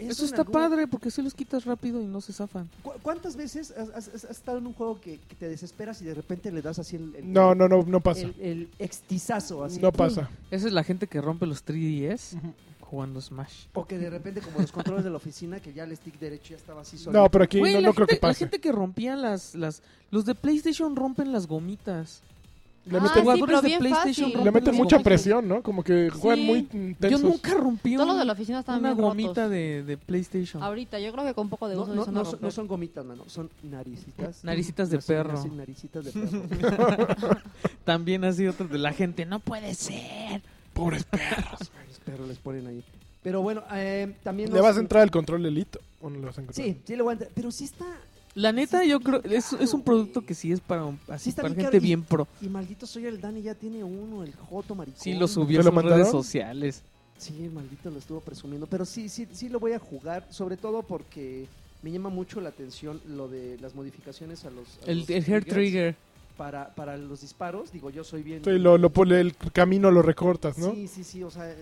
Speaker 2: Eso,
Speaker 4: en
Speaker 2: está
Speaker 4: algún-
Speaker 2: padre porque si los quitas rápido y no se zafan.
Speaker 4: ¿Cu- ¿Cuántas veces has, has- has estado en un juego que, que te desesperas y de repente le das así el, el-
Speaker 1: No, no, no, no pasa.
Speaker 4: el, el extizazo? Así,
Speaker 1: No
Speaker 4: ¡pum!
Speaker 1: pasa.
Speaker 2: Esa es la gente que rompe los 3DS jugando Smash.
Speaker 4: O que de repente, como los controles de la oficina, que ya el stick derecho ya estaba así solo.
Speaker 1: No, pero aquí
Speaker 2: Güey,
Speaker 1: no,
Speaker 2: la,
Speaker 1: no creo
Speaker 2: gente,
Speaker 1: que
Speaker 2: la
Speaker 1: pase.
Speaker 2: gente que rompía las, las... Los de PlayStation rompen las gomitas.
Speaker 1: Le
Speaker 5: Ah,
Speaker 1: meten,
Speaker 5: sí,
Speaker 2: jugadores
Speaker 5: pero
Speaker 2: de
Speaker 5: bien
Speaker 2: PlayStation
Speaker 5: fácil.
Speaker 1: le meten
Speaker 2: rompen
Speaker 1: mucha
Speaker 2: las gomitas.
Speaker 1: presión, ¿no? Como que juegan
Speaker 5: Sí.
Speaker 1: muy
Speaker 2: Yo
Speaker 1: intensos.
Speaker 2: nunca rompí
Speaker 5: Todos los de
Speaker 2: un-
Speaker 5: la oficina estaban
Speaker 2: una
Speaker 5: bien
Speaker 2: gomita
Speaker 5: rotos.
Speaker 2: de, de PlayStation.
Speaker 5: Ahorita, yo creo que con poco de
Speaker 4: No,
Speaker 5: uso
Speaker 4: no,
Speaker 5: ya se van a
Speaker 4: no son,
Speaker 5: romper.
Speaker 4: no son gomitas, mano, son naricitas.
Speaker 2: Naricitas de
Speaker 4: Nacen-
Speaker 2: perro.
Speaker 4: nacen naricitas de perro.
Speaker 2: También así otros de la gente. No puede ser.
Speaker 1: Pobres perros.
Speaker 4: Los perros les ponen ahí. Pero bueno, eh, también.
Speaker 1: ¿Le
Speaker 4: nos-
Speaker 1: vas a entrar al control elite o no le vas a entrar?
Speaker 4: Sí, sí le voy a entrar. Pero sí está.
Speaker 2: La neta,
Speaker 4: Sí,
Speaker 2: yo
Speaker 4: está
Speaker 2: creo.
Speaker 4: bien
Speaker 2: Es, es un
Speaker 4: caro,
Speaker 2: producto
Speaker 4: güey.
Speaker 2: que sí es para, un- así,
Speaker 4: Sí está
Speaker 2: para
Speaker 4: bien
Speaker 2: gente
Speaker 4: caro y-
Speaker 2: bien pro.
Speaker 4: Y maldito soy el Dani, ya tiene uno, el Joto Maricón.
Speaker 2: Sí, lo subió
Speaker 1: ¿Te lo
Speaker 2: a sus redes
Speaker 1: mandaron?
Speaker 2: sociales.
Speaker 4: Sí, el maldito lo estuvo presumiendo. Pero sí, sí, sí lo voy a jugar. Sobre todo porque me llama mucho la atención lo de las modificaciones a los. a
Speaker 2: El,
Speaker 4: los
Speaker 2: el Hair
Speaker 4: triggers
Speaker 2: Trigger.
Speaker 4: Para, para los disparos. Digo, yo soy bien.
Speaker 1: Sí, lo, lo, pone- el camino lo recortas, ¿no?
Speaker 4: Sí, sí, sí, o sea,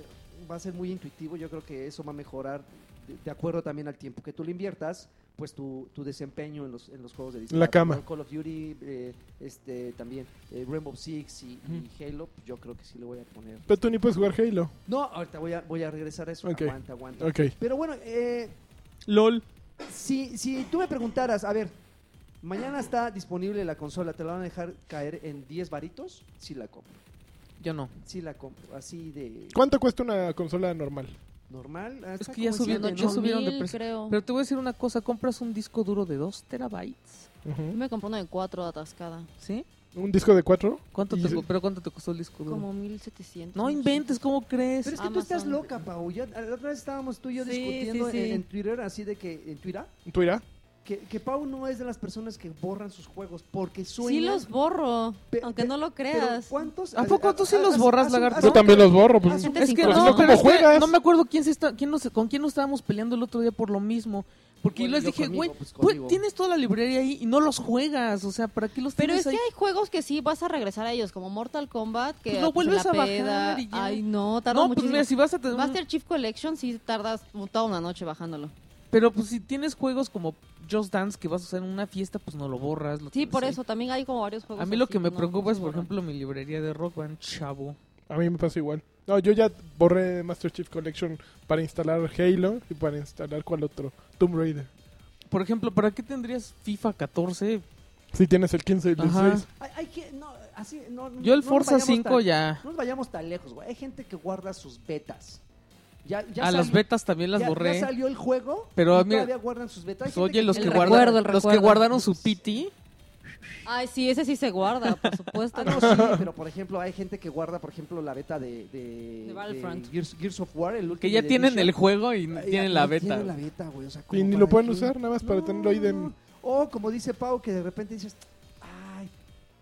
Speaker 4: va a ser muy intuitivo, yo creo que eso va a mejorar de, de acuerdo también al tiempo que tú le inviertas, pues tu, tu desempeño en los, en los juegos de disparo.
Speaker 1: La cama.
Speaker 4: ¿no? Call of Duty, eh, este, también eh, Rainbow Six y, y Halo, pues, yo creo que sí le voy a poner.
Speaker 1: Pero tú ni puedes jugar Halo.
Speaker 4: No, ahorita voy a, voy a regresar a eso,
Speaker 1: Ok.
Speaker 4: aguanta, aguanta.
Speaker 1: Ok.
Speaker 4: Pero bueno, eh,
Speaker 2: LOL.
Speaker 4: si, si tú me preguntaras, a ver, mañana está disponible la consola, ¿te la van a dejar caer en 10 varitos? Sí la compro,
Speaker 2: Yo no.
Speaker 4: sí la compro, así de
Speaker 1: ¿Cuánto cuesta una consola normal?
Speaker 4: normal. ah, está
Speaker 2: que ya
Speaker 4: como en
Speaker 2: subió,
Speaker 4: siete,
Speaker 2: ¿no?
Speaker 4: ¿no?
Speaker 2: Ya subieron de precio.
Speaker 5: 8000, pues, creo.
Speaker 2: Pero te voy a decir una cosa: compras un disco duro de 2 terabytes.
Speaker 5: Yo
Speaker 1: Ujú.
Speaker 5: me compré uno de cuatro atascada.
Speaker 2: ¿Sí?
Speaker 1: ¿Un disco de cuatro?
Speaker 2: ¿Cuánto
Speaker 1: Y-
Speaker 2: te, co- ¿Pero cuánto te costó el disco duro?
Speaker 5: Como 1700.
Speaker 2: No inventes, ¿cómo crees?
Speaker 4: Pero es que tú estás
Speaker 5: Amazon.
Speaker 4: loca, Pau. Ya, la otra vez estábamos tú y yo
Speaker 5: Sí,
Speaker 4: discutiendo
Speaker 5: sí, sí.
Speaker 4: En, en Twitter, así de que en Twitter,
Speaker 1: ¿Tú irá?
Speaker 4: que, que Pau no es de las personas que borran sus juegos porque sueña.
Speaker 5: Sí los borro,
Speaker 4: Pe-
Speaker 5: aunque
Speaker 4: pe-
Speaker 5: no lo
Speaker 4: pero
Speaker 5: creas.
Speaker 4: ¿Cuántos?
Speaker 2: ¿A poco tú sí los
Speaker 4: haz-
Speaker 2: borras,
Speaker 4: haz-
Speaker 2: lagarto?
Speaker 4: haz-
Speaker 1: Yo también los borro.
Speaker 5: Ah,
Speaker 1: Pues,
Speaker 5: sí.
Speaker 2: Es que no,
Speaker 5: Pero si
Speaker 2: pero
Speaker 5: no, ¿cómo
Speaker 2: es que
Speaker 1: juegas?
Speaker 2: no me acuerdo quién se está, quién nos- con quién nos estábamos peleando el otro día por lo mismo. Porque yo
Speaker 4: Bueno,
Speaker 2: les
Speaker 4: yo
Speaker 2: dije,
Speaker 4: conmigo,
Speaker 2: güey,
Speaker 4: pues,
Speaker 2: güey,
Speaker 4: conmigo".
Speaker 2: tienes toda la librería ahí y no los juegas. O sea, ¿para qué los
Speaker 5: Pero
Speaker 2: tienes
Speaker 5: es que
Speaker 2: ahí?
Speaker 5: hay juegos que sí vas a regresar a ellos, como Mortal Kombat, que
Speaker 2: Pues lo
Speaker 5: pues,
Speaker 2: vuelves
Speaker 5: la
Speaker 2: a bajar
Speaker 5: peda.
Speaker 2: y ya.
Speaker 5: Ay, no, tarda
Speaker 2: No, pues
Speaker 5: muchísimo.
Speaker 2: mira, si vas a tener. un-
Speaker 5: Master Chief Collection sí tardas toda una noche bajándolo.
Speaker 2: Pero pues si tienes juegos como Just Dance que vas a usar en una fiesta, pues no lo borras. lo
Speaker 5: Sí,
Speaker 2: tienes
Speaker 5: por
Speaker 2: ahí.
Speaker 5: eso también hay como varios juegos.
Speaker 2: A mí lo
Speaker 5: así
Speaker 2: que me
Speaker 5: no-
Speaker 2: preocupa
Speaker 5: no
Speaker 2: es,
Speaker 5: se
Speaker 2: por
Speaker 5: borran.
Speaker 2: ejemplo, mi librería de Rock Band Chavo.
Speaker 1: A mí me pasa igual. No, yo ya borré Master Chief Collection para instalar Halo y para instalar cuál otro. Tomb Raider.
Speaker 2: Por ejemplo, ¿para qué tendrías FIFA 14?
Speaker 1: Si tienes el 15 y el
Speaker 2: Ajá.
Speaker 1: 16.
Speaker 4: Hay, hay que, no, así, no, no-
Speaker 2: Yo el
Speaker 4: no nos
Speaker 2: Forza
Speaker 4: vayamos
Speaker 2: 5
Speaker 4: tan-
Speaker 2: ya.
Speaker 4: No nos vayamos tan lejos, güey. Hay gente que guarda sus betas. Ya, ya
Speaker 2: a
Speaker 4: salió-
Speaker 2: Ah, las betas también las
Speaker 4: ya-
Speaker 2: borré.
Speaker 4: Ya salió el juego.
Speaker 2: Pero
Speaker 4: y
Speaker 2: a mí-
Speaker 4: todavía guardan sus betas. Hay
Speaker 2: Pues,
Speaker 4: gente
Speaker 2: oye, los
Speaker 5: El
Speaker 2: que,
Speaker 5: recuerdo,
Speaker 2: guardan,
Speaker 5: el
Speaker 2: los que
Speaker 5: recuerdo.
Speaker 2: guardaron su PT.
Speaker 5: Ay, sí, ese sí se guarda, por supuesto.
Speaker 4: Ah, no, sí, pero por ejemplo, hay gente que guarda, por ejemplo, la beta de, de,
Speaker 5: De Battlefront.
Speaker 4: de Gears, Gears of War, el
Speaker 2: Que ya
Speaker 4: Ultimate
Speaker 2: tienen el
Speaker 4: Edition.
Speaker 2: juego
Speaker 5: Ah,
Speaker 2: y
Speaker 4: Ay,
Speaker 2: tienen
Speaker 4: ay,
Speaker 2: la
Speaker 4: no
Speaker 2: beta.
Speaker 4: Tienen la beta, güey. O sea,
Speaker 1: Y
Speaker 4: ¿como
Speaker 1: ni
Speaker 4: para
Speaker 1: lo pueden
Speaker 4: qué?
Speaker 1: usar, nada más para tenerlo ahí de...
Speaker 4: No. O como dice Pau, que de repente dices, ay,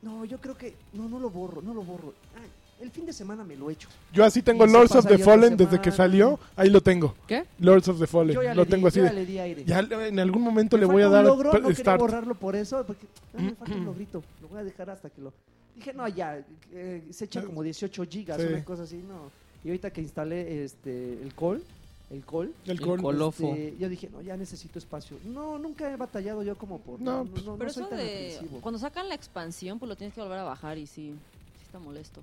Speaker 4: no, yo creo que, no, no lo borro, no lo borro. Ay, el fin de semana me lo echo.
Speaker 1: Yo así tengo
Speaker 4: Y se
Speaker 1: Lords of the
Speaker 4: pasaría otra
Speaker 1: Fallen desde que
Speaker 4: semana.
Speaker 1: salió. Ahí lo tengo.
Speaker 2: ¿Qué?
Speaker 1: Lords of the
Speaker 4: Yo ya
Speaker 1: Fallen.
Speaker 4: le
Speaker 1: Lo
Speaker 4: di-
Speaker 1: tengo así.
Speaker 4: yo ya
Speaker 1: de-
Speaker 4: le di aire.
Speaker 1: Ya le- en algún momento
Speaker 4: Me
Speaker 1: le voy a
Speaker 4: falta
Speaker 1: dar
Speaker 4: un logro,
Speaker 1: pre-
Speaker 4: no quería
Speaker 1: start. Mm,
Speaker 4: borrarlo por eso, porque ah, me falta un logrito. Lo voy a dejar hasta que lo... Dije, no, ya, eh, se echa como 18 gigas,
Speaker 1: Ah. Sí.
Speaker 4: una cosa así, no. Y ahorita que instalé este, el call, el call,
Speaker 1: El
Speaker 2: El
Speaker 1: col.
Speaker 2: colofo.
Speaker 4: este, yo dije, no, ya necesito espacio. No, nunca he batallado yo como por...
Speaker 1: No,
Speaker 4: No, no,
Speaker 1: pues-
Speaker 4: no, no
Speaker 5: Pero
Speaker 4: soy
Speaker 5: eso
Speaker 4: tan
Speaker 5: de.
Speaker 4: agresivo.
Speaker 5: Cuando sacan la expansión, pues lo tienes que volver a bajar y sí. Sí está molesto.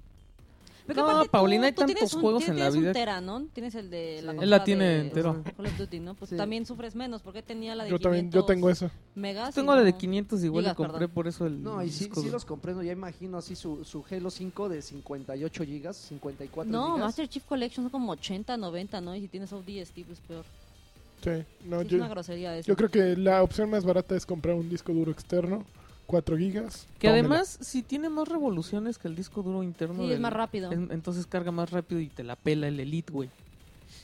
Speaker 2: No,
Speaker 5: aparte
Speaker 2: Paulina, hay
Speaker 5: tienes
Speaker 2: tantos
Speaker 5: un-
Speaker 2: juegos
Speaker 5: tienes-
Speaker 2: en la
Speaker 5: tienes
Speaker 2: vida.
Speaker 5: Un tera, ¿no? Tienes el de
Speaker 4: Sí.
Speaker 5: la
Speaker 4: Él la
Speaker 5: consola
Speaker 2: tiene
Speaker 5: de
Speaker 2: entero.
Speaker 5: Call of Duty, ¿no? Pues
Speaker 4: Sí.
Speaker 5: también sufres menos, porque tenía la de
Speaker 1: Yo también, yo
Speaker 5: 500
Speaker 1: tengo eso.
Speaker 5: megas.
Speaker 2: Tengo
Speaker 5: y
Speaker 2: la de
Speaker 5: Ah, no.
Speaker 2: 500 igual
Speaker 5: Gigas,
Speaker 2: y compré
Speaker 5: perdón.
Speaker 2: por eso el
Speaker 4: No, y sí,
Speaker 2: disco
Speaker 4: sí
Speaker 2: duro.
Speaker 4: los comprendo, ya imagino así su, su Halo 5 de 58 gigas, 54
Speaker 5: No,
Speaker 4: gigas.
Speaker 5: Master Chief Collection son como 80, 90, ¿no? Y si tienes ODST, pues peor.
Speaker 1: Sí, no,
Speaker 5: Sí, es
Speaker 1: yo,
Speaker 5: una grosería eso.
Speaker 1: yo creo que la opción más barata es comprar un disco duro externo, 4 gigas.
Speaker 2: Que
Speaker 1: tómela.
Speaker 2: además, si tiene más revoluciones que el disco duro interno.
Speaker 5: Sí, es
Speaker 2: del-
Speaker 5: más rápido.
Speaker 2: en- entonces carga más rápido y te la pela el Elite, güey.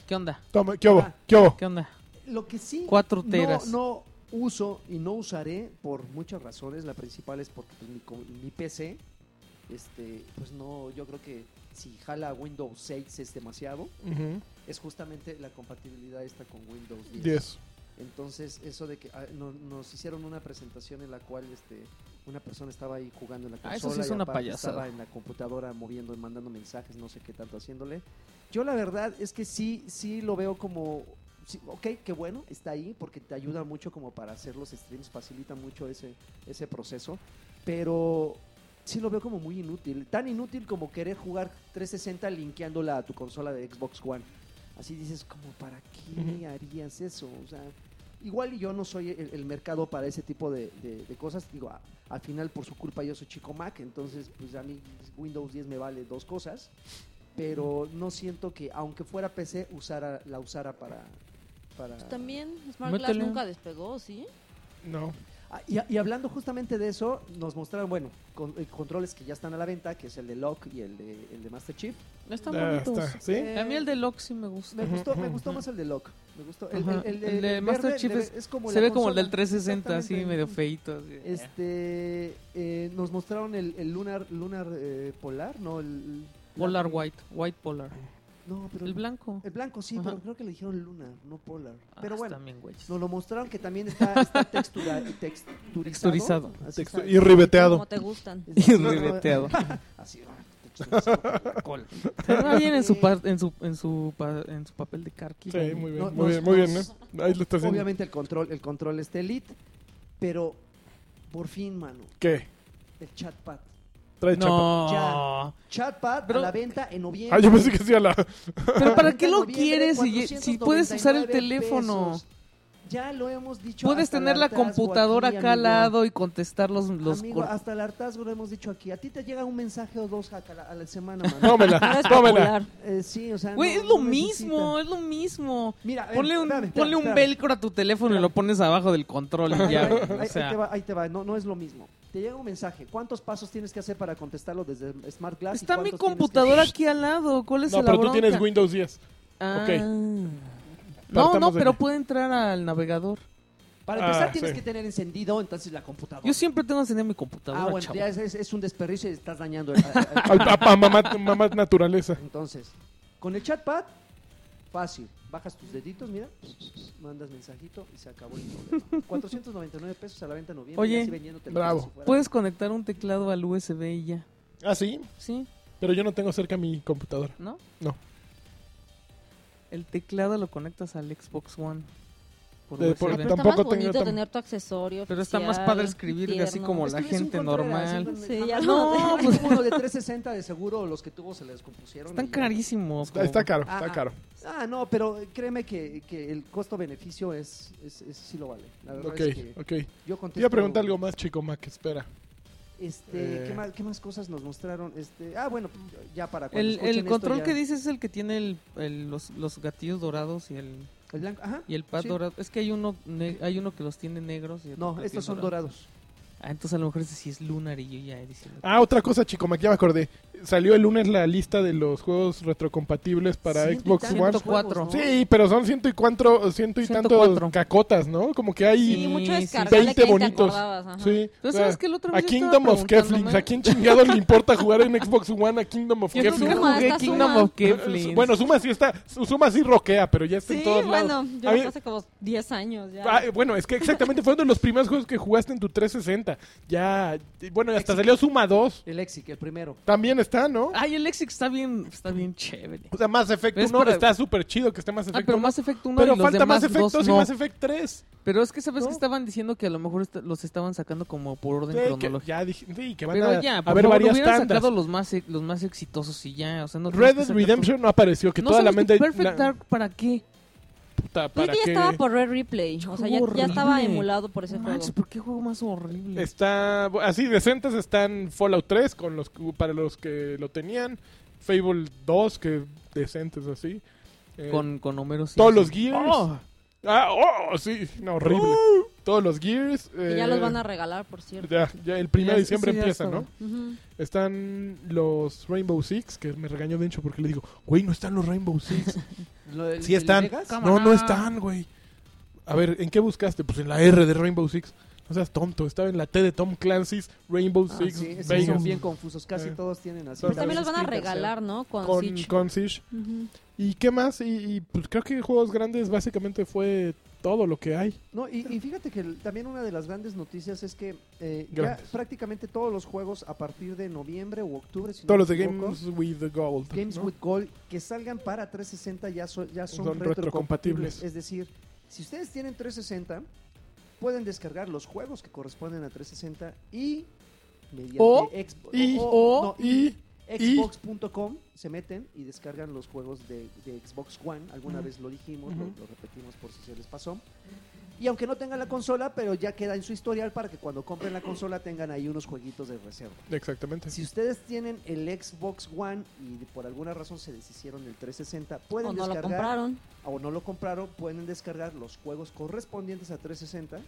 Speaker 2: ¿Qué onda?
Speaker 1: Toma, ¿qué hubo?
Speaker 4: Ah.
Speaker 1: ¿Qué hubo?
Speaker 2: ¿Qué onda?
Speaker 4: Lo que sí
Speaker 2: Cuatro
Speaker 4: no-
Speaker 2: teras.
Speaker 4: No, uso y no usaré por muchas razones. La principal es porque pues, mi, co- mi PC, este, pues no, yo creo que si jala Windows 6 es demasiado.
Speaker 1: Ujú,
Speaker 4: Es justamente la compatibilidad esta con Windows 10.
Speaker 1: 10.
Speaker 4: Entonces, eso de que ah, no- nos hicieron una presentación en la cual este una persona estaba ahí jugando en la consola
Speaker 2: Ah, eso sí es
Speaker 4: y
Speaker 2: una
Speaker 4: aparte
Speaker 2: payasada.
Speaker 4: estaba en la computadora moviendo y mandando mensajes, no sé qué tanto haciéndole. Yo la verdad es que sí sí lo veo como sí, ok, qué bueno, está ahí porque te ayuda mucho como para hacer los streams, facilita mucho ese ese proceso, pero sí lo veo como muy inútil, tan inútil como querer jugar 360 linkeándola a tu consola de Xbox One. Así dices, como, ¿para qué
Speaker 1: Ujú.
Speaker 4: harías eso? O sea, igual y yo no soy el, el mercado para ese tipo de, de- de cosas. Digo, a- al final por su culpa yo soy chico Mac, entonces pues a mí Windows 10 me vale dos cosas. Pero no siento que, aunque fuera PC, usara, la usara para... para...
Speaker 5: Pues también Smart
Speaker 2: Métele.
Speaker 5: Glass nunca despegó, ¿sí?
Speaker 1: No.
Speaker 4: Ah, y, y hablando justamente de eso, nos mostraron, bueno, con- eh, controles que ya están a la venta, que es el de Lock y el de, el de Master Chief.
Speaker 2: No están
Speaker 1: Ah,
Speaker 2: bonitos.
Speaker 1: está, ¿sí?
Speaker 4: Eh,
Speaker 2: A mí el de Lock sí me gusta.
Speaker 4: Me gustó, me gustó más el de Lock. Me gustó. El,
Speaker 2: Ajá.
Speaker 4: el- el de,
Speaker 2: El de
Speaker 4: el
Speaker 2: Master
Speaker 4: verde
Speaker 2: Chief
Speaker 4: le-
Speaker 2: es-
Speaker 4: como
Speaker 2: Se
Speaker 4: la
Speaker 2: ve como el
Speaker 4: consola.
Speaker 2: del 360, así
Speaker 4: Exactamente.
Speaker 2: medio feito. así.
Speaker 4: Este, eh, nos mostraron el, el lunar, lunar eh, polar, no el
Speaker 2: Polar White, White Polar.
Speaker 4: no, pero
Speaker 2: El blanco.
Speaker 4: el blanco sí,
Speaker 2: Ajá.
Speaker 4: pero creo que le dijeron lunar, no polar. Pero
Speaker 2: Ah,
Speaker 4: bueno,
Speaker 2: También, güeyes.
Speaker 4: nos lo mostraron que también está, está textura, texturizado.
Speaker 2: Texturizado.
Speaker 4: Así
Speaker 1: Textu-
Speaker 4: está.
Speaker 1: y ribeteado.
Speaker 5: Como te gustan.
Speaker 2: Y
Speaker 4: No, no,
Speaker 2: ribeteado.
Speaker 4: Así, ah, texturizado con alcohol.
Speaker 2: Se va bien en su,
Speaker 4: Eh,
Speaker 2: par- en su, en su, pa- en su papel de carqui.
Speaker 1: Sí, muy bien,
Speaker 4: No,
Speaker 1: muy
Speaker 4: nos-
Speaker 1: bien, muy bien,
Speaker 4: nos-
Speaker 1: ¿eh? Ahí lo está haciendo.
Speaker 4: Obviamente el control, el control está elite, pero por fin, mano,
Speaker 1: ¿Qué?
Speaker 4: el chatpad.
Speaker 1: Trae chapa.
Speaker 2: No.
Speaker 4: Chatpad
Speaker 2: Pero-
Speaker 4: a la venta en noviembre.
Speaker 1: Ah, yo pensé que sí a la...
Speaker 2: Pero ¿para qué
Speaker 4: En
Speaker 2: lo
Speaker 4: noviembre,
Speaker 2: quieres si, si puedes usar el
Speaker 4: 499
Speaker 2: teléfono?
Speaker 4: pesos. Ya lo hemos dicho.
Speaker 2: Puedes
Speaker 4: hasta el
Speaker 2: tener la
Speaker 4: hartazgo
Speaker 2: computadora
Speaker 4: aquí,
Speaker 2: acá al
Speaker 4: amigo.
Speaker 2: lado y contestar los... los
Speaker 4: Amigo,
Speaker 2: cor-
Speaker 4: hasta el hartazgo lo hemos dicho aquí. A ti te llega un mensaje o dos a la, a la semana, mano.
Speaker 1: Tómela,
Speaker 5: Es
Speaker 1: tómela.
Speaker 5: popular.
Speaker 4: Eh, sí, o sea.
Speaker 2: Güey,
Speaker 4: no-
Speaker 2: es lo
Speaker 4: no
Speaker 2: mismo,
Speaker 4: necesita.
Speaker 2: es lo mismo.
Speaker 4: Mira, a ver,
Speaker 2: Ponle un,
Speaker 4: espérame,
Speaker 2: ponle un
Speaker 4: espérame,
Speaker 2: velcro a tu teléfono y lo pones abajo del control y
Speaker 4: espérame.
Speaker 2: ya.
Speaker 4: Ahí,
Speaker 2: güey,
Speaker 4: ahí-
Speaker 2: o
Speaker 4: ahí te
Speaker 2: sea,
Speaker 4: va, ahí te va. No, no es lo mismo. Te llega un mensaje. ¿Cuántos pasos tienes que hacer para contestarlo desde el Smart Glass? y
Speaker 2: está mi
Speaker 4: cuántos tienes que-
Speaker 2: computadora aquí al lado. ¿Cuál es
Speaker 1: No,
Speaker 2: la
Speaker 1: pero tú
Speaker 2: bronca?
Speaker 1: tienes Windows 10.
Speaker 2: Ah.
Speaker 1: Ok.
Speaker 2: No, no,
Speaker 1: Partamos de
Speaker 2: pero
Speaker 1: ahí.
Speaker 2: puede entrar al navegador.
Speaker 4: Para empezar
Speaker 1: Ah,
Speaker 4: tienes
Speaker 1: sí.
Speaker 4: que tener encendido entonces la computadora.
Speaker 2: Yo siempre tengo encendida mi computadora,
Speaker 4: ah, bueno,
Speaker 2: chavo.
Speaker 4: ya es, es- es un desperdicio y estás dañando. el-
Speaker 1: A, a- a mamá, mamá naturaleza.
Speaker 4: Entonces, con el chatpad, fácil. Bajas tus deditos, mira, mandas mensajito y se acabó el problema. 499 pesos a la venta en noviembre.
Speaker 2: Oye, Pues,
Speaker 4: y así vendiéndotelo
Speaker 1: bravo.
Speaker 4: como si fuera-
Speaker 2: Puedes conectar un teclado al USB y ya.
Speaker 1: Ah, sí.
Speaker 2: ¿Sí?
Speaker 1: Pero yo no tengo cerca mi computadora.
Speaker 2: ¿No?
Speaker 1: No.
Speaker 2: El teclado lo conectas al Xbox One. Por
Speaker 1: Eh,
Speaker 2: USB.
Speaker 1: por-
Speaker 5: Pero
Speaker 2: pero,
Speaker 5: está
Speaker 1: Tampoco
Speaker 5: más bonito
Speaker 1: tengo tam-
Speaker 5: tener tu accesorio
Speaker 2: está más
Speaker 5: oficial,
Speaker 2: padre escribir así
Speaker 5: tierno.
Speaker 2: como la
Speaker 4: Es que es un
Speaker 2: gente
Speaker 4: Contreras,
Speaker 2: normal.
Speaker 4: es un-
Speaker 5: Sí, ya
Speaker 4: jamás-
Speaker 5: lo
Speaker 4: no,
Speaker 5: sé.
Speaker 4: pues como uno de 360 de seguro los que tuvo se les compusieron.
Speaker 2: Están
Speaker 4: y-
Speaker 2: carísimos.
Speaker 1: Está, está caro,
Speaker 2: como-
Speaker 1: está
Speaker 4: Ah,
Speaker 1: caro.
Speaker 4: Ah, no, pero créeme que, que el costo-beneficio es, es, es- sí lo vale. La verdad
Speaker 1: Ok,
Speaker 4: es que
Speaker 1: ok.
Speaker 4: yo contesto...
Speaker 1: Te iba a preguntar algo más, chico Mac, espera.
Speaker 4: Este,
Speaker 1: Eh.
Speaker 4: ¿qué, más, qué más cosas nos mostraron? Este, ah, bueno, ya para cuando
Speaker 2: El,
Speaker 4: escuchen
Speaker 2: el
Speaker 4: esto
Speaker 2: control
Speaker 4: ya-
Speaker 2: que dices es el que tiene el- el- los, los gatillos dorados y el,
Speaker 4: El blanco, ajá.
Speaker 2: y el pad
Speaker 4: Sí.
Speaker 2: dorado. Es que hay uno ne- hay uno que los tiene negros. Y otro que
Speaker 4: No,
Speaker 2: los tiene
Speaker 4: estos son
Speaker 2: dorados.
Speaker 4: dorados.
Speaker 2: Ah, entonces a lo mejor ese sí es lunar y yo ya he dicho.
Speaker 1: Ah, otra cosa, chico Mac, ya me acordé. salió el lunes la lista de los juegos retrocompatibles para
Speaker 4: Ciento y
Speaker 1: Xbox One.
Speaker 4: tantos juegos,
Speaker 2: 104.
Speaker 4: ¿no?
Speaker 1: Sí, pero son ciento y cuatro, ciento y tantos
Speaker 2: 104.
Speaker 1: cacotas, ¿no? Como que hay
Speaker 5: Sí, mucho
Speaker 2: sí,
Speaker 5: descargable
Speaker 1: 20
Speaker 5: que ahí te
Speaker 1: bonitos.
Speaker 5: acordabas, ajá.
Speaker 1: Sí, o
Speaker 2: Pero
Speaker 1: sea,
Speaker 2: sabes que el otro
Speaker 1: a Kingdom of Keflings, ¿a quién chingados le importa jugar en Xbox One a Kingdom of
Speaker 2: Yo
Speaker 1: Keflings?
Speaker 2: nunca
Speaker 5: Suma,
Speaker 2: jugué
Speaker 5: está
Speaker 2: Kingdom
Speaker 5: Suma.
Speaker 2: of Keflings.
Speaker 1: Bueno, Suma sí está, Suma sí roquea, pero ya está
Speaker 5: Sí,
Speaker 1: en todos lados.
Speaker 5: bueno, yo
Speaker 1: A
Speaker 5: lo
Speaker 1: mí-
Speaker 5: jugué hace como 10 años ya.
Speaker 1: Ah, eh, bueno, es que exactamente fue uno de los primeros juegos que jugaste en tu 360. Ya, y bueno, y hasta salió Suma 2.
Speaker 4: El Exic, el primero.
Speaker 1: También está, ¿no?
Speaker 5: Ah.
Speaker 2: Ay, el Exix está bien, está bien chévere.
Speaker 1: O sea, Mass Effect
Speaker 2: Es
Speaker 1: 1
Speaker 2: para-
Speaker 1: está súper chido que esté Mass Effect
Speaker 2: Ah, pero
Speaker 1: 1,
Speaker 2: más efecto uno
Speaker 1: pero
Speaker 2: y los
Speaker 1: falta
Speaker 2: demás
Speaker 1: Mass Effect 2
Speaker 2: dos
Speaker 1: y
Speaker 2: no.
Speaker 1: Mass Effect 3.
Speaker 2: Pero es que sabes
Speaker 1: No.
Speaker 2: que estaban diciendo que a lo mejor est- los estaban sacando como por orden
Speaker 1: Sí, que,
Speaker 2: cronológico.
Speaker 1: ya dije, sí, que van
Speaker 2: Pero
Speaker 1: a,
Speaker 2: ya,
Speaker 1: a
Speaker 2: por
Speaker 1: ver
Speaker 2: favor,
Speaker 1: varias
Speaker 2: hubieran
Speaker 1: tandas.
Speaker 2: sacado los más, e- los más exitosos y ya, o sea, no tienes
Speaker 1: Red
Speaker 2: que
Speaker 1: Dead
Speaker 2: sacar
Speaker 1: Redemption no apareció, que
Speaker 2: todo. No
Speaker 1: toda la
Speaker 2: sabes que
Speaker 1: mente
Speaker 2: Perfect
Speaker 1: la-
Speaker 2: Dark para qué?
Speaker 1: puta,
Speaker 5: Creo
Speaker 1: para
Speaker 5: que Pues ya
Speaker 1: qué?
Speaker 5: estaba por Red Replay. O sea, ya, ya estaba
Speaker 2: Horrible.
Speaker 5: emulado por ese
Speaker 2: No
Speaker 5: juego.
Speaker 2: manches, ¿por qué juego más horrible?
Speaker 1: Está así decentes están Fallout 3 con los que- para los que lo tenían, Fable 2 que decentes así. eh,
Speaker 2: con con Homero Simpson.
Speaker 1: todos los Gears.
Speaker 2: Oh,
Speaker 1: Ah, oh, sí, no, horrible. Todos los Gears.
Speaker 5: Que
Speaker 1: eh,
Speaker 5: ya los van a regalar, por cierto.
Speaker 1: ya, ya el 1
Speaker 2: Ya,
Speaker 1: de diciembre
Speaker 2: sí, ya
Speaker 1: empieza,
Speaker 2: estaba.
Speaker 1: ¿no?
Speaker 5: Ujú.
Speaker 1: Están los Rainbow Six, que me regañó Dencho porque le digo, güey, no están los Rainbow Six.
Speaker 4: Lo- el-
Speaker 1: Sí
Speaker 4: el
Speaker 1: están.
Speaker 4: Vegas.
Speaker 2: Cámara.
Speaker 1: no, no están, güey. A ver, ¿en qué buscaste? Pues en la R de Rainbow Six. No seas tonto, estaba en la T de Tom Clancy's Rainbow
Speaker 4: Ah,
Speaker 1: Six
Speaker 4: sí, esos
Speaker 1: Vegas.
Speaker 4: son bien confusos. Casi
Speaker 1: Eh.
Speaker 4: todos tienen así.
Speaker 1: Pero Tal
Speaker 5: Pero Pues también
Speaker 1: vez
Speaker 5: los van a
Speaker 4: Splinter Cell.
Speaker 5: regalar, ¿no? Con,
Speaker 1: con,
Speaker 5: Siege.
Speaker 1: con Siege.
Speaker 5: Ujú.
Speaker 1: ¿Y qué más? Y, y, pues creo que juegos grandes básicamente fue todo lo que hay.
Speaker 4: No, y, y fíjate que el- también una de las grandes noticias es que eh, ya
Speaker 1: Grandes.
Speaker 4: prácticamente todos los juegos a partir de noviembre u octubre, si no
Speaker 1: Todos los
Speaker 4: me
Speaker 1: de
Speaker 4: equivoco,
Speaker 1: Games with the Gold.
Speaker 4: Games
Speaker 1: ¿no?
Speaker 4: with Gold que salgan para 360 ya, so- ya son,
Speaker 1: Son retrocompatibles.
Speaker 4: retrocompatibles. Es decir, si ustedes tienen 360, pueden descargar los juegos que corresponden a 360 y mediante
Speaker 1: O-
Speaker 4: Xbox-
Speaker 1: y-
Speaker 4: o- no,
Speaker 1: Y y-
Speaker 4: Xbox.com se meten y descargan los juegos de, de Xbox One. Alguna vez lo dijimos, lo-
Speaker 1: Ujú.
Speaker 4: lo, repetimos por si se les pasó. Y aunque no tengan la consola, pero ya queda en su historial para que cuando compren la consola tengan ahí unos jueguitos de reserva.
Speaker 1: Exactamente.
Speaker 4: Si ustedes tienen el Xbox One y por alguna razón se deshicieron del 360, pueden
Speaker 5: O no lo
Speaker 4: descargar
Speaker 5: compraron.
Speaker 4: o no lo compraron, pueden descargar los juegos correspondientes a 360,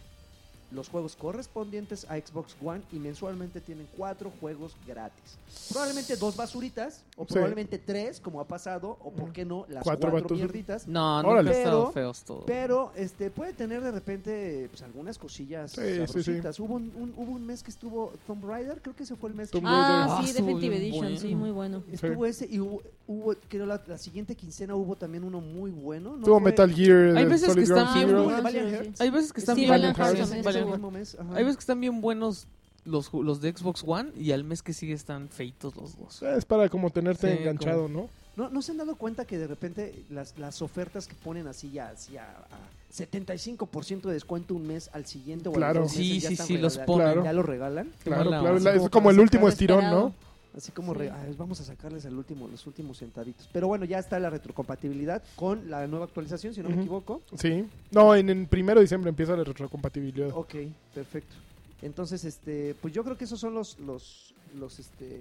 Speaker 4: los juegos correspondientes a Xbox One y mensualmente tienen cuatro juegos gratis. Probablemente dos basuritas,
Speaker 1: Sí.
Speaker 4: o
Speaker 1: Mm.
Speaker 4: probablemente tres, como ha pasado, o por qué no, las
Speaker 1: Cuatro basur-
Speaker 4: cuatro, mierditas.
Speaker 2: No,
Speaker 1: Órale.
Speaker 2: nunca han estado
Speaker 4: Pero-
Speaker 2: feos todos.
Speaker 4: Pero este puede tener de repente pues, algunas cosillas
Speaker 1: Sí, sí, sí.
Speaker 4: sabrositas. Hubo, un, un- hubo un mes que estuvo Tomb Raider, creo que ese fue el mes que
Speaker 1: Tomb
Speaker 5: Ah,
Speaker 2: Raider.
Speaker 5: sí,
Speaker 2: Ah, estuvo
Speaker 5: Definitive
Speaker 2: bien
Speaker 5: Edition, sí,
Speaker 2: bueno.
Speaker 5: muy bueno.
Speaker 4: estuvo ese y hubo, hubo, creo la, la siguiente quincena hubo también uno muy bueno. ¿no?
Speaker 1: Tuvo
Speaker 4: Fue-
Speaker 1: Metal Gear,
Speaker 2: Hay
Speaker 1: eh,
Speaker 2: veces
Speaker 1: Solid
Speaker 2: que
Speaker 1: Ground
Speaker 2: está-
Speaker 1: Zero.
Speaker 4: Hubo el de Valiant Hearts.
Speaker 2: Hay veces que están
Speaker 5: Sí,
Speaker 2: bien
Speaker 5: Valiant
Speaker 2: buenos.
Speaker 5: Hearts también
Speaker 2: Valiant Hearts.
Speaker 5: estuvo
Speaker 4: mismo mes, ajá.
Speaker 2: Hay veces que están bien buenos los, ju- los de Xbox One y al mes que sigue están feitos los dos.
Speaker 1: Es para como tenerte
Speaker 2: Sí,
Speaker 1: enganchado, ¿no?
Speaker 4: ¿No, ¿No se han dado cuenta que de repente las, las ofertas que ponen así ya, así a, a 75% de descuento un mes al siguiente o a los
Speaker 1: Claro.
Speaker 4: dos meses
Speaker 2: Sí,
Speaker 4: ya
Speaker 2: sí,
Speaker 4: están
Speaker 2: sí, los
Speaker 4: regala-
Speaker 2: ponen.
Speaker 1: Claro.
Speaker 4: ¿Ya lo regalan?
Speaker 1: Claro,
Speaker 2: mala
Speaker 1: claro,
Speaker 2: onda.
Speaker 1: es como el último estirón,
Speaker 5: Desesperado.
Speaker 1: ¿no?
Speaker 4: Así como
Speaker 5: Sí.
Speaker 4: re- "Ay, vamos a sacarles al último, los últimos centavitos. Pero bueno, ya está la retrocompatibilidad con la nueva actualización, si no
Speaker 1: Ujú.
Speaker 4: me equivoco.
Speaker 1: Sí. No, en el primero de diciembre empieza la retrocompatibilidad.
Speaker 4: Ok, perfecto. Entonces, este, pues yo creo que esos son los, los, los, este,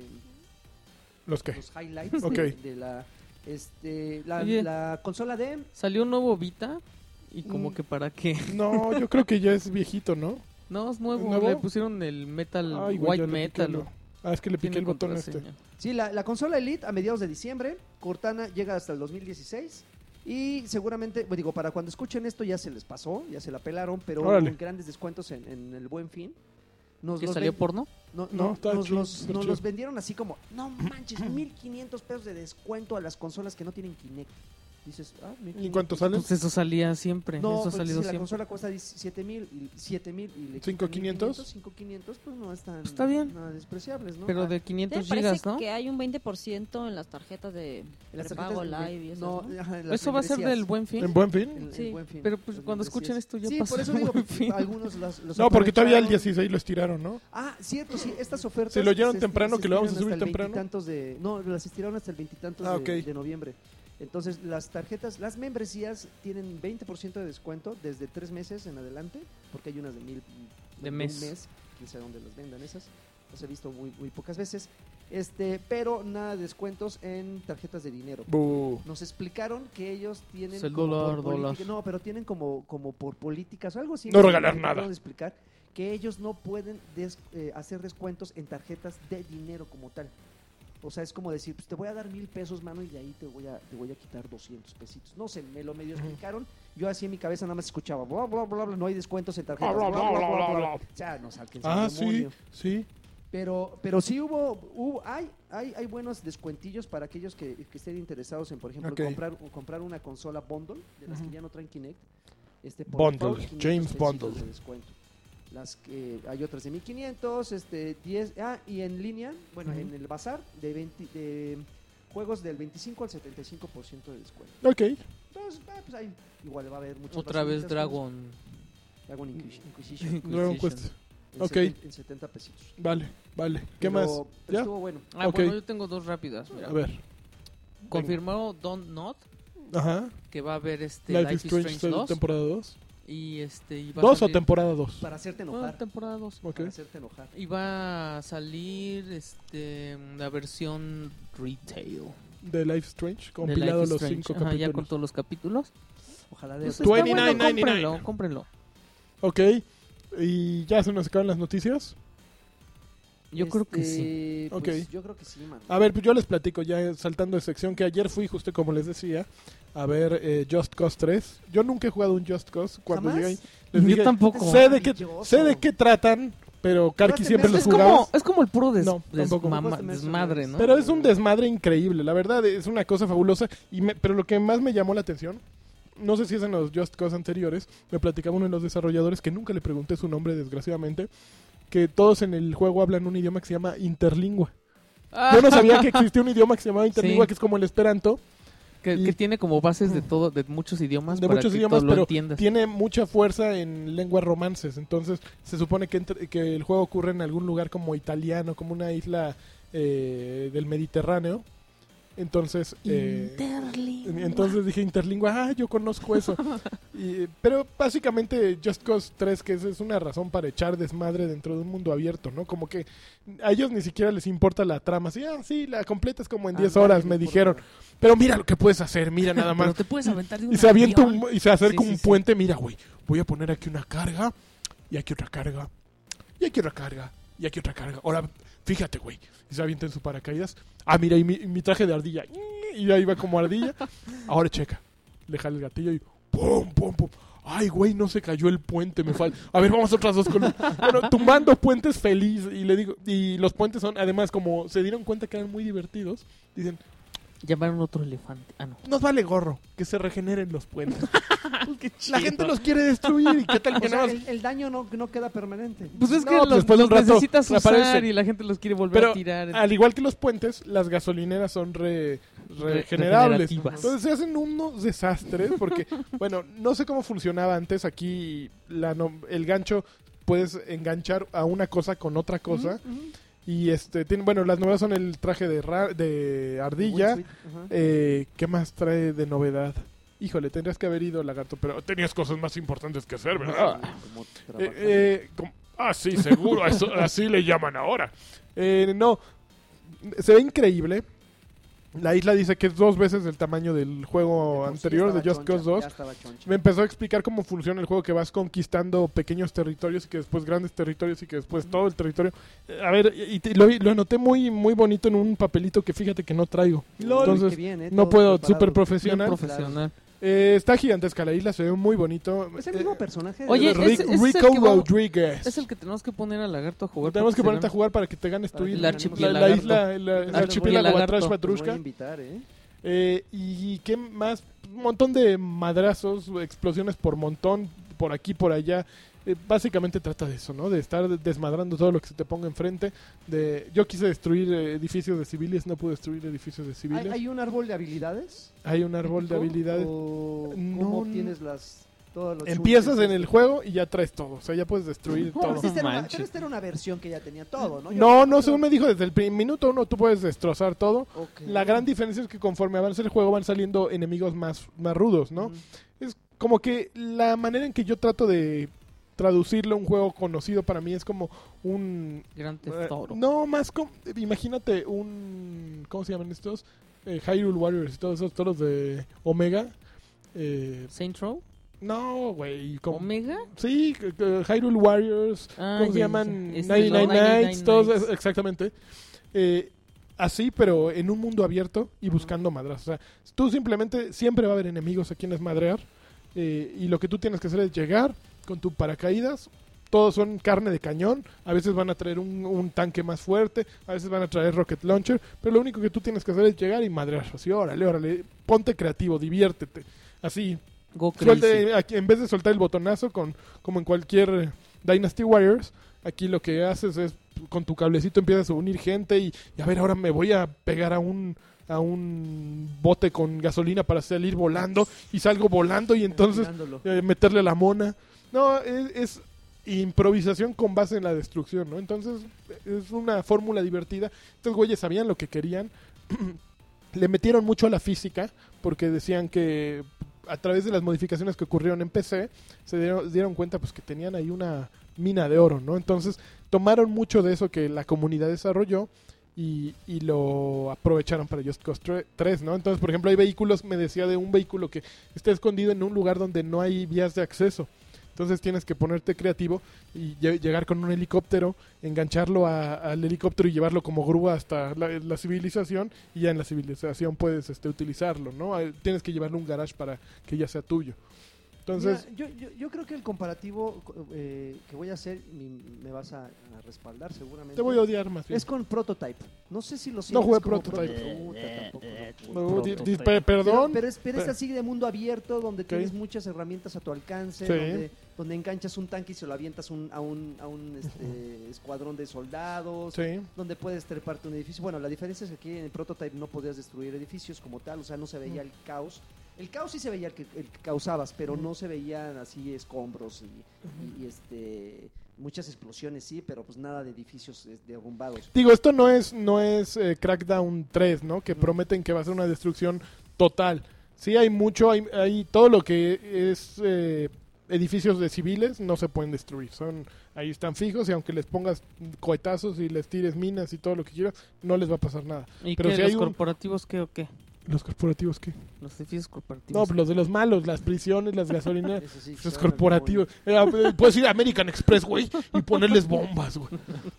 Speaker 1: ¿Los qué?
Speaker 4: los highlights de-
Speaker 1: Ok.
Speaker 4: de, la, este, la,
Speaker 2: Oye.
Speaker 4: la consola de
Speaker 2: Salió un nuevo Vita y como
Speaker 4: Mm.
Speaker 2: que para qué.
Speaker 1: No, yo creo que ya es viejito, ¿no?
Speaker 2: No, es nuevo.
Speaker 1: ¿Es nuevo?
Speaker 2: Le pusieron el metal,
Speaker 1: Ay, güey,
Speaker 2: white
Speaker 1: ya le piqué
Speaker 2: metal.
Speaker 1: el-
Speaker 2: o-
Speaker 1: Ah, es que le piqué
Speaker 2: tiene
Speaker 1: el botón este.
Speaker 2: contraseña.
Speaker 4: Sí, la, la consola Elite a mediados de diciembre. Cortana llega hasta el 2016. Y seguramente, bueno, digo, para cuando escuchen esto ya se les pasó, ya se la pelaron, pero hubo
Speaker 1: Órale.
Speaker 4: grandes descuentos en, en el buen fin. Nos
Speaker 2: ¿Que
Speaker 4: Pues los
Speaker 2: salió
Speaker 4: ven-
Speaker 2: porno?
Speaker 4: No,
Speaker 1: No,
Speaker 4: no,
Speaker 1: está
Speaker 4: nos
Speaker 1: chido,
Speaker 4: los,
Speaker 1: está
Speaker 4: nos
Speaker 1: chido.
Speaker 4: los vendieron así como, no manches, 1500 pesos de descuento a las consolas que no tienen Kinect. Dices, ah,
Speaker 1: ¿Y
Speaker 4: 1500
Speaker 1: en cuánto sale?
Speaker 2: Pues eso salía siempre. eso
Speaker 4: No,
Speaker 2: ha
Speaker 4: pues, si
Speaker 2: salido
Speaker 4: la
Speaker 2: siempre.
Speaker 4: consola cuesta 7000 y 7000 y le
Speaker 1: ¿Cinco
Speaker 4: quitan
Speaker 1: quinientos?
Speaker 4: 1500, 5500, pues no están
Speaker 2: Está bien.
Speaker 4: nada despreciables, ¿no?
Speaker 2: Pero
Speaker 4: Ah,
Speaker 2: de
Speaker 5: ¿Te
Speaker 2: 500
Speaker 5: parece
Speaker 2: gigas, ¿no?
Speaker 5: que hay un 20% en las tarjetas de
Speaker 4: Las
Speaker 5: prepago
Speaker 4: tarjetas de-
Speaker 5: live y eso?
Speaker 4: no,
Speaker 5: ¿no?
Speaker 4: ajá, las
Speaker 2: Eso va a ser
Speaker 4: membresías.
Speaker 2: del buen fin.
Speaker 1: ¿En buen fin?
Speaker 4: El- el
Speaker 5: Sí.
Speaker 4: Buen Fin,
Speaker 2: Pero pues
Speaker 4: las
Speaker 2: cuando escuchen
Speaker 4: membresías.
Speaker 2: esto ya
Speaker 4: sí,
Speaker 2: pasó
Speaker 4: por eso
Speaker 2: el
Speaker 4: digo,
Speaker 2: Buen Fin.
Speaker 4: algunos las- los
Speaker 1: No, porque todavía el
Speaker 4: aprovecharon.
Speaker 1: 16 lo estiraron, ¿no?
Speaker 4: Ah, cierto, sí, estas ofertas.
Speaker 1: Se lo llevaron
Speaker 4: esti-
Speaker 1: temprano, que lo vamos a
Speaker 4: estiraron
Speaker 1: subir
Speaker 4: hasta el
Speaker 1: temprano.
Speaker 4: veintitantos de- no, las estiraron hasta el veintitantos
Speaker 1: Ah,
Speaker 4: de-
Speaker 1: ok.
Speaker 4: de, noviembre. Entonces, las tarjetas, las membresías tienen 20% de descuento desde tres meses en adelante, porque hay unas de mil.
Speaker 2: De
Speaker 4: un
Speaker 2: mes.
Speaker 4: quién sabe dónde las vendan esas. Las he visto muy, muy pocas veces. Este, pero nada de descuentos en tarjetas de dinero.
Speaker 1: Bu.
Speaker 4: Nos explicaron que ellos tienen
Speaker 2: Es el
Speaker 4: como
Speaker 2: dólar,
Speaker 4: por
Speaker 2: dólar.
Speaker 4: política- no, pero tienen como como por políticas o algo así.
Speaker 1: No regalar
Speaker 4: me
Speaker 1: nada.
Speaker 4: trataron de explicar que ellos no pueden des- eh, hacer descuentos en tarjetas de dinero como tal. O sea, es como decir, pues te voy a dar mil pesos, mano, y de ahí te voy a, te voy a quitar 200 pesitos. No sé, me lo medio explicaron. Yo así en mi cabeza nada más escuchaba, bla, bla, bla, bla, no hay descuentos en tarjetas.
Speaker 1: Bla,
Speaker 4: Bla,
Speaker 1: bla,
Speaker 4: bla,
Speaker 1: bla, bla,
Speaker 4: bla,
Speaker 1: bla.
Speaker 4: bla. O sea, nos alcanzó
Speaker 1: Ah,
Speaker 4: el
Speaker 1: sí,
Speaker 4: demonio.
Speaker 1: sí.
Speaker 4: Pero, pero sí hubo, hubo- hay, hay, hay buenos descuentillos para aquellos que, que estén interesados en, por ejemplo,
Speaker 1: Ok.
Speaker 4: comprar, o comprar una consola bundle, de las que ya no traen Kinect. Este, por
Speaker 1: Bundle,
Speaker 4: por 500
Speaker 1: James
Speaker 4: pesitos
Speaker 1: Bundle.
Speaker 4: de descuento. Las que hay otras de 1500, este, 10, ah, y en línea, bueno,
Speaker 1: Ujú.
Speaker 4: en el bazar, de 20, de juegos del 25 al 75% de descuento.
Speaker 1: Ok.
Speaker 4: Entonces, ah, pues ahí igual va a haber muchas
Speaker 2: Otra vez
Speaker 4: basuritas,
Speaker 2: Dragon.
Speaker 4: Dragon Inquis- Inquisition.
Speaker 1: Dragon
Speaker 2: Inquisition.
Speaker 1: Quest.
Speaker 4: en
Speaker 1: Ok.
Speaker 4: 70 en 70 pesitos.
Speaker 1: Vale, vale. ¿Qué
Speaker 4: Pero-
Speaker 1: más?
Speaker 4: pero
Speaker 1: ¿Ya?
Speaker 4: estuvo bueno.
Speaker 2: Ah,
Speaker 1: Ok.
Speaker 2: bueno, yo tengo dos rápidas. mira.
Speaker 1: A ver.
Speaker 2: Confirmado Don't Not
Speaker 1: Ajá.
Speaker 2: que va a haber este
Speaker 1: Life is Strange,
Speaker 2: Strange 2
Speaker 1: temporada 2.
Speaker 2: y este y va a
Speaker 1: ¿Dos o
Speaker 2: salir-
Speaker 1: temporada 2?
Speaker 4: Para hacerte
Speaker 2: No,
Speaker 4: enojar.
Speaker 2: temporada 2.
Speaker 1: Ah, Ok. Pues
Speaker 4: Para hacerte enojar.
Speaker 2: Y va a salir este la versión retail
Speaker 1: De Life is Strange,
Speaker 2: de
Speaker 1: compilado
Speaker 2: Life is
Speaker 1: los
Speaker 2: Strange.
Speaker 1: cinco
Speaker 2: Ajá, ya con
Speaker 1: capítulos.
Speaker 2: todos los capítulos.
Speaker 4: Ojalá de
Speaker 2: Pues
Speaker 4: eso.
Speaker 2: está bueno,
Speaker 1: 29.99.
Speaker 2: cómprenlo, cómprenlo.
Speaker 1: Ok. Y ya se nos acaban las noticias.
Speaker 2: Yo creo que
Speaker 4: Este,
Speaker 2: sí.
Speaker 4: pues,
Speaker 1: Ok.
Speaker 4: Yo creo que sí, man.
Speaker 1: A ver, pues yo les platico ya saltando de sección que ayer fui justo como les decía a ver eh, Just Cause 3. Yo nunca he jugado un Just Cause. Cuando
Speaker 4: ¿Jamás?
Speaker 1: llegué ahí, les
Speaker 2: Yo
Speaker 1: dije,
Speaker 2: tampoco.
Speaker 1: sé de qué
Speaker 4: Maravilloso.
Speaker 1: sé de qué tratan, pero Karki
Speaker 4: Jugaste
Speaker 1: siempre
Speaker 4: Metal
Speaker 1: los
Speaker 2: Es
Speaker 4: Gear.
Speaker 1: jugaba.
Speaker 2: como, es como el puro des-
Speaker 1: No,
Speaker 2: des-
Speaker 1: tampoco.
Speaker 2: mama-
Speaker 4: Jugaste Mercenaries.
Speaker 2: desmadre, ¿no?
Speaker 1: Pero es un desmadre increíble, la verdad, es una cosa fabulosa. Y me- pero lo que más me llamó la atención, no sé si es en los Just Cause anteriores, me platicaba uno de los desarrolladores que nunca le pregunté su nombre, desgraciadamente, que todos en el juego hablan un idioma que se llama interlingua.
Speaker 2: Ah,
Speaker 1: Yo no sabía que existía un idioma que se llamaba interlingua,
Speaker 2: Sí.
Speaker 1: que es como el esperanto.
Speaker 2: que,
Speaker 1: y-
Speaker 2: que tiene como bases de todo, de muchos idiomas.
Speaker 1: De
Speaker 2: para
Speaker 1: muchos
Speaker 2: que
Speaker 1: idiomas,
Speaker 2: todo
Speaker 1: pero
Speaker 2: lo entiendas.
Speaker 1: Tiene mucha fuerza en lenguas romances, entonces se supone que, entre- que el juego ocurre en algún lugar como italiano, como una isla eh, del Mediterráneo. Entonces... eh, En- Entonces dije interlingua, ah, yo conozco eso. Y, pero básicamente Just Cause 3, que es, es una razón para echar desmadre dentro de un mundo abierto, ¿no? Como que a ellos ni siquiera les importa la trama. Así, ah, sí, la completas como en 10
Speaker 4: Ah,
Speaker 1: horas,
Speaker 4: no,
Speaker 1: me
Speaker 4: no,
Speaker 1: dijeron. Pero mira lo que puedes hacer, mira nada
Speaker 2: Pero
Speaker 1: más.
Speaker 2: te puedes aventar de un
Speaker 1: y se avienta
Speaker 2: avión.
Speaker 1: un, y se acerca
Speaker 2: Sí, sí,
Speaker 1: un
Speaker 2: sí.
Speaker 1: puente, mira, güey, voy a poner aquí una carga, y aquí otra carga, y aquí otra carga, y aquí otra carga. Ahora, fíjate, güey, y se avienta en su paracaídas. Ah, mira, y mi, y mi traje de ardilla, y ahí va como ardilla. Ahora checa, le jala el gatillo y pum, pum, pum. Ay, güey, no se cayó el puente, me falta. A ver, vamos otras dos columnas. Bueno, tumbando puentes feliz. Y le digo, y los puentes son, además, como se dieron cuenta que eran muy divertidos, dicen,
Speaker 2: Llamaron otro elefante. Ah, no.
Speaker 1: nos vale gorro que se regeneren los puentes. La
Speaker 2: chido.
Speaker 1: gente los quiere destruir y qué tal
Speaker 4: O
Speaker 1: que
Speaker 4: sea,
Speaker 1: Pues nada más-
Speaker 4: el, el daño no, no queda permanente.
Speaker 2: Pues es
Speaker 1: No,
Speaker 2: que
Speaker 1: pues
Speaker 2: los,
Speaker 1: después de un
Speaker 2: los
Speaker 1: rato
Speaker 2: necesitas usar
Speaker 1: reaparecen.
Speaker 2: y la gente los quiere volver
Speaker 1: Pero
Speaker 2: a tirar.
Speaker 1: al igual que los puentes, las gasolineras son re- regenerables.
Speaker 2: regenerativas.
Speaker 1: Entonces se hacen unos desastres porque, bueno, no sé cómo funcionaba antes aquí la no- el gancho puedes enganchar a una cosa con otra cosa y este tiene, bueno las novedades son el traje de ra- de ardilla
Speaker 4: Muy sweet, ajá.
Speaker 1: Eh, ¿Qué más trae de novedad? Híjole, tendrías que haber ido, lagarto, pero tenías cosas más importantes que hacer, ¿verdad?
Speaker 4: Como
Speaker 1: Eh,
Speaker 4: trabaja.
Speaker 1: eh, com- ah, sí, seguro, eso- así le llaman ahora. Eh, no, se ve increíble. La isla dice que es dos veces el tamaño del juego
Speaker 4: Por Pues, sí
Speaker 1: anterior, de
Speaker 4: estaba
Speaker 1: Just Cause
Speaker 4: choncha,
Speaker 1: 2.
Speaker 4: ya estaba choncha.
Speaker 1: Me empezó a explicar cómo funciona el juego, que vas conquistando pequeños territorios y que después grandes territorios y que después todo el territorio. Eh, A ver, y te- lo, vi- lo anoté muy, muy bonito en un papelito que fíjate que no traigo.
Speaker 4: Uy, qué
Speaker 1: Entonces,
Speaker 4: bien, eh,
Speaker 1: no
Speaker 4: todos
Speaker 1: puedo,
Speaker 4: preparados.
Speaker 1: súper
Speaker 2: Bien
Speaker 1: profesional.
Speaker 2: profesional.
Speaker 1: Eh, está gigantesca la isla, se ve muy bonito.
Speaker 4: Es el mismo
Speaker 1: Eh,
Speaker 4: personaje. de-
Speaker 2: Oye,
Speaker 1: Rick-
Speaker 2: ese- ese es el
Speaker 1: Rico
Speaker 2: que vamos-
Speaker 1: Rodríguez.
Speaker 2: Es el que tenemos que poner al lagarto a jugar.
Speaker 1: Tenemos que
Speaker 2: porque
Speaker 1: ponerte a
Speaker 2: se
Speaker 1: jugar para que te ganes tu
Speaker 4: Para que
Speaker 1: isla.
Speaker 4: te ganes mi
Speaker 1: La, la
Speaker 2: lagarto.
Speaker 1: isla, el, el
Speaker 2: El
Speaker 1: archipiélago
Speaker 2: lagarto.
Speaker 1: Atrash
Speaker 4: Te voy a
Speaker 1: Batrushka.
Speaker 4: invitar, ¿eh?
Speaker 1: Eh, y qué más, un montón de madrazos, explosiones por montón, por aquí, por allá. Eh, básicamente trata de eso, ¿no? De estar desmadrando todo lo que se te ponga enfrente. De, yo quise destruir eh, edificios de civiles, no pude destruir edificios de civiles.
Speaker 4: ¿Hay,
Speaker 1: Hay, Oh,
Speaker 4: hay un árbol de habilidades?
Speaker 1: un árbol de
Speaker 4: ¿O-
Speaker 1: habilidades.
Speaker 4: o
Speaker 1: No,
Speaker 4: ¿Cómo
Speaker 1: no.
Speaker 4: obtienes las, todos los
Speaker 1: Empiezas
Speaker 4: chutes?
Speaker 1: en el juego y ya traes todo. O sea, ya puedes destruir
Speaker 4: Pero
Speaker 1: todo.
Speaker 4: esta era una-
Speaker 2: manches.
Speaker 4: pero esta era una versión que ya tenía todo, ¿no? Yo
Speaker 1: No,
Speaker 4: creo
Speaker 1: no,
Speaker 4: que-
Speaker 1: según me dijo, desde el prim- minuto uno tú puedes destrozar todo.
Speaker 4: Ok.
Speaker 1: La gran diferencia es que conforme avanza el juego van saliendo enemigos más, más rudos, ¿no?
Speaker 4: Ujú.
Speaker 1: Es como que la manera en que yo trato de traducirle un juego conocido para mí es como un...
Speaker 2: Gran
Speaker 1: eh,
Speaker 2: toro.
Speaker 1: no, más como... Imagínate un... ¿Cómo se llaman estos? Eh, Hyrule Warriors y todos esos toros de Omega. Eh,
Speaker 2: Saint Row,
Speaker 1: no, güey. como-
Speaker 2: Omega.
Speaker 1: Sí, eh, eh, Hyrule Warriors,
Speaker 2: Ah,
Speaker 1: ¿Cómo se
Speaker 2: ya,
Speaker 1: llaman?
Speaker 2: ya. Este,
Speaker 1: 99
Speaker 2: los
Speaker 1: Nights, todos,
Speaker 2: Nights.
Speaker 1: es- exactamente. Eh, así, pero en un mundo abierto y buscando madras. O sea, tú simplemente siempre va a haber enemigos a quienes madrear. eh, y lo que tú tienes que hacer es llegar con tu paracaídas. Todos son carne de cañón. A veces van a traer un, un tanque más fuerte. A veces van a traer rocket launcher. Pero lo único que tú tienes que hacer es llegar y madrear. Así, órale, órale. Ponte creativo, diviértete. Así,
Speaker 2: Go crazy.
Speaker 1: Suelte- aquí, en vez de soltar el botonazo con, como en cualquier eh, Dynasty Warriors, aquí lo que haces es con tu cablecito empiezas a unir gente y, y a ver, ahora me voy a pegar a un a un bote con gasolina para salir volando y salgo volando y entonces
Speaker 4: Mirándolo.
Speaker 1: eh, meterle la mona. No, es, es improvisación con base en la destrucción, ¿no? Entonces es una fórmula divertida. Estos güeyes sabían lo que querían. Le metieron mucho a la física porque decían que a través de las modificaciones que ocurrieron en PC se dieron, dieron cuenta pues que tenían ahí una mina de oro, ¿no? Entonces tomaron mucho de eso que la comunidad desarrolló y, y lo aprovecharon para Just Cause 3, ¿no? Entonces, por ejemplo, hay vehículos, me decía de un vehículo que está escondido en un lugar donde no hay vías de acceso. Entonces tienes que ponerte creativo y lle- llegar con un helicóptero, engancharlo a- al helicóptero y llevarlo como grúa hasta la, la civilización y ya en la civilización puedes este, utilizarlo, ¿no? Ah, Tienes que llevarlo a un garage para que ya sea tuyo. Entonces,
Speaker 4: Mira, yo, yo- yo creo que el comparativo eh, que voy a hacer mi- me vas a, a respaldar seguramente.
Speaker 1: te voy a odiar más bien.
Speaker 4: Es con Prototype. No sé si lo sientes.
Speaker 1: jugué
Speaker 4: como
Speaker 1: Prototype.
Speaker 4: Puta, tampoco lo jugué.
Speaker 1: No, di- di-
Speaker 2: prototipo.
Speaker 1: pe-
Speaker 4: Pero,
Speaker 1: perdón,
Speaker 4: pero es, pero es
Speaker 1: Pero-
Speaker 4: así de mundo abierto, donde
Speaker 1: Ok.
Speaker 4: tienes muchas herramientas a tu alcance,
Speaker 1: Sí.
Speaker 4: donde, donde enganchas un tanque y se lo avientas un- a un, a un este, escuadrón de soldados,
Speaker 1: sí.
Speaker 4: donde puedes treparte un edificio. Bueno, la diferencia es que aquí en el prototype no podías destruir edificios como tal, o sea, no se veía el caos. El caos sí se veía el que, el que causabas, pero no se veían así escombros y, y- y, este muchas explosiones, sí, pero pues nada de edificios eh, derrumbados.
Speaker 1: Digo, esto no es, no es eh, Crackdown 3, ¿no? Que prometen que va a ser una destrucción total. Sí, hay mucho, hay, hay todo lo que es eh, edificios de civiles no se pueden destruir. Son, ahí están fijos y aunque les pongas cohetazos y les tires minas y todo lo que quieras, no les va a pasar nada.
Speaker 2: ¿Y
Speaker 1: Pero
Speaker 2: qué,
Speaker 1: si
Speaker 2: los
Speaker 1: hay un-
Speaker 2: corporativos qué o qué?
Speaker 1: ¿Los corporativos qué?
Speaker 2: Los edificios
Speaker 1: No,
Speaker 2: corporativos.
Speaker 1: pues los de los malos, las prisiones, las gasolineras.
Speaker 4: Eso sí,
Speaker 1: Los
Speaker 4: suena
Speaker 1: corporativos. Eh, puedes ir a American Express, güey, y ponerles bombas, güey.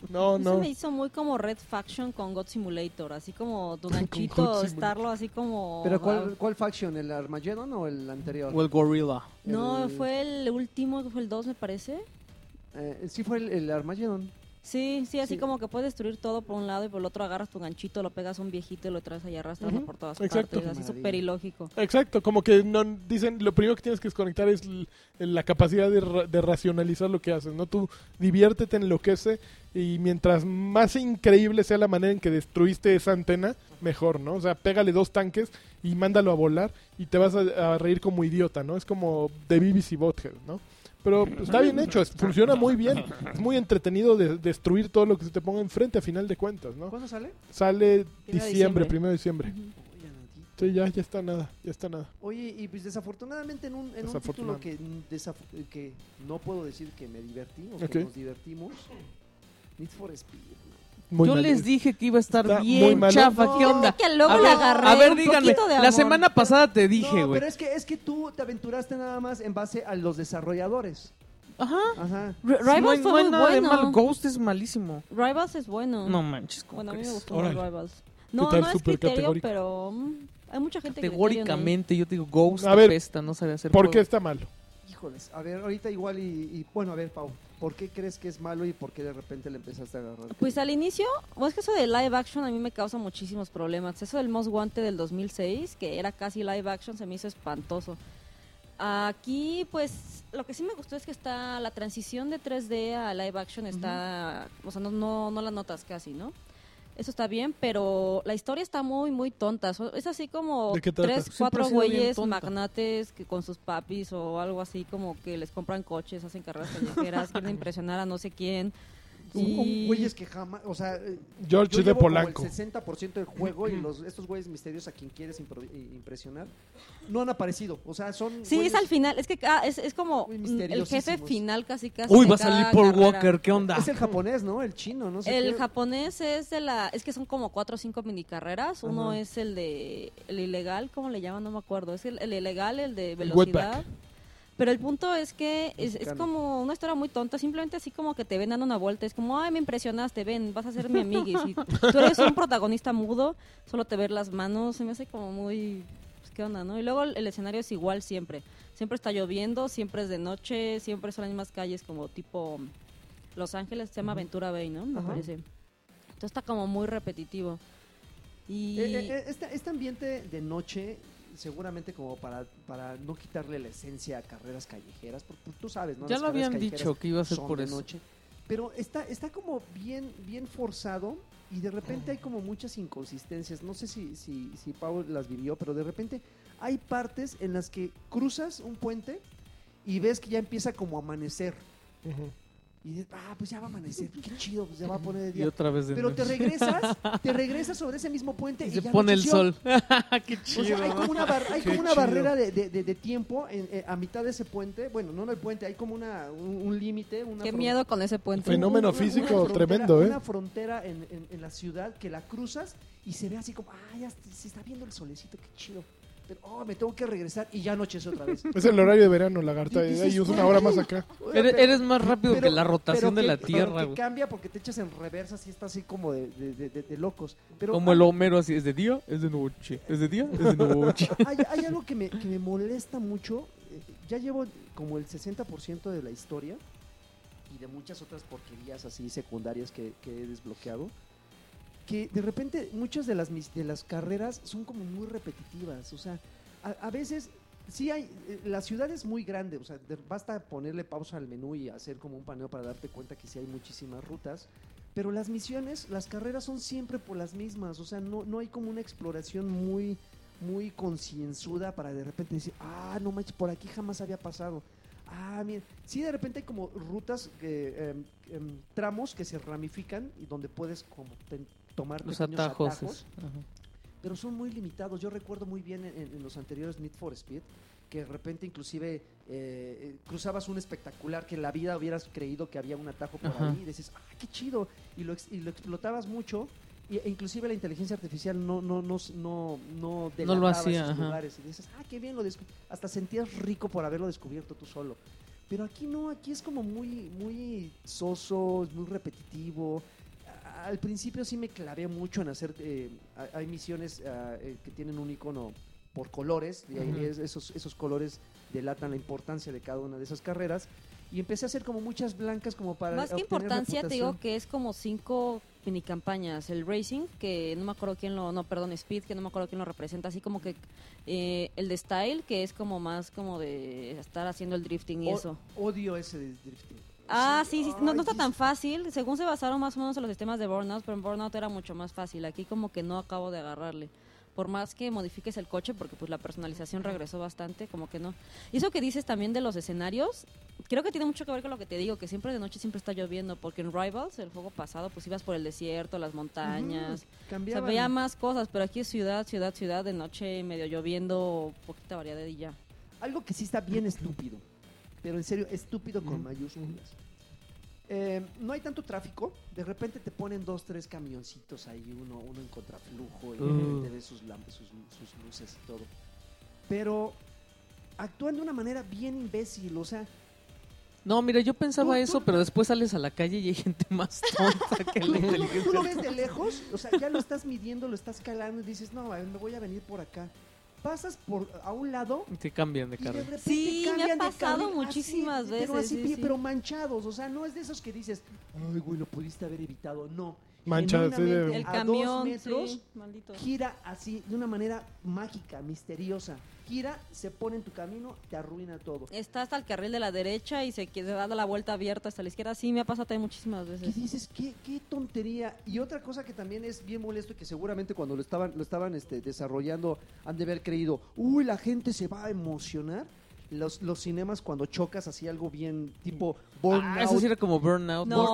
Speaker 1: No,
Speaker 5: Eso
Speaker 1: no.
Speaker 5: me hizo muy como Red Faction con God Simulator, así como tu
Speaker 1: Con God
Speaker 5: ganchito,
Speaker 1: Simulator.
Speaker 5: estarlo así como...
Speaker 4: ¿Pero cuál, cuál faction? ¿El Armageddon o el anterior?
Speaker 2: O el Gorilla.
Speaker 5: No,
Speaker 4: el-
Speaker 5: fue el último, que fue el 2 me parece.
Speaker 4: Eh, sí fue el, el Armageddon.
Speaker 5: Sí, sí, así
Speaker 4: Sí.
Speaker 5: como que puedes destruir todo por un lado y por el otro agarras tu ganchito, lo pegas a un viejito y lo traes ahí arrastrando
Speaker 1: Ujú,
Speaker 5: por todas
Speaker 1: exacto.
Speaker 5: partes, así
Speaker 4: Maravilla.
Speaker 5: súper ilógico.
Speaker 1: Exacto, como que no dicen, lo primero que tienes que desconectar es l- la capacidad de, ra- de racionalizar lo que haces, ¿no? Tú diviértete, enloquece y mientras más increíble sea la manera en que destruiste esa antena, mejor, ¿no? O sea, pégale dos tanques y mándalo a volar y te vas a, a reír como idiota, ¿no? Es como The BBC Bothead, ¿no? Pero pues, está bien hecho, es- funciona muy bien, es muy entretenido de- destruir todo lo que se te ponga enfrente a final de cuentas, ¿no?
Speaker 4: ¿Cuándo sale?
Speaker 1: Sale
Speaker 5: Primero de
Speaker 1: diciembre,
Speaker 5: diciembre.
Speaker 1: primero de diciembre.
Speaker 4: Oh,
Speaker 1: Sí, ya, ya está nada, ya está nada.
Speaker 4: Oye, y pues desafortunadamente en un, en un título
Speaker 1: Desafortunadamente.
Speaker 4: que, mm, desaf- eh, que no puedo decir que me divertí o que
Speaker 1: Ok.
Speaker 4: nos divertimos, Need for Speed. ¿no?
Speaker 1: Muy
Speaker 2: Yo
Speaker 1: mal. eh.
Speaker 2: les dije que iba a estar
Speaker 1: Está muy
Speaker 2: bien
Speaker 1: malo.
Speaker 2: chafa, ¿qué
Speaker 5: Fíjate
Speaker 2: onda?
Speaker 5: que luego
Speaker 2: a
Speaker 5: le
Speaker 2: ver,
Speaker 5: agarré
Speaker 2: a ver,
Speaker 5: un
Speaker 2: díganme,
Speaker 5: poquito de
Speaker 2: la
Speaker 5: amor.
Speaker 2: semana pasada te dije,
Speaker 4: No,
Speaker 2: güey.
Speaker 4: pero es que, es que tú te aventuraste nada más en base a los desarrolladores.
Speaker 2: Ajá.
Speaker 4: Ajá.
Speaker 2: R-
Speaker 5: Sí, Rivals
Speaker 2: no,
Speaker 5: fue
Speaker 2: no hay
Speaker 5: muy
Speaker 2: nada de
Speaker 5: bueno.
Speaker 2: mal. Ghost es malísimo.
Speaker 5: Rivals es bueno.
Speaker 2: No manches, ¿cómo
Speaker 5: bueno, a mí me
Speaker 2: crees?
Speaker 5: gustó
Speaker 1: Órale.
Speaker 5: más Rivals. No,
Speaker 1: tal?
Speaker 5: no es
Speaker 1: Súper
Speaker 5: criterio,
Speaker 1: categórico.
Speaker 5: pero mm, hay mucha gente que criterio no es.
Speaker 2: Categóricamente yo te digo Ghost
Speaker 1: A ver,
Speaker 2: apesta, no sabe hacer
Speaker 1: ¿Por qué
Speaker 2: juegos.
Speaker 1: está malo?
Speaker 4: Híjoles, a ver, ahorita igual y, y- bueno, a ver, Pau, ¿por qué crees que es malo y por qué de repente le empezaste a agarrar?
Speaker 5: Pues al inicio, o es que eso de live action a mí me causa muchísimos problemas. Eso del Most Guante del 2006, que era casi live action, se me hizo espantoso. Aquí, pues, lo que sí me gustó es que está la transición de 3D a live action está, o sea, no, no, no la notas casi, ¿no? Eso está bien, pero la historia está muy, muy tonta. So- Es así como
Speaker 1: ¿De qué trata?
Speaker 5: tres,
Speaker 2: Siempre ha
Speaker 5: cuatro
Speaker 2: sido bien
Speaker 5: güeyes
Speaker 2: tonta.
Speaker 5: magnates que con sus papis o algo así como que les compran coches, hacen carreras callejeras, quieren impresionar a no sé quién.
Speaker 4: Un- un
Speaker 5: Y-
Speaker 4: Güeyes que jamás, o sea, eh,
Speaker 1: George
Speaker 4: yo
Speaker 1: de
Speaker 4: llevo como
Speaker 1: Polanco.
Speaker 4: el 60% del juego y los, estos güeyes misterios a quien quieres impro- i- impresionar no han aparecido. O sea, son.
Speaker 5: Sí,
Speaker 4: güeyes-
Speaker 5: es al final, es que ah, es, es como
Speaker 4: Muy
Speaker 5: mm, el jefe
Speaker 4: misteriosísimos.
Speaker 5: final casi casi.
Speaker 2: Uy,
Speaker 5: de
Speaker 2: va a salir
Speaker 5: cada
Speaker 2: Paul
Speaker 5: carrera.
Speaker 2: Walker, ¿qué onda?
Speaker 4: Es el japonés, ¿no? El chino, no sé.
Speaker 5: El
Speaker 4: qué.
Speaker 5: japonés es de la, es que son como cuatro o cinco mini carreras. Uno
Speaker 4: Ajá.
Speaker 5: es el de el ilegal, ¿cómo le llaman? No me acuerdo. Es el, el ilegal, el de
Speaker 1: wetback.
Speaker 5: velocidad. Pero el punto es que es, es
Speaker 4: Mexicano.
Speaker 5: como una historia muy tonta, simplemente así como que te ven dando una vuelta, es como, ay, me impresionaste, ven, vas a ser mi amiguis. Y tú eres un protagonista mudo, solo te ver las manos, se me hace como muy... pues, ¿Qué onda, no? Y luego el, el escenario es igual siempre. Siempre está lloviendo, siempre es de noche, siempre son las mismas calles como tipo Los Ángeles, se llama Ventura Bay, ¿no? Me
Speaker 4: Ajá.
Speaker 5: parece. Entonces está como muy repetitivo. Y...
Speaker 4: Eh, eh, eh, este, este ambiente de noche, seguramente como para, para no quitarle la esencia a carreras callejeras, porque tú sabes, ¿no?
Speaker 2: Ya
Speaker 4: Las
Speaker 2: lo
Speaker 4: carreras
Speaker 2: habían
Speaker 4: callejeras
Speaker 2: dicho que iba a ser
Speaker 4: son
Speaker 2: por
Speaker 4: de
Speaker 2: eso.
Speaker 4: noche. Pero está, está como bien, bien forzado y de repente hay como muchas inconsistencias. No sé si, si, si Pau las vivió, pero de repente hay partes en las que cruzas un puente y ves que ya empieza como a amanecer.
Speaker 1: Ujú.
Speaker 4: Y dices, ah, pues ya va a amanecer, qué chido, pues ya va a poner de
Speaker 2: Y
Speaker 4: día.
Speaker 2: otra vez de
Speaker 4: Pero te
Speaker 2: noche.
Speaker 4: regresas, te regresas sobre ese mismo puente y,
Speaker 2: Y se
Speaker 4: ya
Speaker 2: pone el
Speaker 4: anocheció.
Speaker 2: sol. Qué
Speaker 4: O sea,
Speaker 2: chido.
Speaker 4: hay
Speaker 2: ¿no?
Speaker 4: como una, bar- hay como
Speaker 1: Qué
Speaker 4: una
Speaker 1: chido.
Speaker 4: barrera de, de- de- de tiempo en- eh, a mitad de ese puente. Bueno, no en el puente, hay como una, un, un límite. una
Speaker 5: Qué
Speaker 4: fron-
Speaker 5: miedo con ese puente.
Speaker 4: un-
Speaker 1: Fenómeno físico
Speaker 4: frontera-
Speaker 1: tremendo, ¿eh?
Speaker 4: Una frontera en, en- en la ciudad que la cruzas y se ve así como, ah, ya se se está viendo el solecito, qué chido. Pero, oh, me tengo que regresar y ya anochece otra vez.
Speaker 1: Es el horario de verano, lagarta.
Speaker 4: Dices,
Speaker 1: Hay una hora más acá.
Speaker 2: Eres,
Speaker 4: Pero-
Speaker 2: eres más rápido
Speaker 4: pero-
Speaker 2: que la rotación
Speaker 4: pero
Speaker 2: de la
Speaker 4: que-
Speaker 2: Tierra,
Speaker 4: pero que
Speaker 2: güey.
Speaker 4: cambia porque te echas en reversa, así está así como de, de- de- de- de locos. Pero
Speaker 2: Como el Homero, así, es de día, es de noche, es de día, es de noche.
Speaker 4: hay, hay algo que me, que me molesta mucho. eh, Ya llevo como el 60% de la historia y de muchas otras porquerías así secundarias que, que he desbloqueado. Que de repente muchas de las, mis- de las carreras son como muy repetitivas. O sea, a, a veces sí hay. eh, La ciudad es muy grande. O sea, de- basta ponerle pausa al menú y hacer como un paneo para darte cuenta que sí hay muchísimas rutas. Pero las misiones, las carreras son siempre por las mismas. O sea, no, no hay como una exploración muy muy concienzuda para de repente decir, ah, no manches, por aquí jamás había pasado. Ah, mira, sí de repente hay como rutas, eh, em, em, tramos que se ramifican y donde puedes como ten- tomar
Speaker 2: Los
Speaker 4: pequeños
Speaker 2: atajos.
Speaker 4: atajos,
Speaker 2: es- ajá.
Speaker 4: pero son muy limitados. Yo recuerdo muy bien en, en los anteriores Need for Speed que de repente inclusive eh, eh, cruzabas un espectacular que en la vida hubieras creído que había un atajo por
Speaker 2: Ajá.
Speaker 4: ahí y dices, ah, qué chido, y lo, ex- y lo explotabas mucho. Y, e inclusive la inteligencia artificial no no no no no,
Speaker 2: No lo
Speaker 4: delataba
Speaker 2: hacía,
Speaker 4: esos
Speaker 2: ajá.
Speaker 4: lugares y dices ah qué bien lo descu-". hasta sentías rico por haberlo descubierto tú solo pero aquí no aquí es como muy muy soso es muy repetitivo A- al principio sí me clavé mucho en hacer eh, hay- hay misiones ah, eh, que tienen un icono por colores y ahí
Speaker 2: Ujú.
Speaker 4: es- esos esos colores delatan la importancia de cada una de esas carreras y empecé a hacer como muchas blancas como para
Speaker 5: Más que
Speaker 4: obtener
Speaker 5: importancia, te digo
Speaker 4: reputación.
Speaker 5: que es como cinco mini campañas. El Racing, que no me acuerdo quién lo. No, perdón, Speed, que no me acuerdo quién lo representa. Así como que eh, el de Style, que es como más como de estar haciendo el drifting y
Speaker 4: O-
Speaker 5: eso.
Speaker 4: Odio ese de drifting.
Speaker 5: Ah, sí, sí, no,
Speaker 4: ay,
Speaker 5: no está tan
Speaker 4: sí.
Speaker 5: fácil. Según se basaron más o menos en los sistemas de Burnout, pero en Burnout era mucho más fácil. Aquí como que no acabo de agarrarle. Por más que modifiques el coche, porque pues la personalización regresó bastante, como que no. Y eso que dices también de los escenarios, creo que tiene mucho que ver con lo que te digo, que siempre de noche siempre está lloviendo, porque en Rivals, el juego pasado, pues ibas por el desierto, las montañas, se
Speaker 4: Cambiaban.
Speaker 5: veía más cosas, pero aquí es ciudad, ciudad, ciudad, de noche, medio lloviendo, poquita variedad y ya.
Speaker 4: Algo que sí está bien estúpido. Pero en serio, estúpido con mayúsculas. Eh, no hay tanto tráfico. De repente te ponen dos, tres camioncitos ahí, uno, uno en contraflujo y de
Speaker 2: Uh.
Speaker 4: repente ves sus, lam- sus, sus luces y todo. Pero actúan de una manera bien imbécil. O sea,
Speaker 2: No, mira, yo pensaba
Speaker 4: Tú- tú-
Speaker 2: eso, pero después sales a la calle y hay gente más tonta que
Speaker 4: tú,
Speaker 2: la
Speaker 4: tú lo- tú
Speaker 2: inteligencia.
Speaker 4: lo ves de lejos, o sea, ya lo estás midiendo, lo estás calando y dices, no, a ver, me voy a venir por acá. Pasas por a un lado
Speaker 2: Y te cambian de
Speaker 4: Y de
Speaker 2: carrera.
Speaker 4: repente
Speaker 5: Sí, me ha
Speaker 4: cambian de
Speaker 5: pasado
Speaker 4: carril, así,
Speaker 5: muchísimas
Speaker 4: Pero
Speaker 5: veces,
Speaker 4: así,
Speaker 5: sí,
Speaker 4: bien,
Speaker 5: sí.
Speaker 4: pero manchados. O sea, no es de esos que dices, ay, güey, lo pudiste haber evitado. No.
Speaker 1: Manchados, sí, de-
Speaker 4: Genuinamente,
Speaker 5: El
Speaker 4: a dos
Speaker 5: camión,
Speaker 4: metros,
Speaker 5: sí, maldito.
Speaker 4: gira así, de una manera mágica, misteriosa. Gira, se pone en tu camino, te arruina todo.
Speaker 5: está hasta el carril de la derecha y se, que- se da la vuelta abierta hasta la izquierda. Sí, me ha pasado también muchísimas
Speaker 4: ¿Qué
Speaker 5: veces.
Speaker 4: dices? ¿Qué, qué tontería? Y otra cosa que también es bien molesto y que seguramente cuando lo estaban, lo estaban este, desarrollando han de haber creído, uy, la gente se va a emocionar. Los, los cinemas cuando chocas así algo bien tipo
Speaker 2: Ah, eso
Speaker 4: Burnout,
Speaker 2: sí era como burnout.
Speaker 5: No,
Speaker 4: Burn-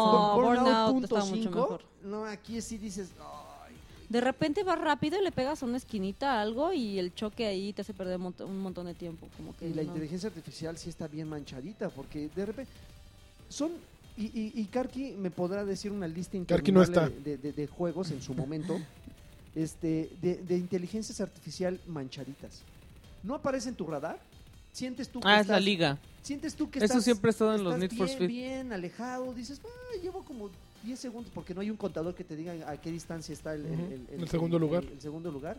Speaker 4: Burn-
Speaker 5: Burnout
Speaker 4: Burnout
Speaker 5: está mucho
Speaker 4: 5,
Speaker 5: mejor.
Speaker 4: No, aquí sí dices, "Ay,
Speaker 5: De repente vas rápido y le pegas a una esquinita a algo y el choque ahí te hace perder un mont- un montón de tiempo. Como que
Speaker 4: y la
Speaker 5: no.
Speaker 4: inteligencia artificial sí está bien manchadita, porque de repente son... Y, y, y Karki me podrá decir una lista
Speaker 1: Karki no
Speaker 4: interminable de, de- de juegos en su momento este de, de inteligencias artificial manchaditas. No aparece en tu radar, sientes tú que
Speaker 2: Ah, es la
Speaker 4: estás-
Speaker 2: liga.
Speaker 4: Sientes tú que
Speaker 2: Eso
Speaker 4: estás,
Speaker 2: siempre ha estado en los
Speaker 4: estás
Speaker 2: Need for
Speaker 4: bien,
Speaker 2: Speed.
Speaker 4: bien alejado, dices, "Ah, llevo como 10 segundos porque no hay un contador que te diga a qué distancia está el,
Speaker 1: Ujú. El segundo lugar.
Speaker 4: El, segundo lugar.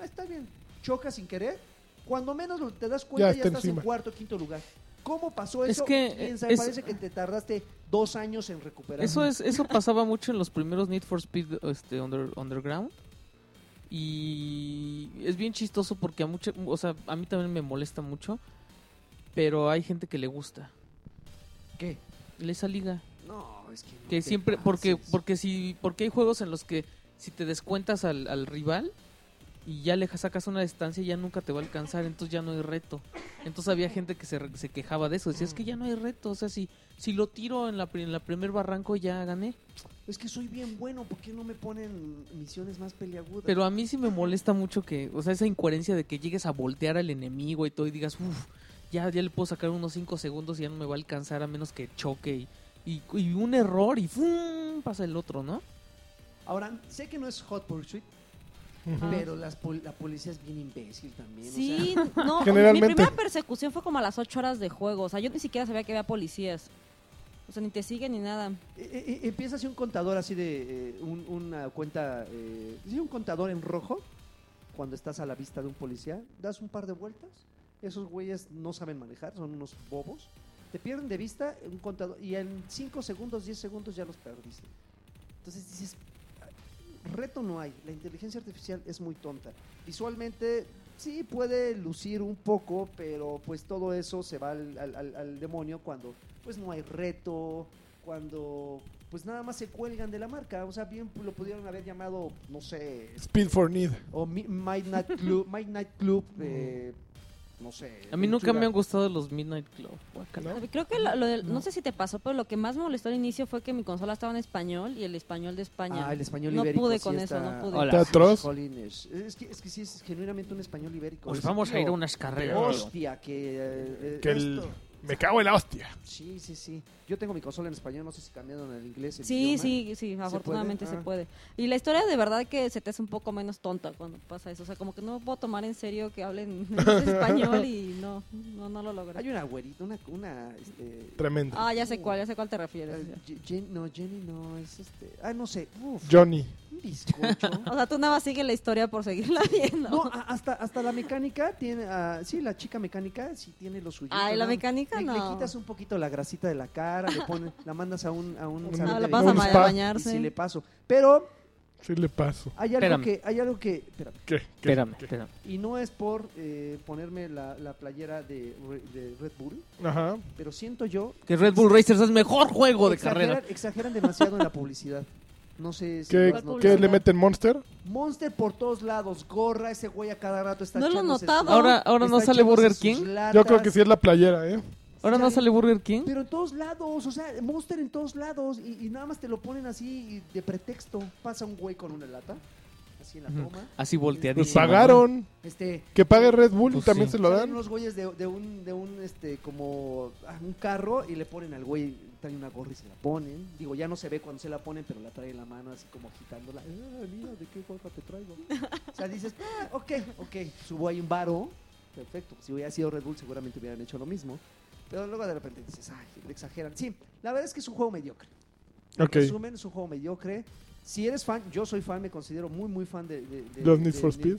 Speaker 4: Ah, está bien. Chocas sin querer. Cuando menos lo- te das cuenta ya,
Speaker 1: está
Speaker 4: estás
Speaker 1: encima.
Speaker 4: en cuarto, quinto lugar. ¿Cómo pasó
Speaker 2: Es
Speaker 4: eso?
Speaker 2: que,
Speaker 4: ¿Quién
Speaker 2: eh,
Speaker 4: sabe?
Speaker 2: es-
Speaker 4: Parece que te tardaste dos años en recuperar.
Speaker 2: Eso es, eso pasaba mucho en los primeros Need for Speed este, under- Underground. Y es bien chistoso porque a mucha, o sea, a mí también me molesta mucho, pero hay gente que le gusta.
Speaker 4: ¿Qué?
Speaker 2: Esa liga.
Speaker 4: No, es que no
Speaker 2: Que
Speaker 4: te
Speaker 2: siempre, porque,
Speaker 4: pases.
Speaker 2: porque si, porque hay juegos en los que si te descuentas al, al rival y ya le sacas una distancia, ya nunca te va a alcanzar, entonces ya no hay reto. Entonces había gente que se, re- se quejaba de eso, decía, es que ya no hay reto, o sea, si, si lo tiro en la, pri- en la primer barranco ya gané.
Speaker 4: Es que soy bien bueno, ¿por qué no me ponen misiones más peliagudas?
Speaker 2: Pero a mí sí me molesta mucho que, o sea, esa incoherencia de que llegues a voltear al enemigo y todo y digas, uff, ya, ya le puedo sacar unos 5 segundos y ya no me va a alcanzar a menos que choque y, y- y un error y ¡fum! pasa el otro, ¿no?
Speaker 4: Ahora, sé que no es Hot Pursuit,
Speaker 5: Ah.
Speaker 4: pero las pol- la policía es bien imbécil también.
Speaker 5: Sí, no,
Speaker 1: Generalmente.
Speaker 5: mi primera persecución fue como a las 8 horas de juego. O sea, yo ni siquiera sabía que había policías. O sea, ni te siguen ni nada.
Speaker 4: O sea, e- e- empieza así un contador así de eh, un- una cuenta, eh, sí, un contador en rojo, cuando estás a la vista de un policía, das un par de vueltas, esos güeyes no saben manejar, son unos bobos, te pierden de vista un contador y en 5 segundos, 10 segundos ya los perdiste. Entonces dices, reto no hay, la inteligencia artificial es muy tonta. Visualmente sí puede lucir un poco, pero pues todo eso se va al, al- al- al demonio cuando pues no hay reto, cuando pues nada más se cuelgan de la marca, o sea, bien lo pudieron haber llamado, no sé,
Speaker 1: Speed for Need.
Speaker 4: o Mi- Midnight Club, Midnight Club, eh, no sé.
Speaker 2: A mí nunca me han
Speaker 4: aventura.
Speaker 2: gustado los Midnight Club. guácala.
Speaker 5: Creo que lo, lo del- no. sé si te pasó, pero lo que más me molestó al inicio fue que mi consola estaba en español y el español de España.
Speaker 4: Ah, el español
Speaker 5: no
Speaker 4: ibérico.
Speaker 5: pude
Speaker 4: sí
Speaker 5: con
Speaker 4: está-
Speaker 5: eso, no pude.
Speaker 2: Hola.
Speaker 1: Está atroz.
Speaker 4: Jolín, Es, es que, es que sí es genuinamente un español ibérico.
Speaker 2: Pues
Speaker 4: Ese
Speaker 2: vamos a
Speaker 4: tío,
Speaker 2: ir a unas carreras.
Speaker 4: Hostia, que. eh,
Speaker 1: Que el...
Speaker 4: esto.
Speaker 1: Me cago en la hostia.
Speaker 4: Sí, sí, sí. Yo tengo mi consola en español, no sé si cambiaron al inglés. el
Speaker 5: Sí,
Speaker 4: idioma.
Speaker 5: sí, sí, afortunadamente
Speaker 4: puede?
Speaker 5: se
Speaker 4: Ah.
Speaker 5: puede. Y la historia de verdad que se te hace un poco menos tonta cuando pasa eso. O sea, como que no puedo tomar en serio que hablen español y no, no, no lo logré.
Speaker 4: Hay una güerita, una. una este,
Speaker 1: Tremendo.
Speaker 5: Ah, ya sé cuál, ya sé cuál te refieres.
Speaker 4: eh, Je- Jen- no, Jenny no, es este. Ah, no sé. Uf,
Speaker 1: Johnny.
Speaker 4: un bizcocho.
Speaker 5: O sea, tú nada más sigue la historia por seguirla viendo.
Speaker 4: No, a- hasta, hasta la mecánica tiene, ah, sí, la chica mecánica sí tiene lo suyo.
Speaker 5: Ay, la
Speaker 4: ¿verdad? Le-
Speaker 5: mecánica
Speaker 4: Le,
Speaker 5: no.
Speaker 4: quitas un poquito la grasita de la cara, le pones, la mandas a un, a un
Speaker 1: No,
Speaker 4: salón
Speaker 5: Ah,
Speaker 4: de
Speaker 5: la
Speaker 1: Un
Speaker 5: pasa
Speaker 4: belleza
Speaker 5: mal
Speaker 1: spa.
Speaker 5: de
Speaker 4: y
Speaker 5: bañarse.
Speaker 4: sí le paso. Pero
Speaker 1: Sí le paso.
Speaker 4: hay algo
Speaker 2: Espérame.
Speaker 4: que, hay algo que, espérame,
Speaker 1: ¿Qué? ¿Qué?
Speaker 2: Espérame,
Speaker 1: ¿Qué?
Speaker 2: espérame.
Speaker 4: y no es por eh, ponerme la, la playera de, Re- de Red Bull,
Speaker 1: Ajá.
Speaker 4: pero siento yo
Speaker 2: Que Red Bull Racers es mejor juego de
Speaker 4: exageran,
Speaker 2: carrera.
Speaker 4: exageran demasiado en la publicidad. No sé si
Speaker 1: ¿Qué,
Speaker 4: lo has notado.
Speaker 1: qué le meten Monster?
Speaker 4: Monster por todos lados, gorra, ese güey a cada rato está
Speaker 5: No lo
Speaker 4: echándose
Speaker 5: notaba.
Speaker 4: su-
Speaker 2: Ahora, ahora no
Speaker 4: está
Speaker 2: sale
Speaker 4: echándose
Speaker 2: Burger
Speaker 4: sus
Speaker 2: King.
Speaker 1: Yo creo que
Speaker 4: latas.
Speaker 1: sí es la playera, ¿eh?
Speaker 2: Ahora no
Speaker 4: sale-
Speaker 2: sale Burger King.
Speaker 4: Pero en todos lados, o sea, Monster en todos lados. Y, y nada más te lo ponen así y de pretexto. Pasa un güey con una lata, así en la
Speaker 2: Ujú.
Speaker 4: toma.
Speaker 2: Así
Speaker 1: Pues
Speaker 2: volteadísimo.
Speaker 1: pagaron.
Speaker 4: Este.
Speaker 1: Que pague Red Bull y
Speaker 2: Pues
Speaker 1: también
Speaker 2: sí.
Speaker 1: se lo
Speaker 4: Salen
Speaker 1: dan.
Speaker 4: unos güeyes de, de un, de un, este, como, ah, un carro y le ponen al güey, traen una gorra y se la ponen. Digo, ya no se ve cuando se la ponen, pero la trae en la mano así como agitándola. Ah, mira, ¿de qué gorra te traigo? o sea, dices, ah, ok, ok, subo ahí un varo, perfecto. Si hubiera sido Red Bull seguramente hubieran hecho lo mismo. Pero luego de repente dices, ay, le exageran. Sí, la verdad es que es un juego mediocre.
Speaker 1: Ok.
Speaker 4: En resumen, es un juego mediocre. Si eres fan, yo soy fan, me considero muy, muy fan de, de- de-
Speaker 1: Los Need
Speaker 4: de
Speaker 1: for Speed.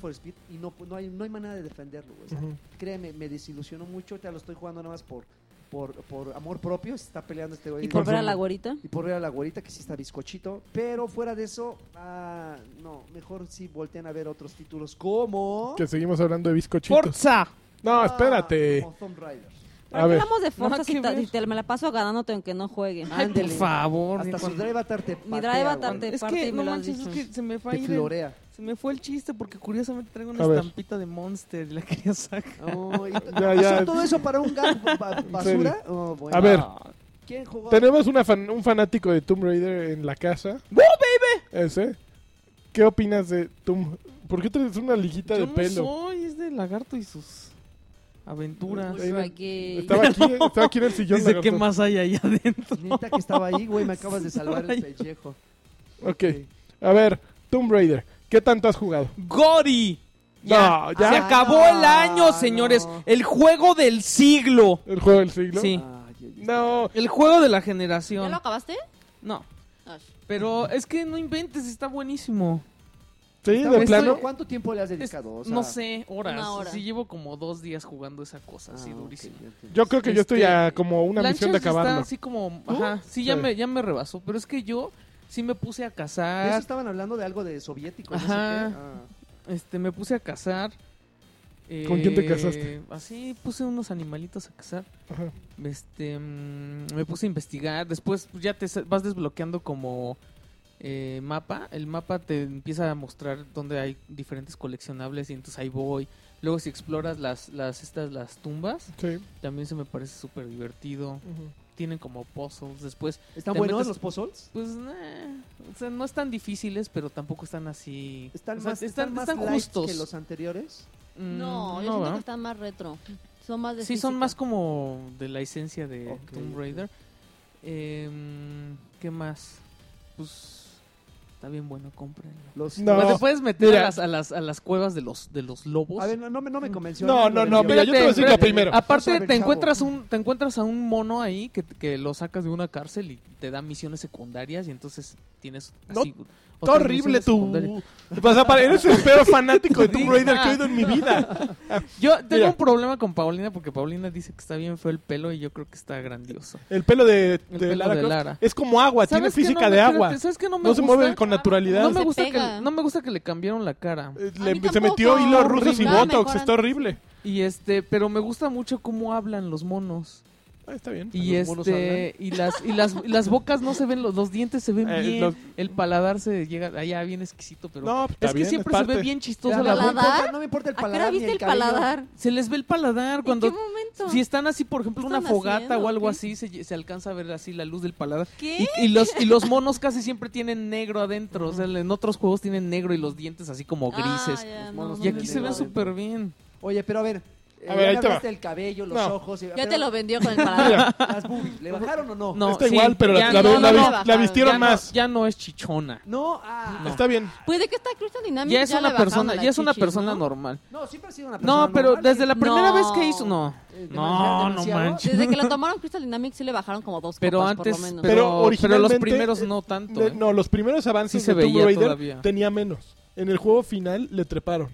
Speaker 4: y no, no, hay, no hay manera de defenderlo. güey. O sea,
Speaker 1: Ujú.
Speaker 4: Créeme, me desilusionó mucho. Ya lo estoy jugando nada más por, por, por amor propio. Se está peleando este güey.
Speaker 5: Y por ver a la
Speaker 1: Consumo.
Speaker 5: güerita.
Speaker 4: Y por ver a la güerita, que sí está bizcochito. Pero fuera de eso, ah, no, mejor sí voltean a ver otros títulos como.
Speaker 1: Que seguimos hablando de bizcochitos.
Speaker 2: Forza.
Speaker 1: No,
Speaker 4: Ah,
Speaker 1: espérate.
Speaker 4: como Tomb Raider.
Speaker 5: ¿Para
Speaker 1: A
Speaker 5: qué
Speaker 1: ver.
Speaker 5: hablamos de Forza
Speaker 2: Nada
Speaker 5: si,
Speaker 2: que
Speaker 5: ta-
Speaker 2: ver.
Speaker 5: si te- me la paso ganándote aunque no jugue?
Speaker 4: Ah,
Speaker 2: Por
Speaker 4: Ándele.
Speaker 2: favor.
Speaker 4: Hasta
Speaker 2: ni
Speaker 4: su
Speaker 2: cuando-
Speaker 4: drive avatar te
Speaker 5: Mi drive
Speaker 4: patea,
Speaker 5: avatar
Speaker 4: güey.
Speaker 5: te-
Speaker 2: Es
Speaker 5: parte
Speaker 2: que
Speaker 5: y me
Speaker 2: no
Speaker 5: lo has
Speaker 2: manches, es
Speaker 5: dicho.
Speaker 2: que se me fue a
Speaker 4: te
Speaker 2: ir el-
Speaker 4: florea.
Speaker 2: Se me fue el chiste porque curiosamente traigo una
Speaker 1: A ver.
Speaker 2: estampita de Monster y la quería sacar.
Speaker 4: Ay,
Speaker 1: Ya, ya.
Speaker 4: ¿pasó todo eso para un gag ba- ba- basura? Oh, bueno.
Speaker 1: A ver,
Speaker 2: Ah,
Speaker 4: ¿Quién jugó?
Speaker 1: tenemos una fan- un fanático de Tomb Raider en la casa. baby! Ese. ¿Qué opinas de Tomb ¿Por qué traes una liguita
Speaker 2: yo
Speaker 1: de
Speaker 2: no
Speaker 1: pelo?
Speaker 2: soy, es de Lagarto y sus aventuras.
Speaker 1: Ahí la-
Speaker 5: Reggae.
Speaker 1: Estaba aquí, estaba aquí en el sillón.
Speaker 2: Dice, ¿qué
Speaker 1: lagarto.
Speaker 2: más hay allá adentro?
Speaker 4: Neta que estaba ahí, güey, me acabas de salvar el pellejo.
Speaker 1: Ok. A ver, Tomb Raider. ¿Qué tanto has jugado?
Speaker 2: ¡Gori! Ya,
Speaker 1: No, ya.
Speaker 2: Se acabó el año,
Speaker 4: Ah,
Speaker 2: señores.
Speaker 4: no.
Speaker 2: El juego del siglo.
Speaker 1: El juego del siglo.
Speaker 2: Sí.
Speaker 4: Ay, ay, ay.
Speaker 1: No.
Speaker 2: El juego de la
Speaker 5: ¿Ya
Speaker 2: generación.
Speaker 5: lo acabaste?
Speaker 2: No.
Speaker 5: Ay.
Speaker 2: Pero es que no inventes, está buenísimo.
Speaker 1: Sí,
Speaker 4: Está
Speaker 1: de
Speaker 4: bueno,
Speaker 1: plano.
Speaker 4: ¿Cuánto tiempo le has
Speaker 2: Es-
Speaker 4: dedicado? O sea-
Speaker 2: no sé, horas.
Speaker 5: Una hora.
Speaker 2: Sí, llevo como dos días jugando esa cosa,
Speaker 4: Ah,
Speaker 2: así
Speaker 4: ok,
Speaker 2: durísimo.
Speaker 4: ya entiendo.
Speaker 1: Yo creo que yo estoy
Speaker 2: Este,
Speaker 1: a como una misión de
Speaker 2: Blanchers está
Speaker 1: acabarlo.
Speaker 2: así como, ajá, sí, ya,
Speaker 1: Sí.
Speaker 2: me, ya me rebasó, pero es que yo sí me puse a
Speaker 4: De eso
Speaker 2: cazar,
Speaker 4: estaban hablando de algo de soviético. no sé
Speaker 2: Ajá.
Speaker 4: qué. Ah.
Speaker 2: este, me puse a cazar.
Speaker 1: ¿Con quién te
Speaker 2: eh,
Speaker 1: casaste?
Speaker 2: Así puse unos animalitos a cazar.
Speaker 1: Ajá.
Speaker 2: Este, mm, me puse a investigar. Después pues, ya te sa- vas desbloqueando como eh, mapa. El mapa te empieza a mostrar dónde hay diferentes coleccionables y entonces ahí voy. Luego si exploras las, las estas las tumbas,
Speaker 1: Sí.
Speaker 2: también se me parece súper divertido.
Speaker 1: Ujú.
Speaker 2: Tienen como puzzles. Después,
Speaker 4: ¿Están
Speaker 2: Te
Speaker 4: buenos
Speaker 2: metes-
Speaker 4: los puzzles?
Speaker 2: pues, nah, o sea, no están difíciles, pero tampoco están así.
Speaker 4: ¿Están
Speaker 2: o sea,
Speaker 4: más, están, más light
Speaker 2: justos.
Speaker 4: que los anteriores?
Speaker 2: Mm,
Speaker 5: No, yo siento
Speaker 2: ¿verdad?
Speaker 5: que están más retro. Son más de
Speaker 2: Sí, son
Speaker 5: física.
Speaker 2: más como de la esencia de
Speaker 4: Ok,
Speaker 2: Tomb
Speaker 4: ok.
Speaker 2: Raider. Em, ¿Qué más? Pues está bien bueno, cómprenlo.
Speaker 4: Los-
Speaker 1: No.
Speaker 2: Bueno, te puedes meter a
Speaker 1: Mira.
Speaker 2: las, a, las, a las cuevas de los, de los lobos.
Speaker 4: A ver, no, no me- no me convenció.
Speaker 1: No, no, no, mira, yo te voy a decir la
Speaker 2: Espérate,
Speaker 1: primera.
Speaker 2: Aparte,
Speaker 4: Vamos a ver,
Speaker 2: te
Speaker 4: chavo.
Speaker 2: encuentras, un, te encuentras a un mono ahí que, que lo sacas de una cárcel y te da misiones secundarias y entonces tienes...
Speaker 1: No,
Speaker 2: así,
Speaker 1: Está
Speaker 2: otras
Speaker 1: horrible
Speaker 2: misiones secundarias.
Speaker 1: tu... O sea, para- eres el peor fanático de Tomb Raider que he oído en mi vida.
Speaker 2: Yo tengo
Speaker 1: Mira.
Speaker 2: un problema con Paulina porque Paulina dice que está bien feo el pelo y yo creo que está grandioso.
Speaker 1: El pelo de,
Speaker 2: El
Speaker 1: de
Speaker 2: pelo
Speaker 1: Lara
Speaker 2: de
Speaker 1: Croft
Speaker 2: Lara.
Speaker 1: es como agua, tiene
Speaker 2: ¿Sabes qué?
Speaker 1: física
Speaker 2: No me-
Speaker 1: de agua.
Speaker 2: espérate, ¿Sabes qué no me
Speaker 1: No se
Speaker 2: gusta?
Speaker 1: mueve con naturalidad.
Speaker 2: No
Speaker 5: Se
Speaker 2: me, gusta que,
Speaker 5: pega.
Speaker 2: no me gusta que le cambiaron la cara.
Speaker 1: Eh,
Speaker 5: A
Speaker 1: le-
Speaker 5: mí
Speaker 1: se
Speaker 5: tampoco.
Speaker 1: metió hilos rusos y
Speaker 5: Horrible.
Speaker 1: botox,
Speaker 5: Mejoran.
Speaker 1: está horrible.
Speaker 2: Y este, pero me gusta mucho cómo hablan los monos.
Speaker 1: Ah, está bien.
Speaker 2: Y
Speaker 4: ¿Los monos
Speaker 2: este, y las, y las, y las bocas no se ven, los, los dientes se ven
Speaker 1: Eh,
Speaker 2: bien,
Speaker 1: los-
Speaker 2: el paladar se llega allá bien exquisito, pero
Speaker 1: No,
Speaker 2: es
Speaker 1: está
Speaker 2: que
Speaker 1: bien,
Speaker 2: siempre
Speaker 1: es
Speaker 2: se ve
Speaker 1: parte.
Speaker 2: bien
Speaker 4: Ya,
Speaker 2: chistoso
Speaker 4: no
Speaker 2: la
Speaker 4: me
Speaker 5: ¿Paladar?
Speaker 2: boca.
Speaker 4: importa- No me importa el
Speaker 5: ¿A qué
Speaker 4: paladar.
Speaker 5: hora
Speaker 4: ni
Speaker 5: viste el
Speaker 4: cabello.
Speaker 5: paladar?
Speaker 2: Se les ve el paladar cuando
Speaker 5: ¿En qué momento?
Speaker 2: si están así, por ejemplo,
Speaker 5: ¿Qué
Speaker 2: una
Speaker 5: están
Speaker 2: fogata
Speaker 5: haciendo?
Speaker 2: o algo
Speaker 5: ¿Qué?
Speaker 2: así, se, se alcanza a ver así la luz del paladar.
Speaker 5: ¿Qué?
Speaker 2: Y, y los, y los monos casi siempre tienen negro adentro. O sea, en otros juegos tienen negro y los dientes así como grises.
Speaker 5: Ah, ya,
Speaker 4: Los
Speaker 5: no,
Speaker 4: monos
Speaker 5: no,
Speaker 2: y
Speaker 5: no,
Speaker 2: aquí
Speaker 5: no,
Speaker 2: se
Speaker 5: no.
Speaker 2: ven súper bien.
Speaker 4: Oye, pero a ver. eh,
Speaker 1: A ver, ahí
Speaker 4: ya
Speaker 1: te va.
Speaker 4: hablaste del cabello, los
Speaker 1: No.
Speaker 4: ojos. y-
Speaker 5: Ya
Speaker 4: pero-
Speaker 5: te lo vendió con el paladar.
Speaker 4: Las boobies. ¿Le bajaron o no?
Speaker 2: No,
Speaker 1: está
Speaker 2: sí,
Speaker 1: igual, pero
Speaker 2: ya
Speaker 1: la, la-
Speaker 5: no,
Speaker 1: la-
Speaker 5: no,
Speaker 1: la
Speaker 5: no,
Speaker 1: vistieron
Speaker 2: ya no-
Speaker 1: más.
Speaker 2: ya no es chichona.
Speaker 4: No, ah.
Speaker 1: Está bien.
Speaker 5: Pues de que está Crystal Dynamics.
Speaker 2: Ya es
Speaker 5: le
Speaker 2: una
Speaker 5: bajaron
Speaker 2: persona,
Speaker 5: a la
Speaker 2: ya es una
Speaker 5: chichis,
Speaker 2: persona
Speaker 5: ¿no?
Speaker 2: normal.
Speaker 4: No, siempre ha sido una persona.
Speaker 2: No, pero
Speaker 4: normal,
Speaker 2: desde la
Speaker 4: sí.
Speaker 2: primera
Speaker 5: No.
Speaker 2: vez que hizo, no.
Speaker 4: Eh,
Speaker 2: No, no
Speaker 4: demasiado.
Speaker 2: manches.
Speaker 5: Desde que lo tomaron Crystal Dynamics sí le bajaron como dos
Speaker 2: Pero
Speaker 5: copas,
Speaker 2: antes,
Speaker 5: por lo menos.
Speaker 1: Pero
Speaker 2: pero, pero los
Speaker 1: originalmente,
Speaker 2: primeros
Speaker 1: eh,
Speaker 2: no tanto.
Speaker 1: Le-
Speaker 2: ¿eh?
Speaker 1: no, los primeros avances
Speaker 2: Sí se
Speaker 1: de Tomb
Speaker 2: veía
Speaker 1: Raider
Speaker 2: todavía.
Speaker 1: tenía menos. En el juego final le treparon.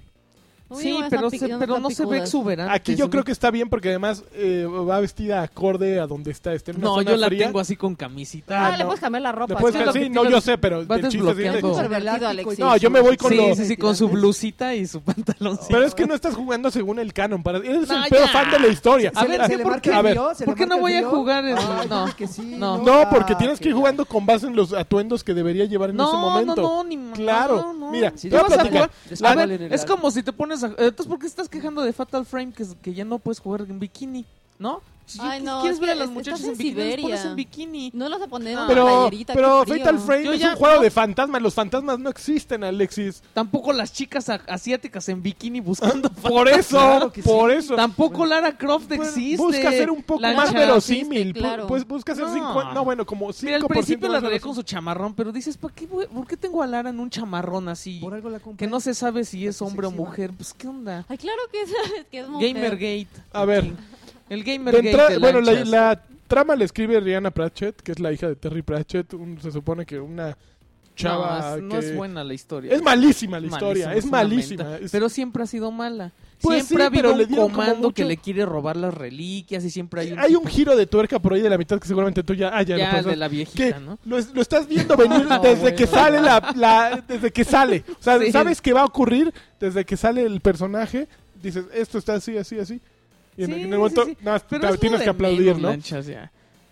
Speaker 5: Uy,
Speaker 2: Sí,
Speaker 5: van a
Speaker 2: pero,
Speaker 5: estar
Speaker 2: se-
Speaker 5: pic- van a
Speaker 2: pero
Speaker 5: estar
Speaker 2: no se ve
Speaker 5: picudas.
Speaker 2: exuberante.
Speaker 1: Aquí yo creo que está bien porque además eh, va vestida acorde a donde está. Está en una
Speaker 2: No,
Speaker 1: zona
Speaker 2: yo la
Speaker 1: fría.
Speaker 2: tengo así con camisita.
Speaker 5: Ah,
Speaker 1: Ah,
Speaker 5: le
Speaker 1: no.
Speaker 5: puedes cambiar la ropa.
Speaker 1: Le puedes
Speaker 5: sí.
Speaker 1: ca-
Speaker 2: cambiar- lo
Speaker 1: sí,
Speaker 2: que
Speaker 1: no,
Speaker 2: quieras.
Speaker 1: yo sé, pero
Speaker 2: Vas
Speaker 1: el chiste es de-
Speaker 2: desbloqueando.
Speaker 5: Es pervertido, Alexis.
Speaker 1: No, yo me voy con
Speaker 2: Sí,
Speaker 1: lo-
Speaker 2: sí, sí, con su blusita y su pantaloncito.
Speaker 1: Pero es que no estás jugando según el canon. Para... Eres
Speaker 2: No,
Speaker 1: el peor
Speaker 2: ya.
Speaker 1: fan de la historia.
Speaker 2: A ver,
Speaker 1: ¿sí?
Speaker 4: ¿se le
Speaker 1: ¿por
Speaker 4: marca
Speaker 1: qué?
Speaker 4: el
Speaker 1: A ver,
Speaker 4: frío? ¿Se le
Speaker 2: ¿por qué no
Speaker 4: marca el
Speaker 2: voy a
Speaker 4: frío?
Speaker 2: jugar el-
Speaker 4: Ay,
Speaker 2: no.
Speaker 4: dice que sí,
Speaker 2: No.
Speaker 1: No,
Speaker 4: Ah,
Speaker 1: porque tienes que ir
Speaker 4: ya.
Speaker 1: jugando con base en los atuendos que debería llevar en
Speaker 2: no,
Speaker 1: ese momento.
Speaker 2: no, no, ni ma-
Speaker 1: Claro,
Speaker 2: no, no.
Speaker 1: mira,
Speaker 4: Sí,
Speaker 1: te voy a
Speaker 4: vas a
Speaker 1: platicar.
Speaker 2: A
Speaker 4: jugar-
Speaker 1: La-
Speaker 4: Vale,
Speaker 2: ver,
Speaker 4: en el
Speaker 2: es
Speaker 4: lado.
Speaker 2: como si te pones a... Entonces, ¿por qué estás quejando de Fatal Frame que, que ya no puedes jugar en bikini? ¿No? Si
Speaker 5: Ay,
Speaker 2: qui-
Speaker 5: no,
Speaker 2: quieres
Speaker 5: es
Speaker 2: ver a
Speaker 5: que
Speaker 2: las
Speaker 5: es-
Speaker 2: muchachas en
Speaker 5: estás en
Speaker 2: bikini, las pones
Speaker 5: Siberia.
Speaker 2: en bikini.
Speaker 5: No las vas a poner una
Speaker 1: Pero,
Speaker 5: playerita.
Speaker 1: pero
Speaker 5: qué frío.
Speaker 1: Fatal Frame
Speaker 2: Yo
Speaker 1: es
Speaker 2: ya-
Speaker 1: un juego
Speaker 2: no.
Speaker 1: de fantasmas. Los fantasmas no existen, Alexis.
Speaker 2: Tampoco las chicas a- asiáticas en bikini buscando...
Speaker 1: Por eso,
Speaker 4: Claro que sí.
Speaker 1: por eso.
Speaker 2: Tampoco Lara Croft
Speaker 1: Bueno,
Speaker 2: existe.
Speaker 1: Busca ser un poco
Speaker 2: La
Speaker 1: más
Speaker 2: cha-
Speaker 1: verosímil.
Speaker 5: existe, claro.
Speaker 1: pu- Pues busca ser
Speaker 2: No.
Speaker 1: 50. No, bueno, como 5%.
Speaker 2: Mira, al principio la
Speaker 1: más
Speaker 2: traía
Speaker 1: verosímil.
Speaker 2: con su chamarrón, pero dices, ¿para qué, voy- ¿por qué tengo a Lara en un chamarrón así?
Speaker 4: Por algo la
Speaker 2: Que
Speaker 4: compré.
Speaker 2: no se sabe si es
Speaker 4: Porque es
Speaker 2: hombre o
Speaker 4: excesiva.
Speaker 2: mujer. Pues, ¿qué onda?
Speaker 5: Ay, claro que es, que es mujer.
Speaker 2: Gamergate.
Speaker 1: A ver.
Speaker 2: El
Speaker 1: De
Speaker 2: Gamergate.
Speaker 1: entrada-
Speaker 2: de
Speaker 1: bueno, la,
Speaker 2: lanchas.
Speaker 1: la trama la escribe Rihanna Pratchett, que es la hija de Terry Pratchett. un- se supone que una
Speaker 2: No,
Speaker 1: chava.
Speaker 2: es, no
Speaker 1: que-
Speaker 2: es buena la historia.
Speaker 1: Es malísima la historia, es
Speaker 2: una
Speaker 1: malísima.
Speaker 2: menta.
Speaker 1: es-
Speaker 2: Pero siempre ha sido mala.
Speaker 1: Pues
Speaker 2: siempre
Speaker 1: sí,
Speaker 2: ha habido
Speaker 1: pero le
Speaker 2: un
Speaker 1: dieron como
Speaker 2: comando que
Speaker 1: mucho-
Speaker 2: le quiere robar las reliquias y siempre hay un.
Speaker 1: Hay un
Speaker 2: tipo-
Speaker 1: giro de tuerca por ahí de la mitad que seguramente tú ya. Ah, ya,
Speaker 2: ya,
Speaker 1: lo pasaste.
Speaker 2: de la
Speaker 1: que
Speaker 2: viejita, ¿no?
Speaker 1: lo, es- lo estás viendo venir
Speaker 2: No,
Speaker 1: desde
Speaker 2: güey,
Speaker 1: que
Speaker 2: no,
Speaker 1: sale
Speaker 2: no.
Speaker 1: la, la- desde que sale. O sea,
Speaker 2: Sí.
Speaker 1: sabes que va a ocurrir desde que sale el personaje, dices, esto está así, así, así. Y en,
Speaker 2: Sí,
Speaker 1: en el momento
Speaker 2: sí, sí.
Speaker 1: nada más
Speaker 2: Pero
Speaker 1: te-
Speaker 2: es lo
Speaker 1: tienes
Speaker 2: de
Speaker 1: que aplaudir,
Speaker 2: menos,
Speaker 1: ¿no?
Speaker 2: Lanchas, ya.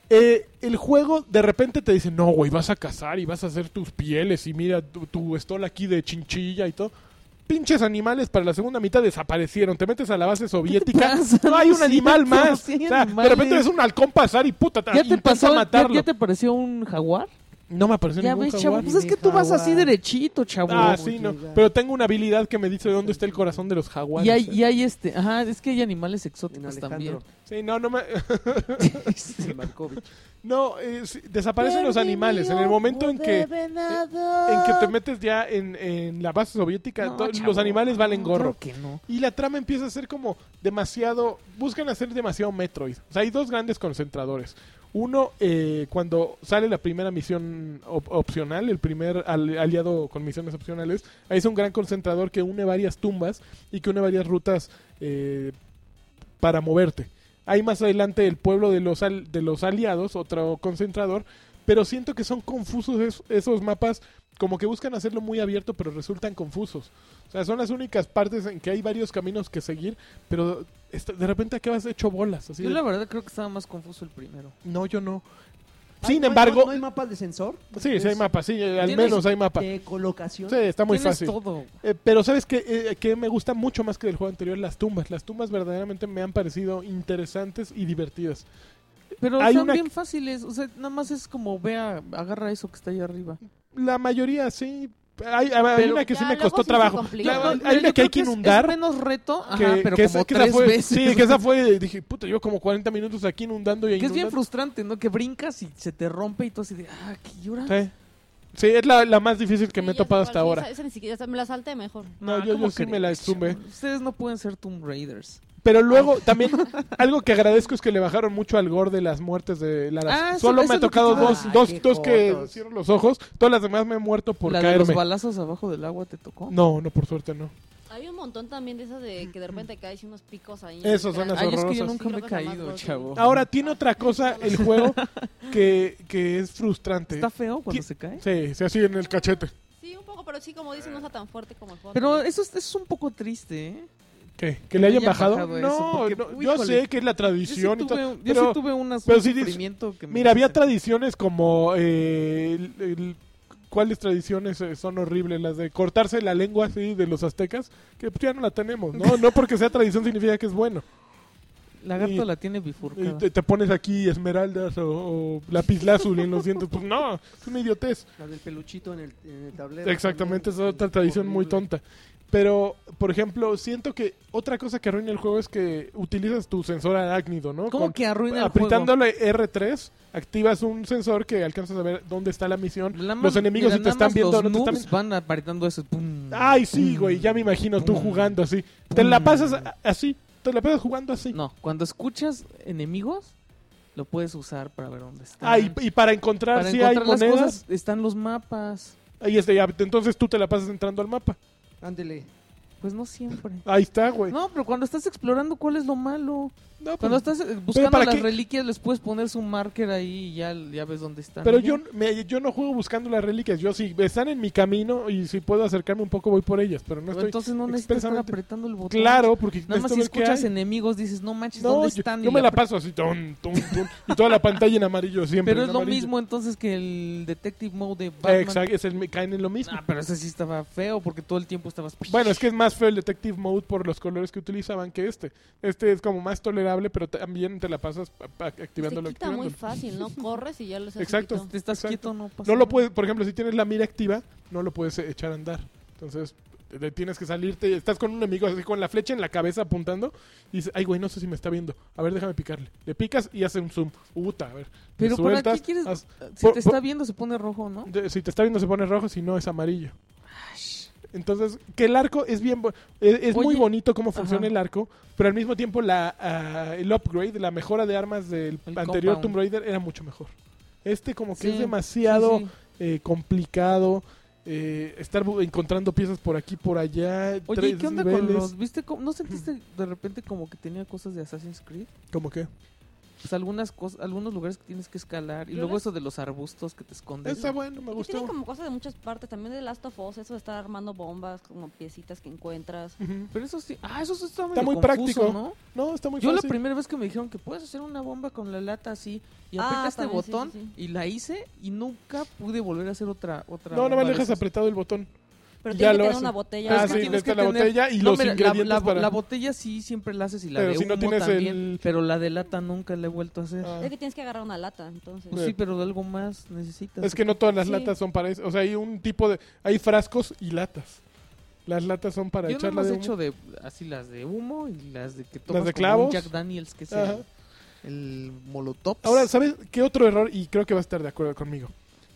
Speaker 1: Eh, el juego de repente te dice, no, güey, vas a cazar y vas a hacer tus pieles y mira tu, tu estola aquí de chinchilla y todo. Pinches animales para la segunda mitad desaparecieron. Te metes a la base soviética.
Speaker 2: pasa?
Speaker 1: No hay un
Speaker 2: Sí,
Speaker 1: animal
Speaker 2: no,
Speaker 1: más.
Speaker 2: sí hay
Speaker 1: O sea, de
Speaker 2: animales.
Speaker 1: repente ves un halcón pasar y puta, te
Speaker 2: ¿Ya te
Speaker 1: Ah, intenta
Speaker 2: pasó? ¿Ya,
Speaker 1: matarlo.
Speaker 2: ya te pareció un jaguar?
Speaker 1: No me apareció
Speaker 2: Ya
Speaker 1: ningún
Speaker 2: ves, chavo.
Speaker 1: jaguar.
Speaker 2: Pues es que tú vas así derechito, chavo.
Speaker 1: Ah, sí, no. Pero tengo una habilidad que me dice dónde está el corazón de los jaguares.
Speaker 2: y, hay, y hay este. Ajá, es que hay animales
Speaker 4: En
Speaker 2: exóticos también.
Speaker 4: Alejandro
Speaker 1: Sí, no, no me...
Speaker 4: Markovich.
Speaker 1: No, eh, sí, desaparecen los animales. En el momento en que, en que te metes ya en, en la base soviética,
Speaker 2: No,
Speaker 1: to-
Speaker 2: chavo,
Speaker 1: los animales valen
Speaker 2: no,
Speaker 1: gorro.
Speaker 2: claro que no.
Speaker 1: Y la trama empieza a ser como demasiado. Buscan hacer demasiado Metroid. O sea, hay dos grandes concentradores. Uno, eh, cuando sale la primera misión op- opcional, el primer al- aliado con misiones opcionales, ahí es un gran concentrador que une varias tumbas y que une varias rutas eh, para moverte. Hay más adelante el pueblo de los, al- de los aliados, otro concentrador, pero siento que son confusos es- esos mapas, como que buscan hacerlo muy abierto, pero resultan confusos. O sea, son las únicas partes en que hay varios caminos que seguir, pero est- de repente acabas hecho bolas. Así
Speaker 2: Yo
Speaker 1: de-
Speaker 2: la verdad creo que estaba más confuso el primero.
Speaker 1: No, yo no.
Speaker 4: Ah,
Speaker 1: Sin
Speaker 4: ¿no hay-
Speaker 1: embargo,
Speaker 4: ¿No hay mapa de sensor?
Speaker 1: sí, sí hay mapa, sí, eh, al
Speaker 2: Tienes-
Speaker 1: menos hay mapa.
Speaker 4: ¿De colocación?
Speaker 1: Sí, está muy
Speaker 2: Tienes
Speaker 1: fácil.
Speaker 2: todo.
Speaker 1: Eh, pero sabes que, me gusta mucho más que del juego anterior, las tumbas. Las tumbas verdaderamente me han parecido interesantes y divertidas.
Speaker 2: Pero
Speaker 1: Hay
Speaker 2: están
Speaker 1: una-
Speaker 2: bien fáciles. O sea, nada más es como, vea, agarra eso que está allá arriba.
Speaker 1: La mayoría sí. Hay, hay una que
Speaker 5: Ya,
Speaker 1: sí me
Speaker 5: luego
Speaker 1: costó
Speaker 5: sí se
Speaker 1: trabajo.
Speaker 5: complica.
Speaker 1: La-
Speaker 5: No,
Speaker 2: Pero
Speaker 1: hay
Speaker 2: yo
Speaker 1: una que
Speaker 2: creo
Speaker 1: hay que
Speaker 2: es-
Speaker 1: inundar.
Speaker 2: Es, menos reto,
Speaker 1: que,
Speaker 2: ajá, pero
Speaker 1: que
Speaker 2: como
Speaker 1: esa, que esa
Speaker 2: tres
Speaker 1: fue,
Speaker 2: veces.
Speaker 1: Sí, que esa fue, dije, puta, llevo como 40 minutos aquí inundando y
Speaker 2: Que es bien
Speaker 1: inundando.
Speaker 2: frustrante, ¿no? Que brincas y se te rompe y tú así de, ah, ¿qué llora?
Speaker 1: Sí. Sí, es la, la más difícil que
Speaker 5: Sí,
Speaker 1: me he
Speaker 5: ya sé
Speaker 1: topado
Speaker 5: cuál,
Speaker 1: hasta
Speaker 5: sí,
Speaker 1: ahora.
Speaker 5: esa- esa ni siquiera- esa me la salté mejor.
Speaker 1: No, yo-
Speaker 2: Ah, ¿cómo
Speaker 1: yo sí me la
Speaker 2: crees,
Speaker 1: zumbé.
Speaker 2: chavo? Ustedes no pueden ser Tomb Raiders.
Speaker 1: Pero luego también algo que agradezco es que le bajaron mucho al gore de las muertes de Lara.
Speaker 2: Ah, eso-
Speaker 1: Solo
Speaker 2: eso
Speaker 1: me ha
Speaker 2: es lo que
Speaker 1: tocado
Speaker 2: te iba a
Speaker 1: dos,
Speaker 4: decir.
Speaker 1: dos,
Speaker 4: Ay, qué
Speaker 1: dos que
Speaker 4: jotos.
Speaker 1: cierro los ojos. Todas las demás me he muerto por
Speaker 2: la de los
Speaker 1: caerme.
Speaker 2: balazos abajo del agua te tocó.
Speaker 1: No, no, por suerte no.
Speaker 5: Hay un montón también de esas de que de repente caes y unos picos ahí.
Speaker 1: Esos son las
Speaker 2: Ay, es que yo
Speaker 1: horrorosas.
Speaker 2: nunca me he
Speaker 5: Sí, creo que jamás
Speaker 2: caído,
Speaker 5: lo-
Speaker 2: chavo.
Speaker 1: Ahora tiene otra cosa el juego que, que es frustrante.
Speaker 2: Está feo cuando
Speaker 1: Ti-
Speaker 2: se cae.
Speaker 1: Sí, se así en el cachete.
Speaker 5: Sí, un poco, pero sí, como
Speaker 4: Eh.
Speaker 5: dicen, no está tan fuerte como el fondo.
Speaker 2: Pero eso es, eso es un poco triste, ¿eh?
Speaker 1: ¿Qué? ¿Que le hayan
Speaker 2: hayan
Speaker 1: bajado?
Speaker 2: bajado eso,
Speaker 1: no,
Speaker 2: porque,
Speaker 1: no, yo
Speaker 2: híjole.
Speaker 1: sé que es la
Speaker 2: Yo sí
Speaker 1: tradición y
Speaker 2: tuve,
Speaker 1: todo,
Speaker 2: yo sí
Speaker 1: pero-
Speaker 2: tuve unas-
Speaker 1: pero
Speaker 2: un
Speaker 1: sí dices-
Speaker 2: sufrimiento que me
Speaker 1: Mira, había
Speaker 2: hizo sentir.
Speaker 1: tradiciones como... eh, el- el- ¿Cuáles tradiciones eh, son horribles? Las de cortarse la lengua así de los aztecas, que pues, ya no la tenemos, ¿no? No porque sea tradición significa que es bueno.
Speaker 2: Lagarto
Speaker 1: y-
Speaker 2: la tiene
Speaker 1: Y
Speaker 2: bifurcada.
Speaker 1: te, te pones aquí esmeraldas o, o lapislázuli en los dientes. Pues no, es una idiotez.
Speaker 4: La del peluchito en el, en el tablero.
Speaker 1: Exactamente, es
Speaker 4: también.
Speaker 1: otra tradición muy
Speaker 4: Horrible.
Speaker 1: tonta. Pero, por ejemplo, siento que otra cosa que arruina el juego es que utilizas tu sensor arácnido, ¿no?
Speaker 2: ¿Cómo
Speaker 1: Con-
Speaker 2: que arruina el juego?
Speaker 1: apretándole R3, activas un sensor que alcanzas a ver dónde está la misión.
Speaker 2: Nada más-
Speaker 1: los enemigos
Speaker 2: mira,
Speaker 1: si te
Speaker 2: nada
Speaker 1: están
Speaker 2: más
Speaker 1: viendo,
Speaker 2: los
Speaker 1: no te están
Speaker 2: noobs van apretando eso. pum,
Speaker 1: Ay, sí,
Speaker 2: pum.
Speaker 1: güey, ya me imagino tú
Speaker 2: Mm.
Speaker 1: jugando así. Te la
Speaker 2: Mm.
Speaker 1: pasas a- así, te la pasas jugando así.
Speaker 2: No, cuando escuchas enemigos, lo puedes usar para ver dónde están.
Speaker 1: Ah, y, y para encontrar
Speaker 2: para
Speaker 1: si hay
Speaker 2: encontrar las
Speaker 1: monedas,
Speaker 2: cosas están los mapas.
Speaker 1: ahí está, ya, entonces tú te la pasas entrando al mapa.
Speaker 4: Ándele.
Speaker 2: Pues no siempre.
Speaker 1: Ahí está, güey.
Speaker 2: No, pero cuando estás explorando, ¿cuál es lo malo?
Speaker 1: No,
Speaker 2: Cuando
Speaker 1: pues-
Speaker 2: estás eh, buscando
Speaker 1: para
Speaker 2: las
Speaker 1: qué-
Speaker 2: reliquias, les puedes poner su marker ahí y ya, ya ves dónde están.
Speaker 1: Pero
Speaker 2: Y ya.
Speaker 1: yo, me- yo no juego buscando las reliquias. Yo si están en mi camino y si puedo acercarme un poco voy por ellas, pero no
Speaker 2: Pero
Speaker 1: estoy...
Speaker 2: Entonces no necesitas estar
Speaker 1: expresamente-
Speaker 2: apretando el botón.
Speaker 1: Claro, porque
Speaker 2: Nada más
Speaker 1: necesito
Speaker 2: si
Speaker 1: ver qué
Speaker 2: escuchas
Speaker 1: hay.
Speaker 2: enemigos, dices, no manches,
Speaker 1: No,
Speaker 2: ¿dónde
Speaker 1: yo,
Speaker 2: están?
Speaker 1: yo
Speaker 2: Y
Speaker 1: me la
Speaker 2: apre-
Speaker 1: paso así, ton, ton, ton, y toda la pantalla en amarillo siempre.
Speaker 2: Pero
Speaker 1: en
Speaker 2: es lo
Speaker 1: amarillo.
Speaker 2: mismo entonces que el Detective Mode de Batman.
Speaker 1: Eh, Exacto, es el- me caen en lo mismo.
Speaker 2: Ah, pero ese sí estaba feo porque todo el tiempo estabas...
Speaker 1: Bueno, es que es más feo el Detective Mode por los colores que utilizaban que este. Este es como más tolerable, pero también te la pasas pa- pa-
Speaker 5: Se
Speaker 1: activándolo.
Speaker 5: quita muy
Speaker 1: activándolo.
Speaker 5: fácil, ¿no? Corres y ya lo se
Speaker 1: Exacto.
Speaker 5: quitó.
Speaker 2: Te estás
Speaker 1: Exacto.
Speaker 2: quieto, pues, no pasa
Speaker 1: No lo
Speaker 2: nada.
Speaker 1: puedes, por ejemplo, si tienes la mira activa, no lo puedes eh, echar a andar. Entonces, te- te tienes que salirte. Estás con un enemigo así con la flecha en la cabeza apuntando. Y dices, ay, güey, no sé si me está viendo. A ver, déjame picarle. Le picas y hace un zoom. Uta, a ver. le
Speaker 2: Pero ¿para
Speaker 1: sueltas,
Speaker 2: qué quieres...?
Speaker 1: haz-
Speaker 2: Si
Speaker 1: por-
Speaker 2: te
Speaker 1: por-
Speaker 2: está viendo se pone rojo, ¿no?
Speaker 1: de- si te está viendo se pone rojo, si no es amarillo. Entonces, que el arco es bien... bo- Es, es muy
Speaker 2: Oye,
Speaker 1: bonito cómo funciona
Speaker 2: ajá.
Speaker 1: el arco, pero al mismo tiempo la, ah, el upgrade, la mejora de armas del
Speaker 2: El
Speaker 1: anterior
Speaker 2: compound.
Speaker 1: Tomb Raider era mucho mejor. Este como que
Speaker 2: Sí,
Speaker 1: es
Speaker 2: sí,
Speaker 1: demasiado
Speaker 2: sí.
Speaker 1: eh, complicado, eh, estar bu- encontrando piezas por aquí, por allá,
Speaker 2: Oye, ¿y
Speaker 1: tres
Speaker 2: ¿qué onda
Speaker 1: niveles.
Speaker 2: con los...? ¿Viste cómo- ¿No sentiste de repente como que tenía cosas de Assassin's Creed?
Speaker 1: ¿Cómo qué?
Speaker 2: Pues algunas cosas, algunos lugares que tienes que escalar. Y
Speaker 5: Yo
Speaker 2: luego
Speaker 5: las-
Speaker 2: eso de los arbustos que te esconden.
Speaker 1: Está bueno, me
Speaker 5: Y tienen
Speaker 1: gustó.
Speaker 5: como cosas de muchas partes, también de Last of Us, eso de estar armando bombas, como piecitas que encuentras.
Speaker 1: Ujú.
Speaker 2: Pero eso sí... Ah, eso sí está,
Speaker 1: Está
Speaker 2: medio
Speaker 1: muy
Speaker 2: confuso,
Speaker 1: práctico.
Speaker 2: ¿no?
Speaker 1: No, está muy
Speaker 2: Yo la
Speaker 1: fácil.
Speaker 2: primera vez que me dijeron que puedes hacer una bomba con la lata así y
Speaker 5: Ah,
Speaker 2: aprieta este
Speaker 5: también, sí,
Speaker 2: botón
Speaker 5: sí, sí.
Speaker 2: y la hice y nunca pude volver a hacer otra otra.
Speaker 1: No, no me
Speaker 2: bomba de
Speaker 1: dejas
Speaker 2: esas.
Speaker 1: apretado el botón.
Speaker 5: Pero
Speaker 1: Ya
Speaker 5: tiene que
Speaker 1: lo
Speaker 5: tener
Speaker 1: hace.
Speaker 5: una botella.
Speaker 2: Pero
Speaker 1: Ah,
Speaker 5: es que
Speaker 1: sí,
Speaker 2: tienes
Speaker 5: tienes-
Speaker 1: necesita
Speaker 2: que
Speaker 1: la
Speaker 2: tener-
Speaker 1: botella y
Speaker 2: No,
Speaker 1: los
Speaker 2: mira, la-
Speaker 1: ingredientes
Speaker 2: la,
Speaker 1: para...
Speaker 2: la botella sí siempre la haces y la
Speaker 1: Pero
Speaker 2: de
Speaker 1: si no
Speaker 2: humo
Speaker 1: tienes
Speaker 2: también,
Speaker 1: el-
Speaker 2: pero la de lata nunca la he vuelto a hacer.
Speaker 1: Ah.
Speaker 5: es que tienes que agarrar una lata, entonces.
Speaker 2: Pues sí, pero algo más necesitas.
Speaker 1: Es que no todas las
Speaker 5: Sí.
Speaker 1: latas son para eso. O sea, hay un tipo de... Hay frascos y latas. Las latas son para
Speaker 2: Yo no
Speaker 1: echarla
Speaker 2: más
Speaker 1: de
Speaker 2: he
Speaker 1: humo.
Speaker 2: hecho de así las de humo y las de que tomas
Speaker 1: de
Speaker 2: como un
Speaker 1: clavos.
Speaker 2: Jack Daniels que es
Speaker 1: Ajá.
Speaker 2: el, el molotov.
Speaker 1: Ahora, ¿sabes qué otro error? Y creo que vas a estar de acuerdo conmigo.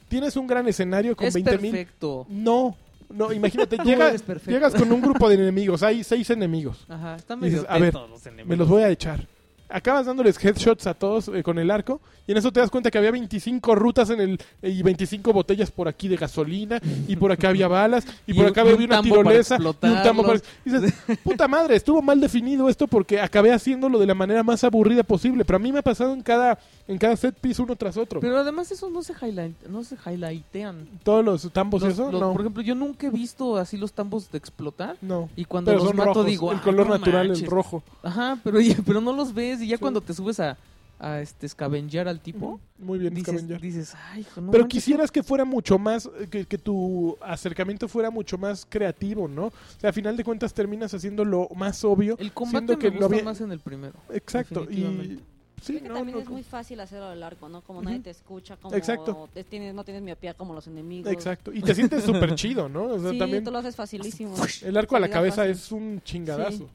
Speaker 1: Tienes un gran escenario con
Speaker 2: es
Speaker 1: 20 mil...
Speaker 2: perfecto.
Speaker 1: No, no, imagínate, llega-
Speaker 4: eres perfecto.
Speaker 1: llegas con un grupo de enemigos, hay seis enemigos,
Speaker 2: Ajá, está
Speaker 1: Dices,
Speaker 2: medio
Speaker 1: a ver,
Speaker 2: teto los enemigos.
Speaker 1: me los voy a echar. Acabas dándoles headshots a todos eh, con el arco y en eso te das cuenta que había 25 rutas en el eh, y 25 botellas por aquí de gasolina y por acá había balas y,
Speaker 2: Y
Speaker 1: por
Speaker 2: un-
Speaker 1: acá
Speaker 2: y un
Speaker 1: había una
Speaker 2: tambo para
Speaker 1: tirolesa y un tambo para...
Speaker 2: explotarlos.
Speaker 1: y dices, puta madre, estuvo mal definido esto porque acabé haciéndolo de la manera más aburrida posible, pero a mí me ha pasado en cada en cada set piece uno tras otro.
Speaker 2: Pero además esos no se highlight, no se highlightean.
Speaker 1: Todos los tambos y
Speaker 2: Los-
Speaker 1: Pues eso,
Speaker 2: los-
Speaker 1: no.
Speaker 2: Por ejemplo, yo nunca he visto así los tambos de explotar.
Speaker 1: no.
Speaker 2: Y cuando
Speaker 1: Pero
Speaker 2: los
Speaker 1: son
Speaker 2: mato
Speaker 1: rojos,
Speaker 2: digo,
Speaker 1: el
Speaker 2: "Ah,
Speaker 1: color
Speaker 2: no
Speaker 1: natural
Speaker 2: manches".
Speaker 1: el rojo.
Speaker 2: Ajá, pero, ya- pero no los ves y ya
Speaker 1: Sí.
Speaker 2: cuando te subes a, a este escabenjar al tipo,
Speaker 1: Muy bien,
Speaker 2: dices,
Speaker 1: Scavenger.
Speaker 2: dices, ay, hijo, no
Speaker 1: Pero
Speaker 2: manches,
Speaker 1: quisieras que fuera mucho más, eh, que, que tu acercamiento fuera mucho más creativo, ¿no? O sea, a final de cuentas terminas haciendo lo más obvio.
Speaker 2: El combate
Speaker 1: siendo
Speaker 2: me
Speaker 1: que lo
Speaker 2: gusta
Speaker 1: había-
Speaker 2: más en el primero.
Speaker 1: Exacto. Y
Speaker 2: Definitivamente.
Speaker 1: sí,
Speaker 5: Creo que
Speaker 1: no,
Speaker 5: también
Speaker 1: no,
Speaker 5: es
Speaker 1: no.
Speaker 5: muy fácil hacerlo al arco, ¿no? Como nadie
Speaker 1: Ujú.
Speaker 5: te escucha, como
Speaker 1: Exacto.
Speaker 5: te tienes, no tienes miopía como los enemigos.
Speaker 1: Exacto. Y te sientes súper chido, ¿no? O sea,
Speaker 5: Sí,
Speaker 1: también
Speaker 5: tú lo haces facilísimo.
Speaker 1: el arco a la
Speaker 5: Te da
Speaker 1: cabeza
Speaker 5: fácil.
Speaker 1: es un chingadazo.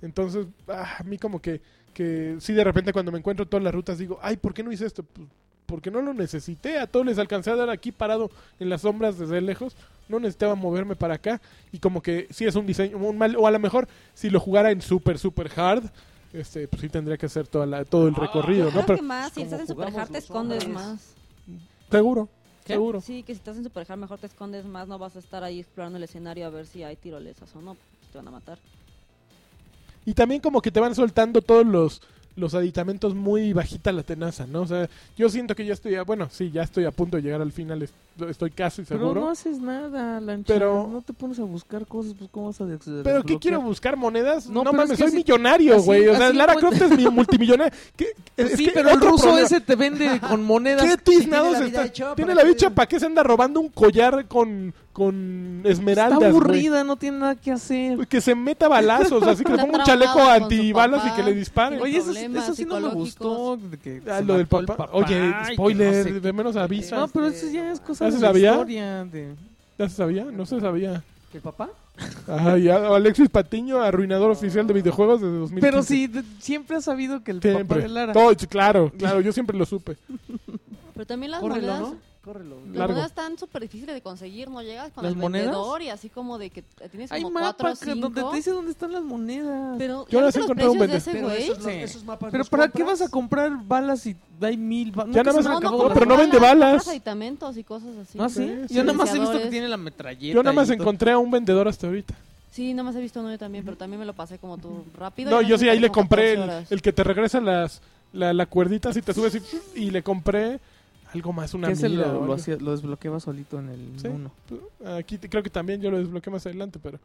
Speaker 1: Entonces, ah, a mí como que, que sí, de repente cuando me encuentro todas las rutas digo, ay, ¿por qué no hice esto? Pues, Porque no lo necesité, a todos les alcancé a dar aquí parado en las sombras desde lejos, no necesitaba moverme para acá y como que sí es un diseño, un mal, o a lo mejor si lo jugara en super, super hard, este, pues sí tendría que hacer toda la, todo el recorrido, ¿no?
Speaker 5: Yo creo
Speaker 1: Pero
Speaker 5: que más, si
Speaker 4: como
Speaker 5: estás en
Speaker 4: jugamos
Speaker 5: Superhard te
Speaker 4: los
Speaker 5: escondes
Speaker 4: hombres.
Speaker 5: más.
Speaker 1: seguro,
Speaker 2: ¿Qué?
Speaker 1: seguro.
Speaker 5: Sí, que si estás en Superhard mejor te escondes más, no vas a estar ahí explorando el escenario a ver si hay tirolesas o no, pues te van a matar.
Speaker 1: Y también como que te van soltando todos los, los aditamentos muy bajita la tenaza, ¿no? O sea, yo siento que ya estoy, a- bueno, sí, ya estoy a punto de llegar al final, es- estoy casi
Speaker 2: Pero no
Speaker 1: seguro.
Speaker 2: haces nada, Lancha.
Speaker 1: Pero-
Speaker 2: No te pones a buscar cosas, pues cómo vas a des-
Speaker 1: Pero,
Speaker 2: desbloquear? Pues
Speaker 1: ¿qué quiero buscar monedas? No,
Speaker 2: No, pero
Speaker 1: mames,
Speaker 2: es que
Speaker 1: soy
Speaker 2: así-
Speaker 1: millonario,
Speaker 2: así-
Speaker 1: güey. O sea,
Speaker 2: así
Speaker 1: Lara
Speaker 2: encuent-
Speaker 1: Croft es mi multimillonaria. ¿Qué- es
Speaker 2: sí,
Speaker 1: que
Speaker 2: pero el
Speaker 1: otro
Speaker 2: ruso
Speaker 1: problema-
Speaker 2: ese te vende con monedas.
Speaker 1: ¿Qué tiznados
Speaker 4: vida
Speaker 1: está?
Speaker 4: hecha,
Speaker 1: Tiene
Speaker 4: ¿para
Speaker 1: la
Speaker 4: qué?
Speaker 1: bicha, ¿para qué se anda robando un collar con, con
Speaker 2: Está
Speaker 1: esmeraldas, güey? Pues
Speaker 2: aburrida, no tiene nada que hacer.
Speaker 1: Que se meta balazos, así que le
Speaker 5: Está
Speaker 1: ponga un chaleco
Speaker 5: traumada con su
Speaker 1: antibalas y
Speaker 5: papá.
Speaker 1: que le disparen.
Speaker 5: Tiene
Speaker 2: Oye, eso, sí-
Speaker 5: problemas
Speaker 2: eso sí no me gustó.
Speaker 5: psicológicos.
Speaker 2: de que
Speaker 1: Pues, Ah,
Speaker 2: se
Speaker 1: lo del
Speaker 2: mató el
Speaker 1: papá. Oye,
Speaker 2: y que
Speaker 1: spoiler,
Speaker 2: no, sé
Speaker 1: de menos
Speaker 2: qué.
Speaker 1: avisa.
Speaker 2: No, pero eso ya es cosa
Speaker 1: ¿Ya se
Speaker 2: de la
Speaker 1: ¿Ah, sabía?
Speaker 2: historia. De...
Speaker 1: ¿Ya se sabía? No se sabía.
Speaker 4: ¿Que el papá?
Speaker 1: Ajá, y a- Alexis Patiño, arruinador oficial de videojuegos desde 2015.
Speaker 2: Ah. Pero sí, de- siempre has sabido que el papá
Speaker 1: Siempre.
Speaker 2: de Lara.
Speaker 1: Todo, sí, claro, claro, yo siempre lo supe.
Speaker 5: Pero también las
Speaker 4: Córrelo,
Speaker 5: monedas,
Speaker 4: ¿no? Córrelo.
Speaker 5: las
Speaker 1: Largo.
Speaker 5: monedas están súper difíciles de conseguir, no llegas con
Speaker 2: ¿Las
Speaker 5: el
Speaker 2: monedas?
Speaker 5: vendedor y así como de que tienes
Speaker 2: Hay
Speaker 5: como cuatro o
Speaker 2: mapas que-
Speaker 5: cinco.
Speaker 2: donde te dice dónde están las monedas.
Speaker 5: Pero
Speaker 1: Yo
Speaker 5: ¿ya
Speaker 1: no sé
Speaker 5: viste los
Speaker 1: encontrar un
Speaker 5: precios
Speaker 1: vende-
Speaker 5: de ese
Speaker 4: Pero
Speaker 5: güey?
Speaker 4: esos, no-
Speaker 2: Sí.
Speaker 4: esos mapas
Speaker 2: Pero
Speaker 4: los
Speaker 2: ¿para qué
Speaker 4: compras?
Speaker 2: vas a comprar balas si hay mil balas?
Speaker 1: Ya nada más-
Speaker 5: No, no,
Speaker 1: acabó,
Speaker 5: compras
Speaker 1: pero no vende balas.
Speaker 5: aditamentos y cosas así.
Speaker 2: ¿Ah, sí?
Speaker 1: Sí, sí.
Speaker 2: Yo nada más he visto que
Speaker 5: Silenciadores.
Speaker 2: tiene la metralleta.
Speaker 1: Yo nada más
Speaker 2: y todo.
Speaker 1: encontré a un vendedor hasta ahorita.
Speaker 5: Sí, nada más he visto uno yo también, pero también me lo pasé como tú rápido.
Speaker 1: No,
Speaker 5: y
Speaker 1: yo sí, ahí
Speaker 5: como
Speaker 1: le compré
Speaker 5: 14
Speaker 1: el,
Speaker 5: horas.
Speaker 1: el que te regresa las, la, la cuerdita si te subes y, y le compré algo más, una
Speaker 2: Que ese
Speaker 1: mira o
Speaker 2: lo, lo
Speaker 1: algo.
Speaker 2: hacía- lo desbloqueaba solito en el
Speaker 1: Sí.
Speaker 2: uno.
Speaker 1: Aquí te- creo que también yo lo desbloqueé más adelante, pero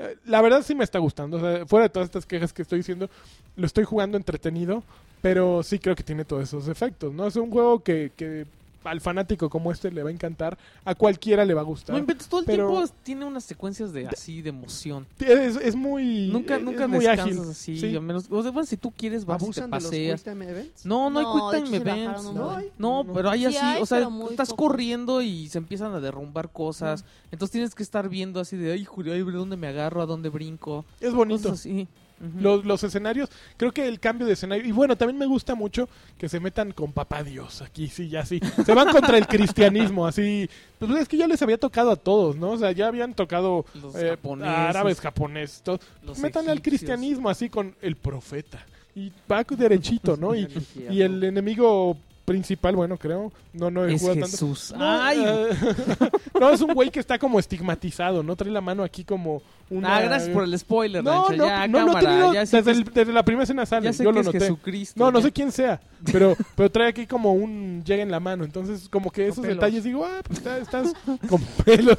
Speaker 1: eh, la verdad sí me está gustando. o sea, fuera de todas estas quejas que estoy diciendo, lo estoy jugando entretenido, pero sí creo que tiene todos esos efectos, ¿no? Es un juego que, que al fanático como este le va a encantar, a cualquiera le va a
Speaker 2: No
Speaker 1: gustar.
Speaker 2: inventes, todo el
Speaker 1: Pero-
Speaker 2: tiempo tiene unas secuencias de así, de emoción.
Speaker 1: Es, es muy,
Speaker 2: Nunca,
Speaker 1: es-
Speaker 2: nunca
Speaker 1: es muy
Speaker 2: descansas
Speaker 1: ágil.
Speaker 2: así,
Speaker 1: sí.
Speaker 2: a menos... O sea, bueno, si tú quieres, vas y te
Speaker 4: ¿Abusan de los quick
Speaker 2: paseas.
Speaker 4: time events?
Speaker 2: No, no,
Speaker 5: No, de
Speaker 2: hay
Speaker 5: hecho,
Speaker 2: quick
Speaker 5: se
Speaker 2: time
Speaker 5: bajaron
Speaker 4: un
Speaker 2: events.
Speaker 4: buen.
Speaker 2: No,
Speaker 1: No.
Speaker 2: pero hay
Speaker 5: Mm, Sí
Speaker 2: así,
Speaker 5: hay,
Speaker 2: o sea,
Speaker 5: pero
Speaker 2: tú
Speaker 5: muy
Speaker 2: estás
Speaker 5: pocos.
Speaker 2: corriendo y se empiezan a derrumbar cosas. Entonces tienes que estar viendo así de, ay, Julio, ay, ¿dónde me agarro? ¿A dónde brinco?
Speaker 1: Es bonito.
Speaker 2: Cosas así. Ujú.
Speaker 1: Los, los escenarios, creo que el cambio de escenario. Y bueno, también me gusta mucho que se metan con papá Dios aquí, sí, ya sí. Se van contra el cristianismo, así. Pues es que ya les había tocado a todos, ¿no? O sea, ya habían tocado
Speaker 2: Los
Speaker 1: eh,
Speaker 2: japoneses,
Speaker 1: árabes, japoneses, todos.
Speaker 2: los
Speaker 1: Métanle al
Speaker 2: egipcios.
Speaker 1: cristianismo así con el profeta. Y va derechito, ¿no? Y,
Speaker 4: Energía,
Speaker 1: y el enemigo principal, bueno, creo. No, no he
Speaker 2: Es
Speaker 1: jugado tanto.
Speaker 2: Jesús.
Speaker 1: No,
Speaker 2: Ay,
Speaker 1: eh, no, es un güey que está como estigmatizado, ¿no? Trae la mano aquí como una...
Speaker 2: Ah, gracias por el spoiler,
Speaker 1: No,
Speaker 2: Lancha.
Speaker 1: no,
Speaker 2: ya,
Speaker 1: no lo he
Speaker 2: cámara,
Speaker 1: tenido
Speaker 2: ya sé
Speaker 1: desde,
Speaker 2: que
Speaker 1: el- desde la primera escena sale,
Speaker 2: Ya sé
Speaker 1: yo
Speaker 2: que
Speaker 1: lo
Speaker 2: es
Speaker 1: noté.
Speaker 2: Jesucristo.
Speaker 1: no, no
Speaker 2: ya.
Speaker 1: sé quién sea, pero, pero trae aquí como un llega en la mano, entonces como que esos
Speaker 4: pelos.
Speaker 1: detalles digo, ah, pues está- estás con pelos.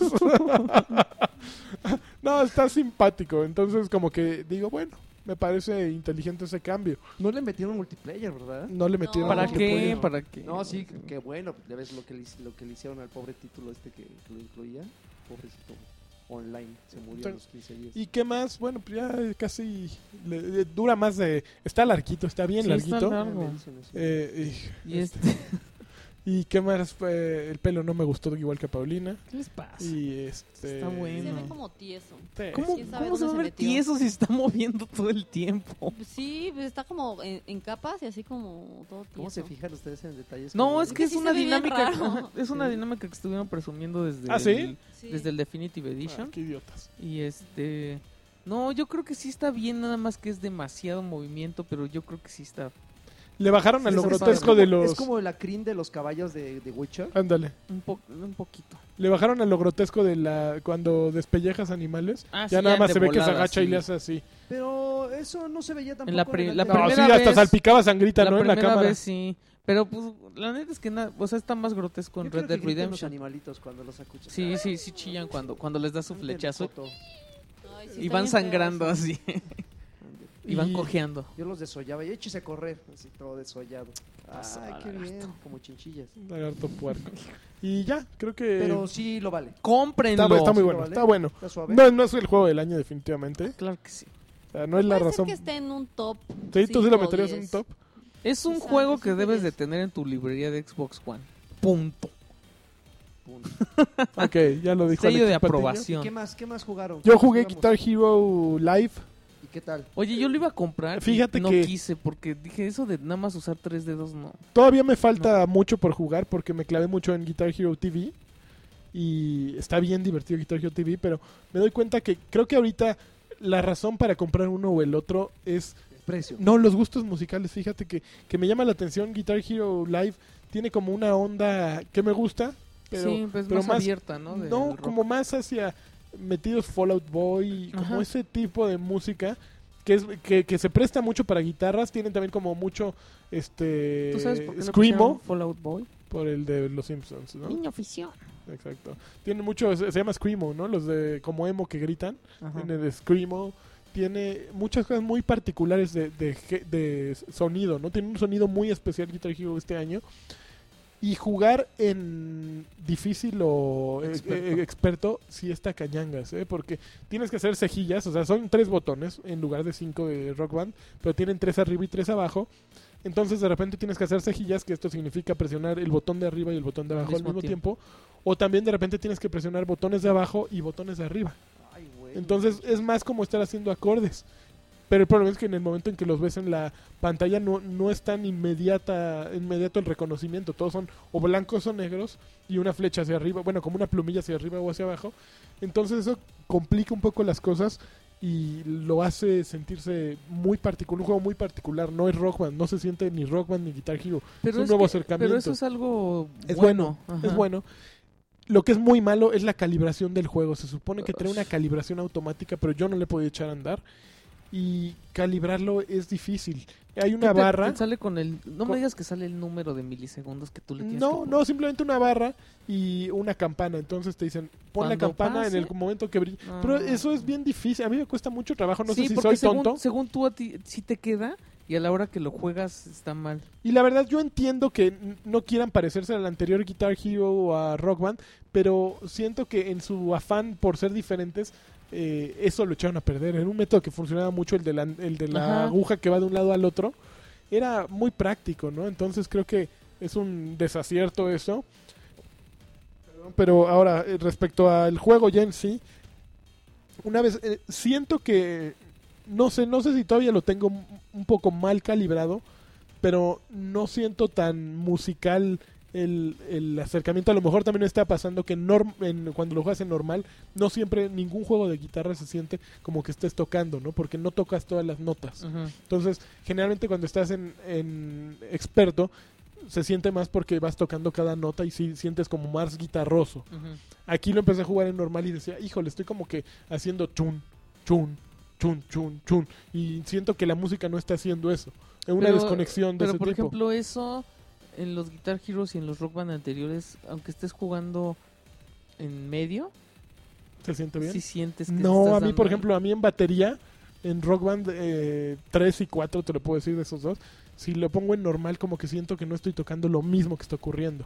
Speaker 1: no, está simpático, entonces como que digo, bueno, me parece inteligente ese cambio.
Speaker 4: No le metieron multiplayer, ¿verdad?
Speaker 1: No le metieron
Speaker 2: ¿Para
Speaker 1: mucho
Speaker 5: No.
Speaker 2: qué?
Speaker 1: pollo.
Speaker 2: ¿Para qué?
Speaker 4: No, sí, que- que bueno, ya ves lo que, le, hic- lo que le hicieron al pobre título este que, que lo incluía. Pobrecito. online. Se murió a los 15 días.
Speaker 1: ¿Y qué más? Bueno, pues ya casi le- le- dura más de... Está larguito, está bien
Speaker 2: Sí, está
Speaker 1: larguito.
Speaker 2: lar-
Speaker 4: Ah, me
Speaker 2: Algo.
Speaker 4: dicen eso.
Speaker 1: Eh,
Speaker 2: Y este...
Speaker 1: y, y qué más? Fue- el pelo no me gustó igual que a Paulina.
Speaker 2: ¿Qué les pasa?
Speaker 1: Y este...
Speaker 2: Está bueno.
Speaker 5: Se ve
Speaker 2: no.
Speaker 5: como tieso.
Speaker 1: Sí.
Speaker 2: ¿Cómo,
Speaker 5: ¿Quién sabe
Speaker 2: ¿cómo se va a
Speaker 5: dónde se
Speaker 2: ver
Speaker 5: metió?
Speaker 2: tieso si se está moviendo todo el tiempo?
Speaker 5: Sí, pues está como en, en capas y así como todo tieso.
Speaker 4: ¿Cómo se fijan ustedes en detalles?
Speaker 2: No,
Speaker 4: como-
Speaker 2: es que es
Speaker 5: sí se
Speaker 2: una
Speaker 5: ve bien
Speaker 2: dinámica
Speaker 5: raro.
Speaker 2: ajá, es una
Speaker 4: Sí.
Speaker 2: dinámica que estuvieron presumiendo desde
Speaker 1: ¿Ah, sí?
Speaker 2: el,
Speaker 5: Sí.
Speaker 2: desde el Definitive
Speaker 1: Ah,
Speaker 2: Edition
Speaker 1: qué idiotas.
Speaker 2: y este no, yo creo que sí está bien, nada más que es demasiado movimiento, pero yo creo que sí está.
Speaker 1: Le bajaron a
Speaker 2: Sí,
Speaker 1: lo
Speaker 2: se
Speaker 1: grotesco
Speaker 2: pasaron.
Speaker 1: de
Speaker 4: Es como-
Speaker 1: los...
Speaker 4: Es como la crin de los caballos de, de Witcher.
Speaker 1: Ándale.
Speaker 2: Un, po- un poquito.
Speaker 1: Le bajaron a lo grotesco de la... Cuando despellejas animales.
Speaker 2: Ah,
Speaker 1: ya
Speaker 2: sí,
Speaker 1: nada más
Speaker 2: de
Speaker 1: se ve que se
Speaker 2: volada,
Speaker 1: agacha y
Speaker 2: sí.
Speaker 1: le hace así.
Speaker 4: Pero eso no se veía tampoco.
Speaker 2: la pri-
Speaker 4: el
Speaker 2: la
Speaker 1: No,
Speaker 4: anterior.
Speaker 1: sí,
Speaker 2: primera
Speaker 1: hasta
Speaker 2: vez-
Speaker 1: salpicaba sangrita,
Speaker 2: la
Speaker 1: ¿no? En la
Speaker 2: primera
Speaker 1: cámara.
Speaker 2: vez sí. Pero pues la neta es que nada, o sea, está más grotesco
Speaker 4: Yo
Speaker 2: en
Speaker 4: quiero
Speaker 2: Red
Speaker 4: que
Speaker 2: Dead
Speaker 4: griten los
Speaker 2: Redemption.
Speaker 4: animalitos cuando los ah, acuchan.
Speaker 2: Sí, sí, sí chillan cuando, cuando les da su
Speaker 4: Ándale,
Speaker 2: flechazo
Speaker 4: Joto,
Speaker 5: Ay, sí,
Speaker 2: y
Speaker 5: está
Speaker 2: van
Speaker 5: bien feo
Speaker 2: sangrando
Speaker 5: eso.
Speaker 2: así.
Speaker 4: ándale.
Speaker 2: Y van
Speaker 1: Y-
Speaker 2: cojeando.
Speaker 4: Yo los desollaba y échese a correr, así todo desollado.
Speaker 2: pasa,
Speaker 4: Ay, qué
Speaker 2: lagarto?
Speaker 4: bien, como chinchillas.
Speaker 1: Eh, Lagarto puerco. Y ya, creo que...
Speaker 4: Pero sí lo vale.
Speaker 2: Cómprenlo.
Speaker 1: Está, bu- está muy
Speaker 4: Sí,
Speaker 1: bueno,
Speaker 4: vale.
Speaker 1: está bueno.
Speaker 4: Está suave.
Speaker 1: No, no es el juego del año definitivamente.
Speaker 2: Claro que sí.
Speaker 1: O sea, no es la
Speaker 5: Puede ser
Speaker 1: razón.
Speaker 5: que esté en un top.
Speaker 1: Sí, tú sí lo
Speaker 5: cinco,
Speaker 1: meterías en
Speaker 5: diez.
Speaker 1: top.
Speaker 2: Es un
Speaker 5: Exacto,
Speaker 2: juego que
Speaker 5: sí,
Speaker 2: debes
Speaker 5: sí.
Speaker 2: de tener en tu librería de Xbox One. Punto.
Speaker 4: Punto.
Speaker 1: Ok, ya lo dijo. Alexis Patiño.
Speaker 2: Sello de
Speaker 4: ¿Y qué
Speaker 2: aprobación.
Speaker 4: más? ¿Qué más jugaron?
Speaker 1: Yo
Speaker 4: ¿Qué
Speaker 1: jugué
Speaker 4: jugamos?
Speaker 1: Guitar Hero Live.
Speaker 4: ¿Y qué tal?
Speaker 2: Oye, yo lo iba a comprar. y
Speaker 1: Fíjate
Speaker 2: no
Speaker 1: que-
Speaker 2: quise porque dije eso de nada más usar tres dedos, no.
Speaker 1: Todavía me falta mucho por jugar porque me clavé mucho en Guitar Hero TV. Y está bien divertido Guitar Hero TV, pero me doy cuenta que creo que ahorita la razón para comprar uno o el otro es
Speaker 4: El precio.
Speaker 1: No, los gustos musicales, fíjate que, que me llama la atención Guitar Hero Live. Tiene como una onda que me gusta, pero
Speaker 2: sí, pues
Speaker 1: pero
Speaker 2: más,
Speaker 1: más-
Speaker 2: abierta, ¿no?
Speaker 1: no,
Speaker 2: Del rock.
Speaker 1: como más hacia metidos Fallout Boy, como
Speaker 2: Ajá.
Speaker 1: ese tipo de música que, es, que, que se presta mucho para guitarras. Tiene también como mucho este
Speaker 2: ¿Tú sabes por qué no
Speaker 1: Screamo
Speaker 2: pusieron Fallout Boy?
Speaker 1: por el de los Simpsons, ¿no?
Speaker 2: Niño afición.
Speaker 1: Exacto. Tiene mucho, se se llama Screamo, ¿no? Los de como emo que gritan
Speaker 2: Ajá.
Speaker 1: tiene de Screamo, tiene muchas cosas muy particulares de, de ge- de sonido, ¿no? Tiene un sonido muy especial Guitar Hero este año. Y jugar en difícil o eh, eh, experto,
Speaker 2: Experto.
Speaker 1: sí está cañangas, ¿eh? Porque tienes que hacer cejillas, o sea, son tres botones en lugar de cinco de Rock Band, pero tienen tres arriba y tres abajo. Entonces de repente tienes que hacer cejillas, que esto significa presionar el botón de arriba y el botón de
Speaker 2: Al
Speaker 1: abajo al mismo,
Speaker 2: mismo
Speaker 1: tiempo. O también de repente tienes que presionar botones de abajo y botones de arriba.
Speaker 4: Ay, güey.
Speaker 1: Entonces eh, es más como estar haciendo acordes. Pero el problema es que en el momento en que los ves en la pantalla no, no es tan inmediata, inmediato el reconocimiento. Todos son o blancos o negros y una flecha hacia arriba, bueno, como una plumilla hacia arriba o hacia abajo. Entonces eso complica un poco las cosas y lo hace sentirse muy particular, un juego muy particular. No es Rock Band, no se siente ni Rock Band ni Guitar Hero.
Speaker 2: Pero
Speaker 1: un nuevo
Speaker 2: que-
Speaker 1: acercamiento.
Speaker 2: Pero eso es algo
Speaker 1: Es
Speaker 2: bueno. ajá.
Speaker 1: Es bueno. Lo que es muy malo es la calibración del juego. Se supone que trae una calibración automática, pero yo no le podía echar a andar. Y calibrarlo es difícil. Hay
Speaker 2: ¿Qué
Speaker 1: una
Speaker 2: te-
Speaker 1: barra.
Speaker 2: te sale con el, no
Speaker 1: Con-
Speaker 2: me digas que sale el número de milisegundos que tú le tienes
Speaker 1: No,
Speaker 2: que
Speaker 1: no, simplemente una barra y una campana. Entonces te dicen, pon la
Speaker 2: Cuando
Speaker 1: campana
Speaker 2: pase-
Speaker 1: en el momento que brille.
Speaker 2: Ah.
Speaker 1: Pero eso es bien difícil. A mí me cuesta mucho trabajo. No
Speaker 2: sí,
Speaker 1: sé si
Speaker 2: porque
Speaker 1: soy
Speaker 2: según,
Speaker 1: tonto.
Speaker 2: según tú a ti sí te queda y a la hora que lo juegas está mal.
Speaker 1: Y la verdad, yo entiendo que n- no quieran parecerse al anterior Guitar Hero o a Rock Band, pero siento que en su afán por ser diferentes, eh, eso lo echaron a perder. Era un método que funcionaba mucho, el de la, el de la
Speaker 2: Ajá.
Speaker 1: aguja que va de un lado al otro. Era muy práctico, ¿no? Entonces creo que es un desacierto eso. Perdón, Pero ahora, eh, respecto al juego ya en sí, una vez, eh, siento que, no sé, no sé si todavía lo tengo un- un poco mal calibrado, pero no siento tan musical el, el acercamiento. A lo mejor también está pasando que norm- en- cuando lo juegas en normal, no siempre ningún juego de guitarra se siente como que estés tocando, ¿no? Porque no tocas todas las
Speaker 2: Mm.
Speaker 1: notas. Entonces, generalmente cuando estás en, en experto, se siente más porque vas tocando cada nota y sí sientes como más guitarroso. Aquí lo empecé a jugar en normal y decía, híjole, estoy como que haciendo chun, chun, chun, chun, chun. Y siento que la música no está haciendo eso. Es una
Speaker 2: Pero-
Speaker 1: desconexión de
Speaker 2: Pero
Speaker 1: ese
Speaker 2: por
Speaker 1: tipo.
Speaker 2: ejemplo eso en los Guitar Heroes y en los Rock Band anteriores, aunque estés jugando en medio,
Speaker 1: ¿Se siente bien?
Speaker 2: si sientes que te
Speaker 1: no,
Speaker 2: estás
Speaker 1: a mí,
Speaker 2: dando-
Speaker 1: por ejemplo, a mí en batería, en Rock Band 3 y 4, te lo puedo decir de esos dos, si lo pongo en normal, como que siento que no estoy tocando lo mismo que está ocurriendo.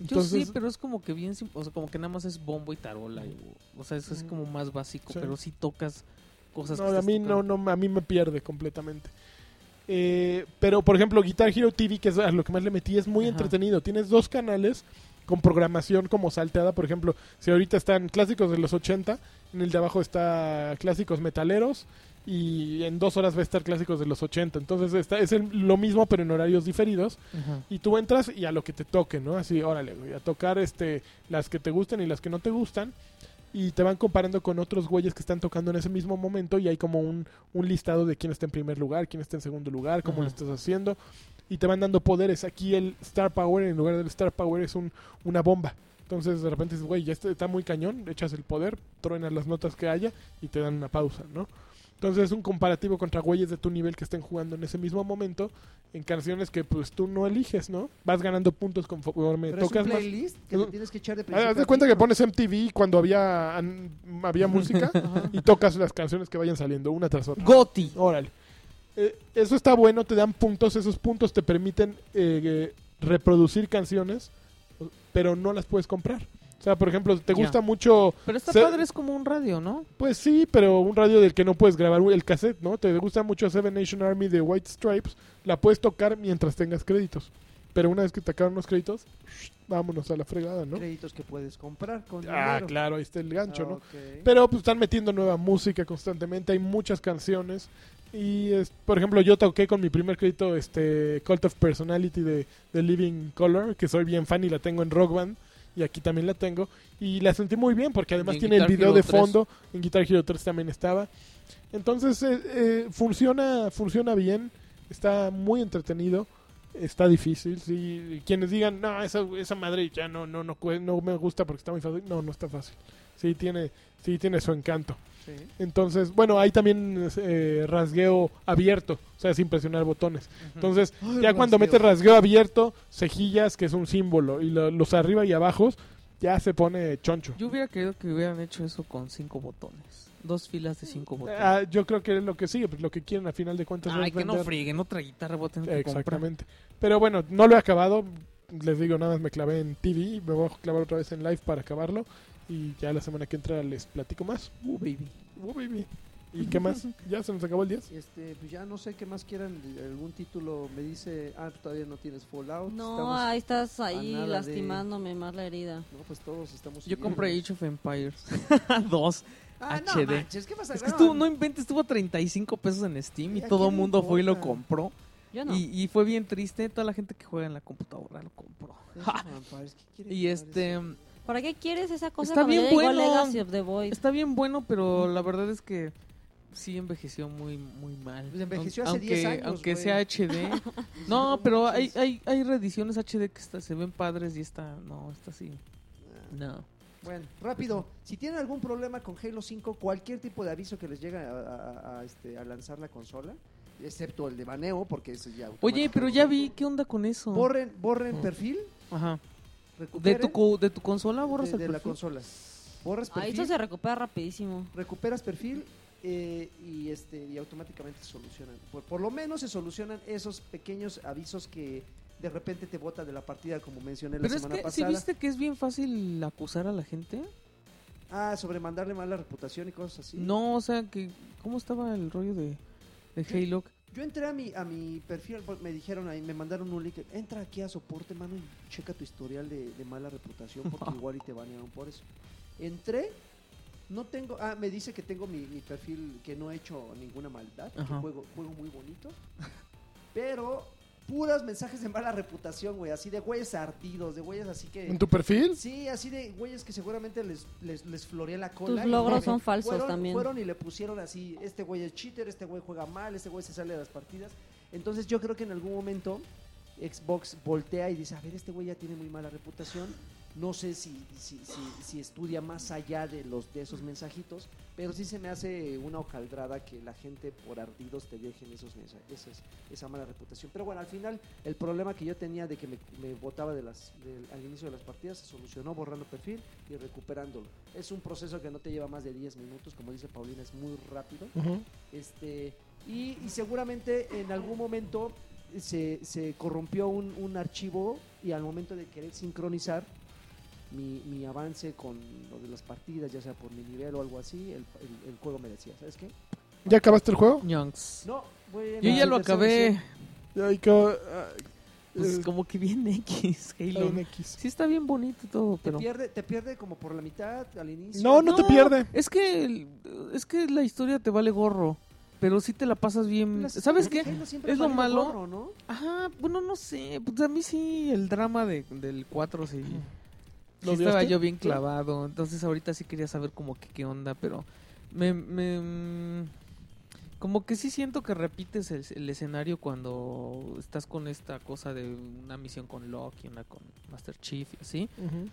Speaker 1: Entonces,
Speaker 2: Yo sí, pero es como que bien, sim- o sea, como que nada más es bombo y tarola. y- o sea, eso es como más básico,
Speaker 1: Mm. Sí.
Speaker 2: pero sí tocas cosas
Speaker 1: no,
Speaker 2: que
Speaker 1: a
Speaker 2: estás
Speaker 1: mí no,
Speaker 2: tocando.
Speaker 1: no, a mí me pierde completamente. Eh, pero, por ejemplo, Guitar Hero TV, que es a lo que más le metí, es muy
Speaker 2: Ajá.
Speaker 1: entretenido. Tienes dos canales con programación como salteada. Por ejemplo, si ahorita están clásicos de los 80, en el de abajo está clásicos metaleros y en dos horas va a estar clásicos de los 80. Entonces está, es el- lo mismo, pero en horarios diferidos.
Speaker 2: Ajá.
Speaker 1: Y tú entras y a lo que te toque, ¿no? Así, órale, güey, a tocar este, las que te gustan y las que no te gustan. Y te van comparando con otros güeyes que están tocando en ese mismo momento y hay como un, un listado de quién está en primer lugar, quién está en segundo lugar, cómo lo
Speaker 2: Ajá.
Speaker 1: estás haciendo. Y te van dando poderes. Aquí el Star Power, en lugar del Star Power, es un, una bomba. Entonces de repente dices, güey, ya está, está muy cañón, echas el poder, truenas las notas que haya y te dan una pausa, ¿no? Entonces es un comparativo contra güeyes de tu nivel que estén jugando en ese mismo momento en canciones que pues tú no eliges, ¿no? Vas ganando puntos conforme
Speaker 4: Pero es un
Speaker 1: tocas más.
Speaker 4: playlist que
Speaker 1: No. Ah,
Speaker 4: te tienes que echar de principio
Speaker 1: Haz
Speaker 4: a
Speaker 1: de cuenta
Speaker 4: fin,
Speaker 1: que
Speaker 4: ¿no?
Speaker 1: pones MTV cuando había an- había música y tocas las canciones que vayan saliendo una tras otra.
Speaker 2: Goti.
Speaker 1: Órale. Eh, eso está bueno, te dan puntos, esos puntos te permiten eh, eh, reproducir canciones, pero no las puedes comprar. O sea, por ejemplo, te
Speaker 2: Ya.
Speaker 1: gusta mucho
Speaker 2: Pero está
Speaker 1: Se-
Speaker 2: padre, es como un radio, ¿no?
Speaker 1: pues sí, pero un radio del que no puedes grabar el cassette, ¿no? Te gusta mucho Seven Nation Army de White Stripes, la puedes tocar mientras tengas créditos. Pero una vez que te acaban los créditos, vámonos a la fregada, ¿no?
Speaker 4: créditos que puedes comprar con
Speaker 1: Ah,
Speaker 4: dinero. Ah,
Speaker 1: claro, ahí está el gancho, ¿no?
Speaker 4: Ok.
Speaker 1: Pero pues están metiendo nueva música constantemente, hay muchas canciones. Y es- por ejemplo, yo toqué con mi primer crédito este Cult of Personality de, de Living Color, que soy bien fan y la tengo en Rock Band. Y aquí también la tengo. Y la sentí muy bien porque además
Speaker 2: en
Speaker 1: tiene el
Speaker 2: Guitar
Speaker 1: video
Speaker 2: Hero
Speaker 1: de
Speaker 2: 3.
Speaker 1: fondo. En Guitar Hero 3 también estaba. Entonces eh, eh, funciona, funciona bien. Está muy entretenido. Está difícil. Si quienes digan, no, esa, esa madre ya no, no, no, cue- no me gusta porque está muy fácil. No, no está fácil. Sí tiene, sí tiene su encanto.
Speaker 4: Sí.
Speaker 1: Entonces, bueno, hay también eh, rasgueo abierto, o sea, sin presionar botones. Entonces,
Speaker 4: Ay,
Speaker 1: ya cuando
Speaker 4: rasgueo.
Speaker 1: metes rasgueo abierto, cejillas, que es un símbolo, y lo- los arriba y abajo, ya se pone choncho.
Speaker 2: Yo hubiera querido que hubieran hecho eso con cinco botones. Dos filas de cinco botones.
Speaker 1: Ah, yo creo que es lo que sigue, pues, lo que quieren a final de cuentas.
Speaker 2: Ay,
Speaker 1: es
Speaker 2: que no
Speaker 1: vender.
Speaker 2: frieguen, otra guitarra voy a tener que comprar.
Speaker 1: Exactamente. Pero bueno, no lo he acabado. Les digo, nada más me clavé en TV, me voy a clavar otra vez en live para acabarlo. Y ya la semana que entra les platico más.
Speaker 2: Uh, baby. Eh,
Speaker 1: Uh, baby. ¿Y qué más? ¿Ya se nos acabó el 10?
Speaker 4: Este, pues ya no sé qué más quieran. Algún título me dice, ah, todavía no tienes Fallout.
Speaker 5: No, ah.
Speaker 4: estamos-
Speaker 5: ahí estás
Speaker 4: a
Speaker 5: ahí
Speaker 4: nada de-
Speaker 5: lastimándome más la herida.
Speaker 4: no, pues todos estamos.
Speaker 2: Yo
Speaker 4: siguiendo.
Speaker 2: compré Age of Empires. Dos.
Speaker 4: Ah,
Speaker 2: HD.
Speaker 4: no manches, ¿qué pasa?
Speaker 2: Es que estuvo, no inventes, estuvo a 35 pesos en Steam y
Speaker 4: ¿A
Speaker 2: todo
Speaker 4: quién
Speaker 2: el
Speaker 4: le
Speaker 2: mundo fue y lo
Speaker 4: importa?
Speaker 2: compró.
Speaker 5: Yo no.
Speaker 2: Y, y fue bien triste, toda la gente que juega en la computadora lo compró. Ja. Y este
Speaker 5: ¿Para qué quieres esa cosa
Speaker 2: Está
Speaker 5: cuando ya
Speaker 2: bien
Speaker 5: llegó
Speaker 2: bueno.
Speaker 5: Legacy of the Void?
Speaker 2: está bien bueno, pero la verdad es que sí envejeció muy muy mal.
Speaker 4: Pues envejeció
Speaker 2: Aun-
Speaker 4: hace
Speaker 2: aunque,
Speaker 4: 10 años,
Speaker 2: Aunque
Speaker 4: güey.
Speaker 2: sea HD. no, pero hay, hay, hay reediciones HD que está- se ven padres y esta no, esta sí. No.
Speaker 4: Bueno, rápido. Si tienen algún problema con Halo 5, cualquier tipo de aviso que les llegue a, a- a- a, este, a lanzar la consola, excepto el de baneo, porque eso ya.
Speaker 2: Oye, pero ya vi, ¿qué onda con eso?
Speaker 4: Borren, borren perfil,
Speaker 2: Ajá. ¿De
Speaker 4: recuperen.
Speaker 2: tu, co- de tu consola borras
Speaker 4: de,
Speaker 2: el
Speaker 4: de la
Speaker 2: perfil?
Speaker 4: consola. Borras
Speaker 5: Ah,
Speaker 4: perfil.
Speaker 5: esto se recupera rapidísimo.
Speaker 4: recuperas perfil eh, y este y automáticamente se solucionan. Por, por lo menos se solucionan esos pequeños avisos que de repente te bota de la partida, como mencioné la
Speaker 2: Pero es
Speaker 4: semana
Speaker 2: que, ¿sí
Speaker 4: pasada.
Speaker 2: viste que es bien fácil acusar a la gente?
Speaker 4: Ah, sobre mandarle mala reputación y cosas así.
Speaker 2: No, o sea, que ¿cómo estaba el rollo de, de Halo?
Speaker 4: Yo entré a mi, a mi perfil, pues, me dijeron ahí, me mandaron un link. Entra aquí a soporte, mano, y checa tu historial de, de mala reputación, porque igual y te banearon por eso. Entré, no tengo. Ah, me dice que tengo mi, mi perfil, que no he hecho ninguna maldad, que
Speaker 2: Ajá.
Speaker 4: juego, juego muy bonito. Pero puros mensajes de mala reputación, güey, así de güeyes ardidos, de güeyes así que.
Speaker 1: ¿En tu perfil?
Speaker 4: Sí, así de güeyes que seguramente les, les, les floreé la cola.
Speaker 5: Tus
Speaker 4: y
Speaker 5: logros
Speaker 4: fueron-
Speaker 5: son falsos
Speaker 4: fueron-
Speaker 5: también.
Speaker 4: Fueron y le pusieron así, este güey es cheater, este güey juega mal, este güey se sale de las partidas. Entonces yo creo que en algún momento Xbox voltea y dice, a ver, este güey ya tiene muy mala reputación. No sé si, si, si, si estudia más allá de, los, de esos mensajitos, pero sí se me hace una hojaldrada que la gente por ardidos te dejen esos mensajes, esas- esa mala reputación. Pero bueno, al final el problema que yo tenía de que me, me botaba de las, del- al inicio de las partidas se solucionó borrando perfil y recuperándolo. Es un proceso que no te lleva más de 10 minutos, como dice Paulina, es muy rápido.
Speaker 1: Ujú.
Speaker 4: Este, y, y seguramente en algún momento se, se corrompió un, un archivo y al momento de querer sincronizar mi, mi avance con lo de las partidas, ya sea por mi nivel o algo así, el, el- el juego me decía, ¿sabes qué?
Speaker 1: ¿Ya acabaste el juego?
Speaker 2: Ñonks.
Speaker 4: No, bueno,
Speaker 2: Yo ya lo
Speaker 4: el tercero sí.
Speaker 2: acabé.
Speaker 1: Ay, co- ah,
Speaker 2: Pues
Speaker 1: eh,
Speaker 2: como que bien X,
Speaker 1: Halo
Speaker 2: Halo.
Speaker 1: NX.
Speaker 2: Sí está bien bonito y todo,
Speaker 4: Te
Speaker 2: pero...
Speaker 4: pierde, te pierde como por la mitad al inicio.
Speaker 1: No, no te
Speaker 2: No.
Speaker 1: pierde.
Speaker 2: Es que, el- es que la historia te vale gorro, pero sí te la pasas bien.
Speaker 4: Las-
Speaker 2: ¿Sabes
Speaker 4: los
Speaker 2: qué?
Speaker 4: Halo siempre
Speaker 2: Es lo
Speaker 4: valen
Speaker 2: malo.
Speaker 4: gorro, ¿no?
Speaker 2: Ajá, bueno, no sé. Pues a mí sí, el drama de, del 4 sí. sí
Speaker 1: ¿Lo
Speaker 2: estaba
Speaker 1: odiaste?
Speaker 2: yo bien clavado. Entonces ahorita sí quería saber como que qué onda, pero me... me mm, como que sí siento que repites el, el escenario cuando estás con esta cosa de una misión con Loki, una con Master Chief y así.
Speaker 1: Ujú.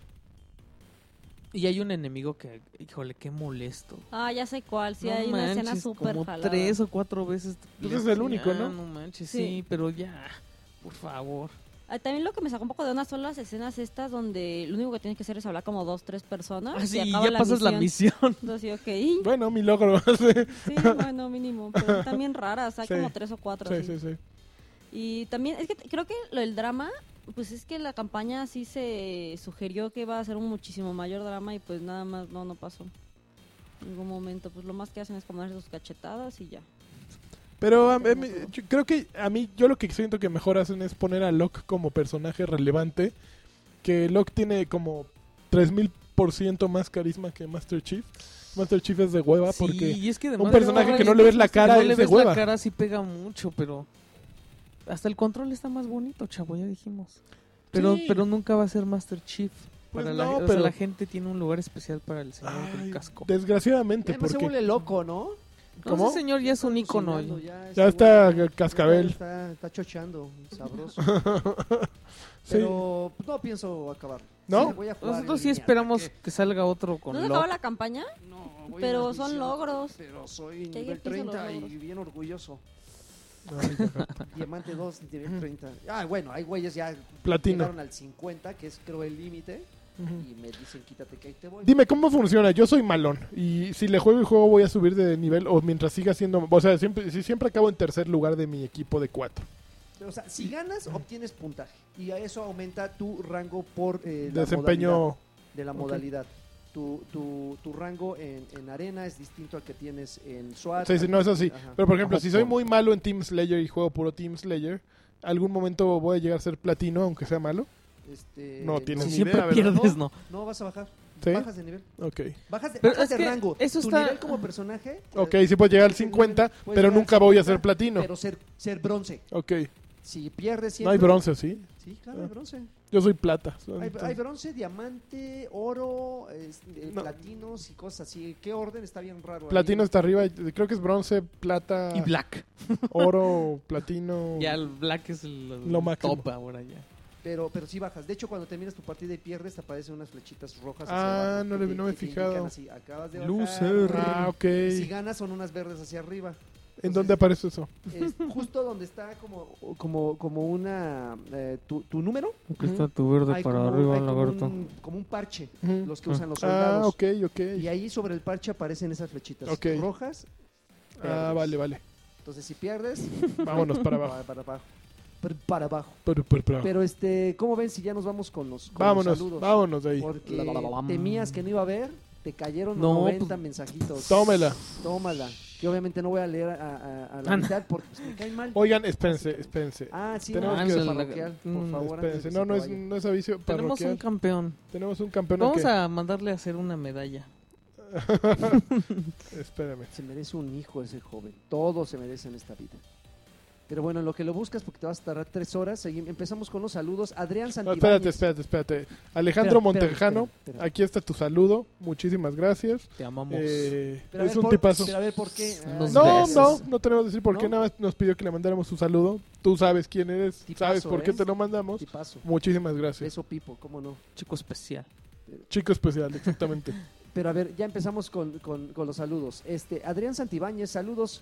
Speaker 2: Y hay un enemigo que, híjole, qué molesto.
Speaker 5: Ah, ya sé cuál. Sí,
Speaker 2: No
Speaker 5: hay una escena
Speaker 2: manches,
Speaker 5: súper
Speaker 2: como
Speaker 5: jalada.
Speaker 2: tres o cuatro veces. te
Speaker 1: Pues
Speaker 2: peleas
Speaker 1: es el
Speaker 2: y,
Speaker 1: único,
Speaker 2: ah,
Speaker 1: ¿no?
Speaker 2: No manches, sí.
Speaker 5: Sí.
Speaker 2: pero ya, por favor.
Speaker 5: Ah, También lo que me sacó un poco de onda son las escenas estas donde lo único que tienes que hacer es hablar como dos, tres personas.
Speaker 1: Ah,
Speaker 2: Así
Speaker 5: y
Speaker 2: Ah, ya
Speaker 5: acaba la
Speaker 2: pasas la
Speaker 5: misión.
Speaker 2: misión.
Speaker 5: Entonces, ok.
Speaker 1: Bueno, mi logro. sí,
Speaker 5: Sí, bueno, mínimo. Pero también raras. Hay
Speaker 1: Sí.
Speaker 5: como tres o cuatro.
Speaker 1: sí,
Speaker 5: así.
Speaker 1: sí, sí.
Speaker 5: Y también, es que t- creo que lo del drama, pues es que la campaña sí se sugirió que iba a ser un muchísimo mayor drama y pues nada más no, no pasó. En ningún momento. Pues lo más que hacen es como darse sus cachetadas y ya.
Speaker 1: Pero a mí- yo creo que a mí, yo lo que siento que mejor hacen es poner a Locke como personaje relevante. Que Locke tiene como 3000% más carisma que Master Chief. Master Chief es de hueva
Speaker 2: Sí,
Speaker 1: porque.
Speaker 2: y es que
Speaker 1: un personaje que no le ves la cara
Speaker 2: no le
Speaker 1: es de
Speaker 2: ves
Speaker 1: hueva.
Speaker 2: la cara sí pega mucho, pero hasta el control está más bonito, chavo, ya dijimos. Pero
Speaker 1: Sí.
Speaker 2: pero nunca va a ser Master Chief.
Speaker 1: Pues
Speaker 2: para la,
Speaker 1: no,
Speaker 2: o sea,
Speaker 1: pero-
Speaker 2: la gente tiene un lugar especial para el señor
Speaker 1: Ay,
Speaker 2: del casco.
Speaker 1: desgraciadamente,
Speaker 4: Además se
Speaker 1: porque.
Speaker 4: vuelve loco, ¿no?
Speaker 2: No, ese señor ya es un ícono.
Speaker 4: Cocinando,
Speaker 1: Ya
Speaker 4: este
Speaker 1: está
Speaker 4: güey
Speaker 1: el cascabel.
Speaker 4: Está, está chochando, sabroso.
Speaker 1: Sí.
Speaker 4: Pero pues, no pienso acabar.
Speaker 1: ¿No?
Speaker 4: Sí, voy a jugar
Speaker 2: Nosotros
Speaker 4: en
Speaker 2: sí
Speaker 4: línea,
Speaker 2: esperamos
Speaker 4: ¿para qué?
Speaker 2: que salga otro con
Speaker 5: ¿No se
Speaker 2: Locke.
Speaker 5: acabó la campaña?
Speaker 4: No, voy
Speaker 5: Pero
Speaker 4: a una
Speaker 5: son
Speaker 4: misión,
Speaker 5: logros.
Speaker 4: Pero soy
Speaker 5: Que
Speaker 4: nivel
Speaker 5: ayer pienso los
Speaker 4: 30 y
Speaker 5: logros.
Speaker 4: bien orgulloso.
Speaker 1: Ay, ya.
Speaker 4: Diamante 2, nivel 30. Ah, bueno, hay güeyes ya
Speaker 1: Platino.
Speaker 4: llegaron al 50, que es creo el límite.
Speaker 1: Ujú.
Speaker 4: Y me dicen, quítate que ahí te voy.
Speaker 1: Dime, ¿cómo funciona? Yo soy malón. Y si le juego y juego, voy a subir de nivel. O mientras siga siendo. O sea, siempre, si siempre acabo en tercer lugar de mi equipo de cuatro.
Speaker 4: O sea, si ganas, obtienes puntaje. Y a eso aumenta tu rango por eh, la modalidad
Speaker 1: Desempeño.
Speaker 4: de la
Speaker 1: Ok.
Speaker 4: modalidad. Tu, tu, tu rango en, en arena es distinto al que tienes en SWAT.
Speaker 1: Sí, sí, no es así.
Speaker 4: Ajá.
Speaker 1: Pero por ejemplo,
Speaker 2: Ajá,
Speaker 1: si soy
Speaker 2: por-
Speaker 1: muy malo en Team Slayer y juego puro Team Slayer, algún momento voy a llegar a ser platino, aunque sea malo.
Speaker 4: Este,
Speaker 1: No tienes
Speaker 2: Si
Speaker 1: Ni
Speaker 2: siempre
Speaker 1: idea, ¿verdad?
Speaker 2: pierdes, no.
Speaker 4: No, vas a bajar.
Speaker 1: ¿Sí?
Speaker 4: Bajas de nivel.
Speaker 1: Ok.
Speaker 4: Bajas de,
Speaker 2: Pero
Speaker 4: bajas
Speaker 2: es
Speaker 4: de
Speaker 2: que
Speaker 4: rango.
Speaker 2: eso
Speaker 4: tu
Speaker 2: está-
Speaker 4: nivel como personaje.
Speaker 1: Ok,
Speaker 4: eh,
Speaker 1: sí puedo llegar al
Speaker 4: puedes
Speaker 1: 50,
Speaker 4: llegar- puedes
Speaker 1: pero
Speaker 4: pues, llegar al
Speaker 1: nunca voy a
Speaker 4: 50,
Speaker 1: ser platino.
Speaker 4: Pero ser, ser bronce.
Speaker 1: Ok.
Speaker 4: Si pierdes
Speaker 1: No
Speaker 4: siempre.
Speaker 1: hay bronce, Ah, ¿sí?
Speaker 4: Sí, claro, hay bronce.
Speaker 1: Yo soy plata.
Speaker 4: Hay,
Speaker 1: entonces-
Speaker 4: hay bronce, diamante, oro, este,
Speaker 1: No.
Speaker 4: platinos y cosas así. ¿Qué orden está bien raro? ahí.
Speaker 1: Platino está arriba, creo que es bronce, plata,
Speaker 5: Ah.
Speaker 2: Y Black.
Speaker 1: oro, platino.
Speaker 2: Ya el Black es el,
Speaker 1: Oh. Lo máximo.
Speaker 2: top ahora ya.
Speaker 4: Pero, pero sí bajas. De hecho, cuando terminas tu partida y pierdes, te aparecen unas flechitas rojas.
Speaker 1: Ah,
Speaker 4: hacia abajo
Speaker 1: no
Speaker 4: que
Speaker 1: le-
Speaker 4: te-
Speaker 1: no me he
Speaker 4: que te
Speaker 1: fijado.
Speaker 4: indican así, acabas de bajar.
Speaker 1: Loser. Ah, ok.
Speaker 4: Si ganas, son unas verdes hacia arriba.
Speaker 1: ¿En dónde aparece eso?
Speaker 4: Es justo donde está como, como, como una. eh, tu, tu número.
Speaker 1: Aquí está
Speaker 2: tu verde
Speaker 4: hay como- hay como un, como un parche.
Speaker 1: Ujú.
Speaker 4: Los que usan los
Speaker 1: Ah,
Speaker 4: soldados.
Speaker 1: ok, ok.
Speaker 4: Y ahí sobre el parche aparecen esas flechitas
Speaker 1: Ok.
Speaker 4: rojas.
Speaker 1: Ah,
Speaker 4: verdes.
Speaker 1: vale, vale.
Speaker 4: Entonces, si pierdes,
Speaker 1: Vámonos para abajo.
Speaker 4: para, para abajo. Para, para abajo.
Speaker 1: Pero, pero, pero-
Speaker 4: Pero este, ¿cómo ven si ya nos vamos con los, con los
Speaker 1: Vámonos,
Speaker 4: saludos?
Speaker 1: vámonos de ahí.
Speaker 4: Porque
Speaker 2: La, la, la, la,
Speaker 4: temías que no iba a haber, te cayeron
Speaker 2: No,
Speaker 4: 90
Speaker 2: pues-
Speaker 4: mensajitos.
Speaker 1: Tómela.
Speaker 4: Tómala. Yo obviamente no voy a leer a, a- a la
Speaker 2: Ah, no.
Speaker 4: mitad porque pues, me caen mal.
Speaker 1: Oigan, espérense, espérense.
Speaker 4: Ah, sí,
Speaker 1: tenemos
Speaker 4: no,
Speaker 1: que-
Speaker 4: aviso parroquial, por
Speaker 2: Mm,
Speaker 4: favor. antes
Speaker 1: Espérense,
Speaker 4: de que
Speaker 1: no,
Speaker 4: se
Speaker 1: no
Speaker 4: te
Speaker 1: es,
Speaker 4: vaya.
Speaker 1: no es avicio
Speaker 2: Tenemos un
Speaker 1: parroquial.
Speaker 2: campeón.
Speaker 1: Tenemos un campeón.
Speaker 2: Vamos
Speaker 1: que-
Speaker 2: a mandarle a hacer una medalla.
Speaker 1: Espérame.
Speaker 4: Se merece un hijo ese joven. Todos se merecen esta vida. Pero bueno, en lo que lo buscas, porque te vas a tardar tres horas, seguim- empezamos con los saludos. Adrián
Speaker 1: No,
Speaker 4: Santibáñez.
Speaker 1: espérate, espérate, espérate. Alejandro
Speaker 4: Espera, espera,
Speaker 1: Montejano,
Speaker 4: espera, espera.
Speaker 1: aquí está tu saludo. Muchísimas gracias.
Speaker 2: Te amamos.
Speaker 1: Eh,
Speaker 4: Pero a
Speaker 1: es
Speaker 4: ver,
Speaker 1: un
Speaker 4: por-
Speaker 1: tipazo.
Speaker 4: Pero a ver, ¿por qué? Ah,
Speaker 2: Unos
Speaker 1: No,
Speaker 2: Gracias.
Speaker 1: no, no tenemos que decir por qué.
Speaker 4: ¿No?
Speaker 1: Nada más nos pidió que le mandáramos su saludo. Tú sabes quién eres,
Speaker 4: Tipazo,
Speaker 1: sabes por qué
Speaker 4: ¿eh?
Speaker 1: te lo mandamos.
Speaker 4: Tipazo.
Speaker 1: Muchísimas gracias.
Speaker 4: Beso Pipo, cómo no.
Speaker 2: Chico especial.
Speaker 1: Chico especial, exactamente.
Speaker 4: Pero a ver, ya empezamos con, con- con los saludos. Este, Adrián Santibáñez, saludos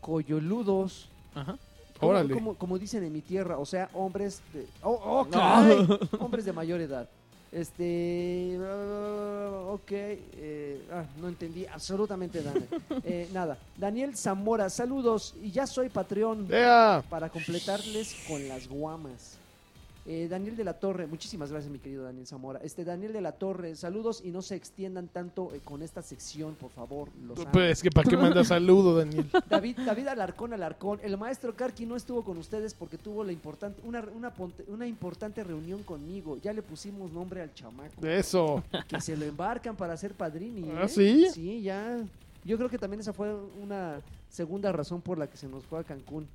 Speaker 4: coyoludos.
Speaker 2: Ajá.
Speaker 4: Como-
Speaker 1: Órale.
Speaker 4: Como, como dicen en mi tierra, o sea, hombres de, oh, oh, caray, hombres de mayor edad. Este. ah, Ok. eh, ah, no entendí absolutamente nada. Eh, nada. Daniel Zamora, saludos. Y ya soy
Speaker 1: Eh,
Speaker 4: Patreon
Speaker 1: ¡Ea!
Speaker 4: para completarles con las guamas. Eh, Daniel de la Torre, muchísimas gracias mi querido Daniel Zamora. Este Daniel de la Torre, saludos y no se extiendan tanto eh, con esta sección, por favor. Los amo.
Speaker 1: Pues es que para qué manda saludo, Daniel.
Speaker 4: David, David Alarcón, Alarcón. El maestro Karki no estuvo con ustedes porque tuvo la importante, una, una, ponte- una importante reunión conmigo. Ya le pusimos nombre al chamaco.
Speaker 1: Eso.
Speaker 4: Que se lo embarcan para ser padrini.
Speaker 1: ¿Ah,
Speaker 4: ¿eh?
Speaker 1: sí?
Speaker 4: Sí, ya. Yo creo que también esa fue una segunda razón por la que se nos fue a Cancún.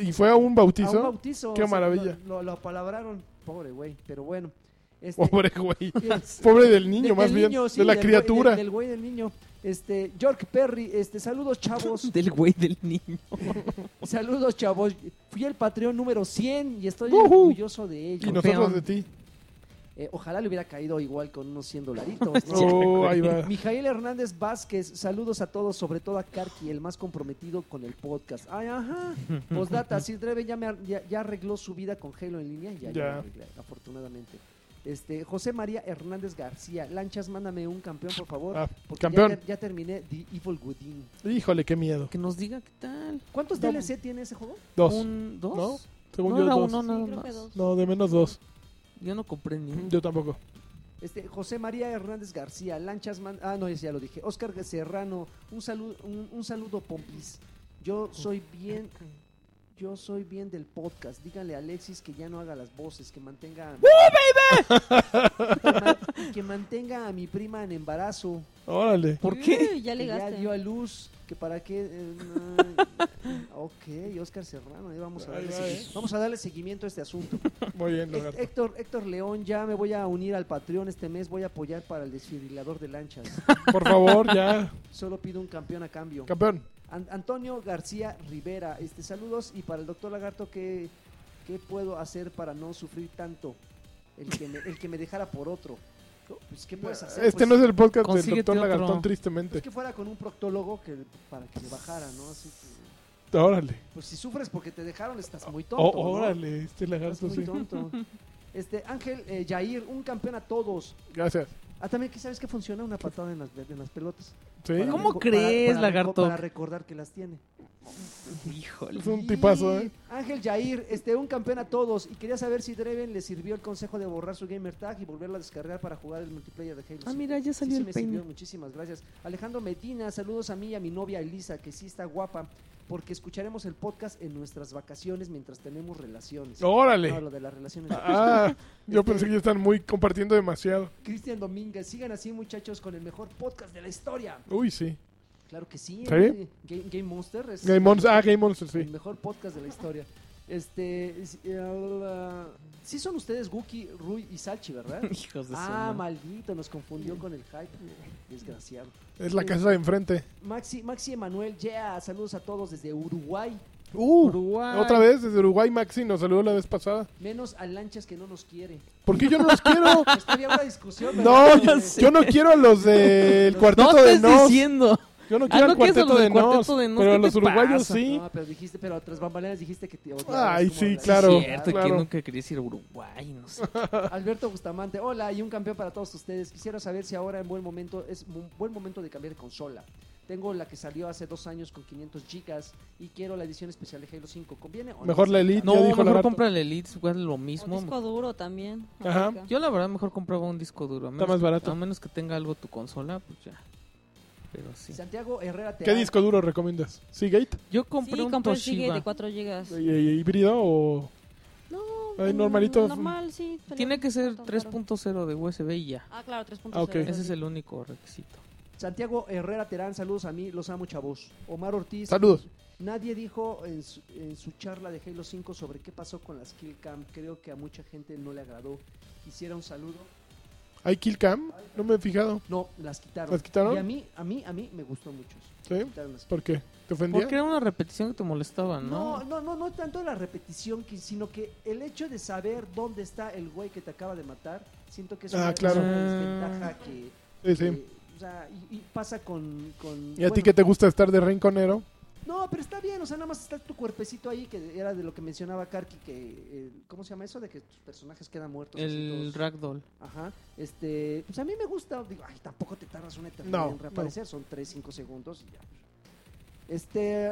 Speaker 1: ¿Y fue a un
Speaker 4: A un
Speaker 1: bautizo?
Speaker 4: bautizo.
Speaker 1: Qué
Speaker 4: o sea,
Speaker 1: maravilla.
Speaker 4: Lo, lo- lo apalabraron. Pobre güey, pero bueno. Este,
Speaker 1: Pobre güey.
Speaker 4: es-
Speaker 1: Pobre del niño,
Speaker 4: del-
Speaker 1: más
Speaker 4: del
Speaker 1: bien.
Speaker 4: niño, sí,
Speaker 1: de la
Speaker 4: del güey-
Speaker 1: criatura.
Speaker 4: del- Del güey del niño. Este, York Perry, este, saludos chavos.
Speaker 2: Del güey del niño.
Speaker 4: saludos chavos. Fui el Patreon número 100 y estoy
Speaker 1: Ujú.
Speaker 4: orgulloso de ello.
Speaker 1: Y nosotros de ti.
Speaker 4: Eh, ojalá le hubiera caído igual con unos 100 dolaritos. ¿no?
Speaker 1: Oh, ahí va.
Speaker 4: Mijael Hernández Vázquez, saludos a todos, sobre todo a Karki, el más comprometido con el podcast. Ay, ajá. Postdata, Sir Dreven ya, me ar- ya, ya arregló su vida con Halo en línea. Ya, ya
Speaker 1: Ya.
Speaker 4: lo arreglé, afortunadamente. Este, José María Hernández García, Lanchas, mándame un campeón, por favor.
Speaker 1: Ah,
Speaker 4: porque
Speaker 1: campeón.
Speaker 4: Ya, ter- ya terminé The Evil Within.
Speaker 1: Híjole, qué miedo.
Speaker 2: Que nos diga qué tal.
Speaker 4: ¿Cuántos
Speaker 1: No.
Speaker 4: DLC tiene ese juego?
Speaker 1: Dos.
Speaker 2: ¿Un, dos?
Speaker 1: ¿No? Según
Speaker 2: No,
Speaker 1: yo,
Speaker 2: era
Speaker 1: dos.
Speaker 2: uno nada
Speaker 5: Sí, creo que
Speaker 2: más.
Speaker 5: dos.
Speaker 1: No, de menos dos.
Speaker 2: Yo no compré ni uno.
Speaker 1: Yo tampoco.
Speaker 4: Este, José María Hernández García, Lanchas Man- Ah, no, ese ya lo dije. Oscar Serrano, un saludo, un, un saludo, Pompis. Yo soy bien. Yo soy bien del podcast. Díganle a Alexis que ya no haga las voces, que mantenga. baby! Que, ma- que mantenga a mi prima en embarazo.
Speaker 1: Órale.
Speaker 2: ¿Por qué?
Speaker 5: Uy, ya
Speaker 4: Que ya
Speaker 5: ligaste.
Speaker 4: dio a luz. Que para qué. eh, no. ok, Oscar Serrano, ahí vamos a
Speaker 1: Ahí
Speaker 4: darle,
Speaker 1: va,
Speaker 4: segui-
Speaker 1: eh.
Speaker 4: vamos a darle seguimiento a este asunto.
Speaker 1: Muy bien,
Speaker 4: Hé-
Speaker 1: Lagarto.
Speaker 4: Héctor, Héctor León, ya me voy a unir al Patreon este mes, voy a apoyar para el desfibrilador de lanchas.
Speaker 1: Por favor, ya.
Speaker 4: Solo pido un campeón a cambio.
Speaker 1: Campeón.
Speaker 4: An- Antonio García Rivera, este saludos y para el doctor Lagarto, ¿qué, qué puedo hacer para no sufrir tanto? El que me, el que me dejara por otro. No, Pues, ¿qué puedes hacer?
Speaker 1: Este
Speaker 4: Pues,
Speaker 1: no es el podcast del
Speaker 2: consíguete
Speaker 1: doctor
Speaker 2: otro.
Speaker 1: Lagartón,
Speaker 4: pues
Speaker 1: tristemente.
Speaker 4: que fuera con un proctólogo que, para que le bajara, ¿no? Así que,
Speaker 1: Órale.
Speaker 4: pues si sufres porque te dejaron, estás muy tonto.
Speaker 1: Oh,
Speaker 4: ¿no?
Speaker 1: órale, este
Speaker 4: Estás
Speaker 1: lagarto,
Speaker 4: muy
Speaker 1: sí.
Speaker 4: tonto. Este, Ángel eh, Yair, un campeón a todos.
Speaker 1: Gracias.
Speaker 4: Ah, también, que ¿sabes que funciona? Una patada en las, en las pelotas.
Speaker 1: Sí.
Speaker 4: Para
Speaker 2: ¿Cómo
Speaker 4: reco-
Speaker 2: crees,
Speaker 4: reco-
Speaker 2: lagarto?
Speaker 4: Para recordar que las tiene.
Speaker 2: Híjole.
Speaker 1: Es un tipazo,
Speaker 4: Y
Speaker 1: ¿eh?
Speaker 4: Ángel Jair, este, un campeón a todos. Y quería saber si Dreven le sirvió el consejo de borrar su gamer tag y volverlo a descargar para jugar el multiplayer de Halo.
Speaker 2: Ah,
Speaker 4: Sí,
Speaker 2: mira, ya
Speaker 4: sí,
Speaker 2: salió
Speaker 4: sí
Speaker 2: el
Speaker 4: me
Speaker 2: peine.
Speaker 4: sirvió. Muchísimas gracias. Alejandro Medina, saludos a mí y a mi novia Elisa, que sí está guapa, porque escucharemos el podcast en nuestras vacaciones mientras tenemos relaciones. No,
Speaker 1: Órale.
Speaker 4: lo de las relaciones.
Speaker 1: Ah, yo
Speaker 4: Este
Speaker 1: pensé que ya están muy compartiendo demasiado.
Speaker 4: Cristian Domínguez, sigan así, muchachos, con el mejor podcast de la historia.
Speaker 1: Uy, sí.
Speaker 4: Claro que sí.
Speaker 1: ¿Sí?
Speaker 4: eh, Game, Game Monster es
Speaker 1: Game Monster. Ah, Game Monster,
Speaker 4: el
Speaker 1: sí.
Speaker 4: mejor podcast de la historia. Este, es- eh, la- sí son ustedes Guki, Rui y Salchi, ¿verdad?
Speaker 2: Hijos de su
Speaker 4: ah,
Speaker 2: madre.
Speaker 4: maldito, nos confundió con el hype. Desgraciado.
Speaker 1: Es la casa de enfrente.
Speaker 4: Maxi, Maxi Emanuel, yeah, saludos a todos desde Uruguay,
Speaker 1: Uh,
Speaker 2: Uruguay.
Speaker 1: otra vez desde Uruguay, Maxi nos saludó la vez pasada.
Speaker 4: menos a Lanchas que no nos quiere.
Speaker 1: ¿Por qué yo no los quiero?
Speaker 4: Pues que había una discusión.
Speaker 1: No,
Speaker 4: ¿verdad?
Speaker 1: yo,
Speaker 4: Este,
Speaker 1: yo no quiero a los del
Speaker 2: No
Speaker 1: cuarteto de
Speaker 2: estés
Speaker 1: Nos.
Speaker 2: diciendo.
Speaker 1: Yo no
Speaker 2: Ah,
Speaker 1: quiero
Speaker 2: ¿no
Speaker 1: al
Speaker 2: quieres a
Speaker 1: cuarteto
Speaker 2: los
Speaker 1: de
Speaker 2: del
Speaker 1: Nos,
Speaker 2: Cuarteto de Nos?
Speaker 1: pero a
Speaker 2: ¿Qué
Speaker 1: los
Speaker 2: te
Speaker 1: uruguayos
Speaker 2: pasa?
Speaker 1: sí.
Speaker 4: No, pero dijiste, pero tras bambalinas dijiste que te odiabas,
Speaker 1: Ay,
Speaker 4: como
Speaker 1: sí,
Speaker 4: la-
Speaker 1: claro.
Speaker 2: Es cierto,
Speaker 1: claro.
Speaker 2: que nunca quería ir a Uruguay, no sé.
Speaker 4: Alberto Bustamante, hola y un campeón para todos ustedes. Quisiera saber si ahora en buen momento es un buen momento de cambiar de consola. Tengo la que salió hace dos años con 500 gigas y quiero la edición especial de Halo 5. ¿Conviene o no?
Speaker 1: Mejor la Elite,
Speaker 2: No,
Speaker 1: ya dijo
Speaker 2: mejor
Speaker 1: Lagarto.
Speaker 2: compra el Elite, igual lo
Speaker 5: O
Speaker 2: mismo.
Speaker 5: disco duro también.
Speaker 1: Ajá.
Speaker 5: Acá.
Speaker 2: Yo la verdad mejor compraba un disco duro. A menos,
Speaker 1: más barato.
Speaker 2: A menos que tenga algo tu consola, pues ya. Pero sí.
Speaker 4: Santiago Herrera te
Speaker 1: ¿Qué disco duro recomiendas? ¿Seagate?
Speaker 2: Yo
Speaker 5: Sí,
Speaker 2: compré un
Speaker 5: compré el Seagate
Speaker 2: Toshiba.
Speaker 5: de 4 GB.
Speaker 1: ¿Y- y- ¿Híbrido o...?
Speaker 5: No,
Speaker 1: Ay,
Speaker 5: mm,
Speaker 1: normalito.
Speaker 5: Normal, sí. pero
Speaker 2: Tiene que ser
Speaker 5: no tan caro.
Speaker 2: 3.0 de USB y ya.
Speaker 5: Ah, claro, 3.0.
Speaker 1: Ah, ok.
Speaker 2: Ese es el único requisito.
Speaker 4: Santiago Herrera Terán, saludos a mí, los amo chavos. Omar Ortiz,
Speaker 1: Saludos.
Speaker 4: nadie dijo en su, en su charla de Halo 5 sobre qué pasó con las kill cam. Creo que a mucha gente no le agradó. Quisiera un saludo.
Speaker 1: ¿Hay Kill Cam? No me he fijado.
Speaker 4: No, las quitaron.
Speaker 1: ¿Las quitaron?
Speaker 4: Y a mí, a mí, a mí me gustó mucho. eso.
Speaker 1: ¿Sí?
Speaker 4: Quitaron las
Speaker 1: ¿Por qué? ¿Te ofendía?
Speaker 2: Porque era una repetición que te molestaba, ¿no?
Speaker 4: No, no, no, no tanto la repetición, que- sino que el hecho de saber dónde está el güey que te acaba de matar, siento que es
Speaker 1: Ah,
Speaker 4: una,
Speaker 1: claro.
Speaker 4: es una desventaja que...
Speaker 1: Sí, sí.
Speaker 4: que, o sea, y, y pasa con... con-
Speaker 1: ¿Y a ti
Speaker 4: bueno,
Speaker 1: que te gusta estar de rinconero?
Speaker 4: No, pero está bien, o sea, nada más está tu cuerpecito ahí, que era de lo que mencionaba Karki, que, eh, ¿cómo se llama eso? De que tus personajes quedan muertos. así
Speaker 2: El
Speaker 4: todos.
Speaker 2: ragdoll.
Speaker 4: Ajá, este, pues a mí me gusta, digo, ay, tampoco te tardas una eternidad
Speaker 1: No,
Speaker 4: en reaparecer, son 3, 5 segundos y ya. Este,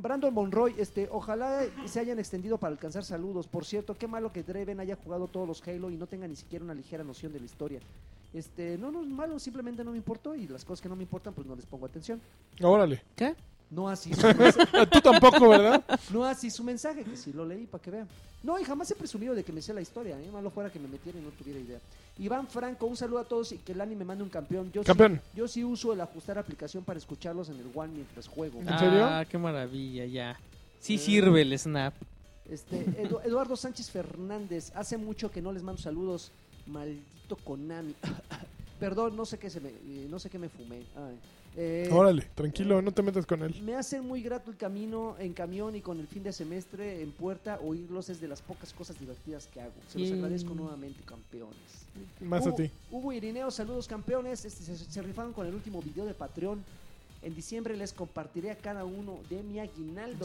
Speaker 4: Brandon Monroy, este, ojalá se hayan extendido para alcanzar saludos. Por cierto, qué malo que Draven haya jugado todos los Halo y no tenga ni siquiera una ligera noción de la historia. Este, no, no es malo, simplemente no me importó y las cosas que no me importan, pues no les pongo atención.
Speaker 1: Órale.
Speaker 2: ¿Qué?
Speaker 4: No así su mensaje,
Speaker 1: Tú tampoco, ¿verdad?
Speaker 4: no así su mensaje, que sí lo leí para que vean. No, y jamás he presumido de que me sé la historia, ¿eh? malo fuera que me metiera y no tuviera idea. Iván Franco, un saludo a todos y que el anime mande un campeón. Yo sí-
Speaker 1: Campeón.
Speaker 4: yo sí uso el ajustar aplicación para escucharlos en el One mientras juego.
Speaker 1: ¿En serio?
Speaker 2: Ah, qué maravilla, ya. Sí sirve el snap.
Speaker 4: Este, Edu- Eduardo Sánchez Fernández, hace mucho que no les mando saludos. Maldito Konami. Perdón, no sé qué se me, eh, no sé qué me fumé. Ay. Eh,
Speaker 1: Órale, tranquilo, no te metas con él.
Speaker 4: Me hace muy grato el camino en camión y con el fin de semestre en puerta. Oírlos es de las pocas cosas divertidas que hago. Se los
Speaker 2: Yay.
Speaker 4: agradezco nuevamente, campeones.
Speaker 1: Más a
Speaker 2: Uh.
Speaker 4: Hugo-
Speaker 1: ti.
Speaker 4: Hugo Irineo, saludos campeones. Este, se, se rifaron con el último video de Patreon. En diciembre les compartiré a cada uno de mi aguinaldo.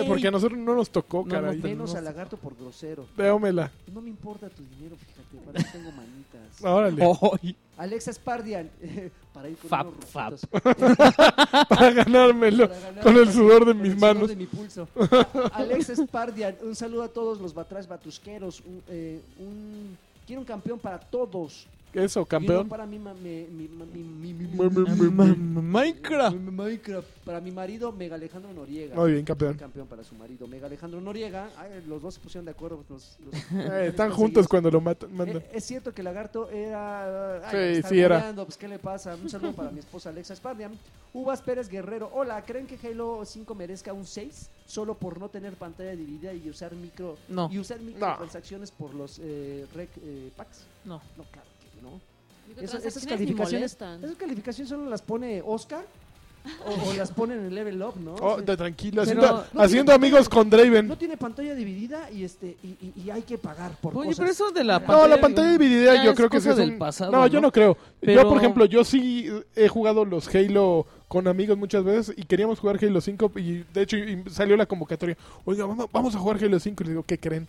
Speaker 1: Eh,
Speaker 2: ¡Ey!
Speaker 1: porque a nosotros no nos tocó,
Speaker 2: No, no,
Speaker 1: caray.
Speaker 2: te-
Speaker 4: Menos
Speaker 2: no.
Speaker 4: al lagarto por grosero.
Speaker 1: Déjamela.
Speaker 4: No me importa tu dinero, fíjate, para eso tengo manitas.
Speaker 1: Órale.
Speaker 2: Ay,
Speaker 4: Alexa Spardian, para ir con
Speaker 2: Fap,
Speaker 4: unos
Speaker 2: fap.
Speaker 4: rufitos.
Speaker 1: Para ganármelo.
Speaker 4: Para ganar
Speaker 1: Con el sudor de
Speaker 4: con
Speaker 1: mis
Speaker 4: el sudor
Speaker 1: manos.
Speaker 4: de mi pulso. Alex Spardian, un saludo a todos los batrás batusqueros. Un, eh, un- quiero un campeón para todos.
Speaker 1: Eso,
Speaker 4: Y no
Speaker 1: campeón.
Speaker 4: para mi, ma- me- mi- ma- mi- mi- mi-
Speaker 1: Muy, muy,
Speaker 4: mi-
Speaker 1: muy,
Speaker 2: ma-
Speaker 1: muy.
Speaker 2: ma- Minecraft.
Speaker 4: mi- Minecraft. Para mi marido, Mega Alejandro Noriega.
Speaker 1: Muy bien, campeón.
Speaker 4: Campeón para su marido, Mega Alejandro Noriega. Ay, los dos se pusieron de acuerdo. los- los-
Speaker 1: Eh, están juntos cuando lo matan. mandan.
Speaker 4: Eh, es cierto que Lagarto era.
Speaker 1: Sí,
Speaker 4: me está
Speaker 1: sí era.
Speaker 4: googleando, Pues, ¿Qué le pasa? Un saludo para mi esposa Alexa Spardian. Uvas Pérez Guerrero. Hola, ¿creen que Halo 5 merezca un 6? Solo por no tener pantalla dividida y usar micro.
Speaker 2: No.
Speaker 4: Y usar microtransacciones por los eh, rec, eh, packs.
Speaker 2: No.
Speaker 4: No, claro que no. Esas-
Speaker 5: Esas,
Speaker 4: esas calificaciones.
Speaker 5: molestan.
Speaker 4: Esas calificaciones solo las pone Oscar. O, o las pone en el level up, ¿no?
Speaker 1: Oh,
Speaker 4: Sí.
Speaker 1: te- tranquilo,
Speaker 2: Pero-
Speaker 1: haciendo,
Speaker 4: no
Speaker 1: haciendo
Speaker 4: tiene-
Speaker 1: amigos con Draven.
Speaker 4: No tiene pantalla dividida y este y, y- y hay que pagar por
Speaker 2: Oye,
Speaker 4: cosas.
Speaker 2: pero eso de la
Speaker 4: No,
Speaker 1: No,
Speaker 2: pantalla.
Speaker 1: la pantalla dividida
Speaker 2: ya
Speaker 1: yo
Speaker 2: es
Speaker 1: creo que sí
Speaker 2: cosa
Speaker 1: es
Speaker 2: del
Speaker 1: un-
Speaker 2: pasado,
Speaker 1: No, yo
Speaker 2: ¿no?
Speaker 1: no creo. Yo,
Speaker 2: Pero-
Speaker 1: por ejemplo, yo sí he jugado los Halo con amigos muchas veces y queríamos jugar Halo 5 y de hecho y- y salió la convocatoria. Oiga, vamos, vamos a jugar Halo 5 y le digo, ¿qué creen?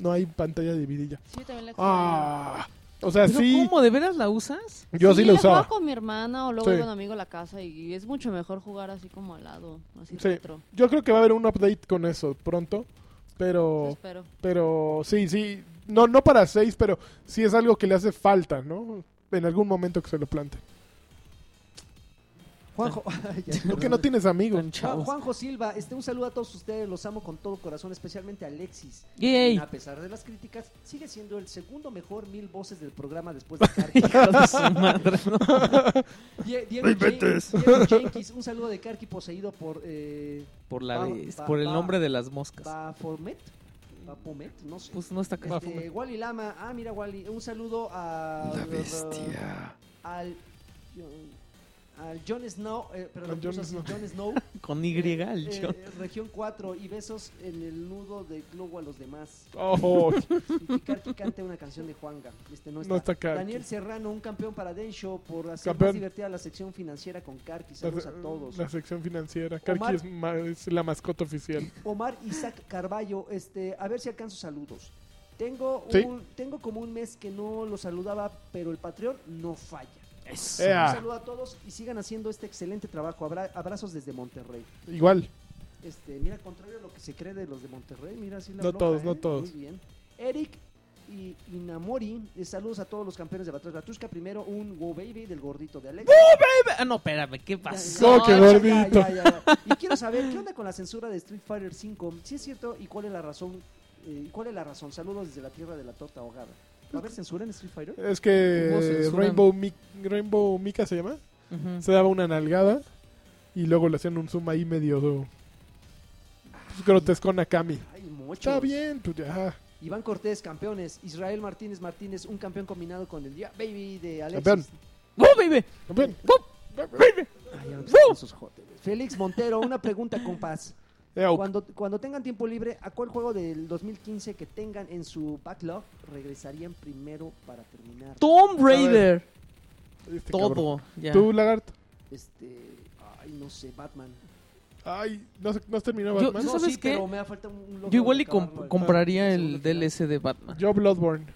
Speaker 1: No hay pantalla dividida.
Speaker 5: Sí, yo también la
Speaker 1: Ah, o sea,
Speaker 2: ¿Pero
Speaker 1: sí,
Speaker 2: ¿Cómo? ¿De veras la usas?
Speaker 1: yo sí,
Speaker 5: la
Speaker 1: lo usaba.
Speaker 5: jugaba con mi hermana o luego
Speaker 1: Sí.
Speaker 5: iba un amigo a la casa y es mucho mejor jugar así como al lado, así
Speaker 1: Sí.
Speaker 5: retro.
Speaker 1: Yo creo que va a haber un update con eso pronto,
Speaker 5: Eso
Speaker 1: pero
Speaker 5: espero.
Speaker 1: pero sí, sí, no no para 6, pero sí es algo que le hace falta, ¿no? En algún momento que se lo plante.
Speaker 4: Juanjo, Ay, ya.
Speaker 1: ¿Por qué no tienes amigos?
Speaker 2: Tan
Speaker 4: Juan-
Speaker 2: chavos.
Speaker 4: Juanjo Silva, este, un saludo a todos ustedes, los amo con todo corazón, especialmente a Alexis.
Speaker 2: Yay.
Speaker 4: quien, A pesar de las críticas, sigue siendo el segundo mejor mil voces del programa después de Karki.
Speaker 2: Hijos de su madre, ¿no?
Speaker 4: Die- Diego, Jen- Diego Jenkins, un saludo de Karki poseído por eh,
Speaker 2: Por, la
Speaker 4: Va-
Speaker 2: vez-
Speaker 4: va-
Speaker 2: por el
Speaker 4: va-
Speaker 2: nombre de las moscas.
Speaker 4: Bafomet. Bafomet, no sé.
Speaker 2: Pues no está acá.
Speaker 4: Este, Wally Lama, ah, mira Wally, un saludo a. uh, Al. uh, Al Jon Snow, eh, perdón,
Speaker 1: Al Jon
Speaker 4: puso así,
Speaker 1: Snow.
Speaker 4: Jon Snow.
Speaker 2: Con Y, el
Speaker 4: Eh,
Speaker 2: John.
Speaker 4: eh, región 4 y besos en el nudo de globo a los demás.
Speaker 1: Oh,
Speaker 4: Y que Karki cante una canción de Juanga. Este no está.
Speaker 1: no está acá.
Speaker 4: Daniel Serrano, un campeón para Densho por hacer
Speaker 1: Campeón.
Speaker 4: más divertida la sección financiera con Karki. Saludos a todos.
Speaker 1: La sección financiera. Karki
Speaker 4: Omar.
Speaker 1: es, ma- es la mascota oficial.
Speaker 4: Omar Isaac Carballo, este, a ver si alcanzo saludos. Tengo,
Speaker 1: Sí.
Speaker 4: un- tengo como un mes que no lo saludaba, pero el Patreon no falla.
Speaker 2: Eso.
Speaker 4: Un
Speaker 1: Ea,
Speaker 4: saludo a todos y sigan haciendo este excelente trabajo. Abra- abrazos desde Monterrey.
Speaker 1: igual.
Speaker 4: Este, mira, contrario a lo que se cree de los de Monterrey, mira, sí la
Speaker 1: No
Speaker 4: afloja,
Speaker 1: todos, no
Speaker 4: ¿eh?
Speaker 1: todos.
Speaker 4: Muy bien. Eric y Inamori, eh, saludos a todos los campeones de Batrás Batusca. Primero, un Go Baby del gordito de Alex.
Speaker 2: Ah, no, espérame, ¿qué
Speaker 1: No,
Speaker 2: pasó?
Speaker 1: qué gordito.
Speaker 4: Y quiero saber, ¿qué onda con la censura de Street Fighter 5? Si es cierto, ¿y cuál es la razón? Eh, ¿y ¿Cuál es la razón? Saludos desde la tierra de la torta ahogada. ¿Va a haber censura en Street Fighter?
Speaker 1: Es
Speaker 2: Hubo
Speaker 1: que
Speaker 2: censura.
Speaker 1: Rainbow, Mi- Rainbow Mika se llama.
Speaker 2: Ujú.
Speaker 1: Se daba una nalgada y luego le hacían un zoom ahí medio do- pues, grotescón a Kami.
Speaker 4: Ay, mucho.
Speaker 1: Está bien, pues ya.
Speaker 4: Iván Cortés, campeones. Israel Martínez Martínez, un campeón combinado con el Yeah Baby de Alex.
Speaker 1: Campeón.
Speaker 2: ¡Oh, baby!
Speaker 1: Ven.
Speaker 4: Ay, ya me empezaron esos jotes. Félix Montero, una pregunta, compás.
Speaker 1: Ea,
Speaker 4: Cuando, cuando tengan tiempo libre, ¿a cuál juego del 2015 que tengan en su backlog regresarían primero para terminar?
Speaker 2: Tomb Raider.
Speaker 1: este
Speaker 2: Todo.
Speaker 1: cabrón.
Speaker 2: Ya.
Speaker 1: Tú, lagarto.
Speaker 4: Este, Ay, no sé, Batman.
Speaker 1: Ay, ¿no, has- no has terminado
Speaker 2: Yo-
Speaker 1: Batman?
Speaker 2: ¿Tú
Speaker 4: No,
Speaker 2: sabes
Speaker 4: sí,
Speaker 2: qué?
Speaker 4: pero me ha faltado un logro
Speaker 2: Yo igual y
Speaker 4: acabarlo, ¿eh?
Speaker 2: comp-
Speaker 4: el-
Speaker 2: compraría el
Speaker 4: segundo final.
Speaker 2: DLC de Batman.
Speaker 1: Yo Bloodborne.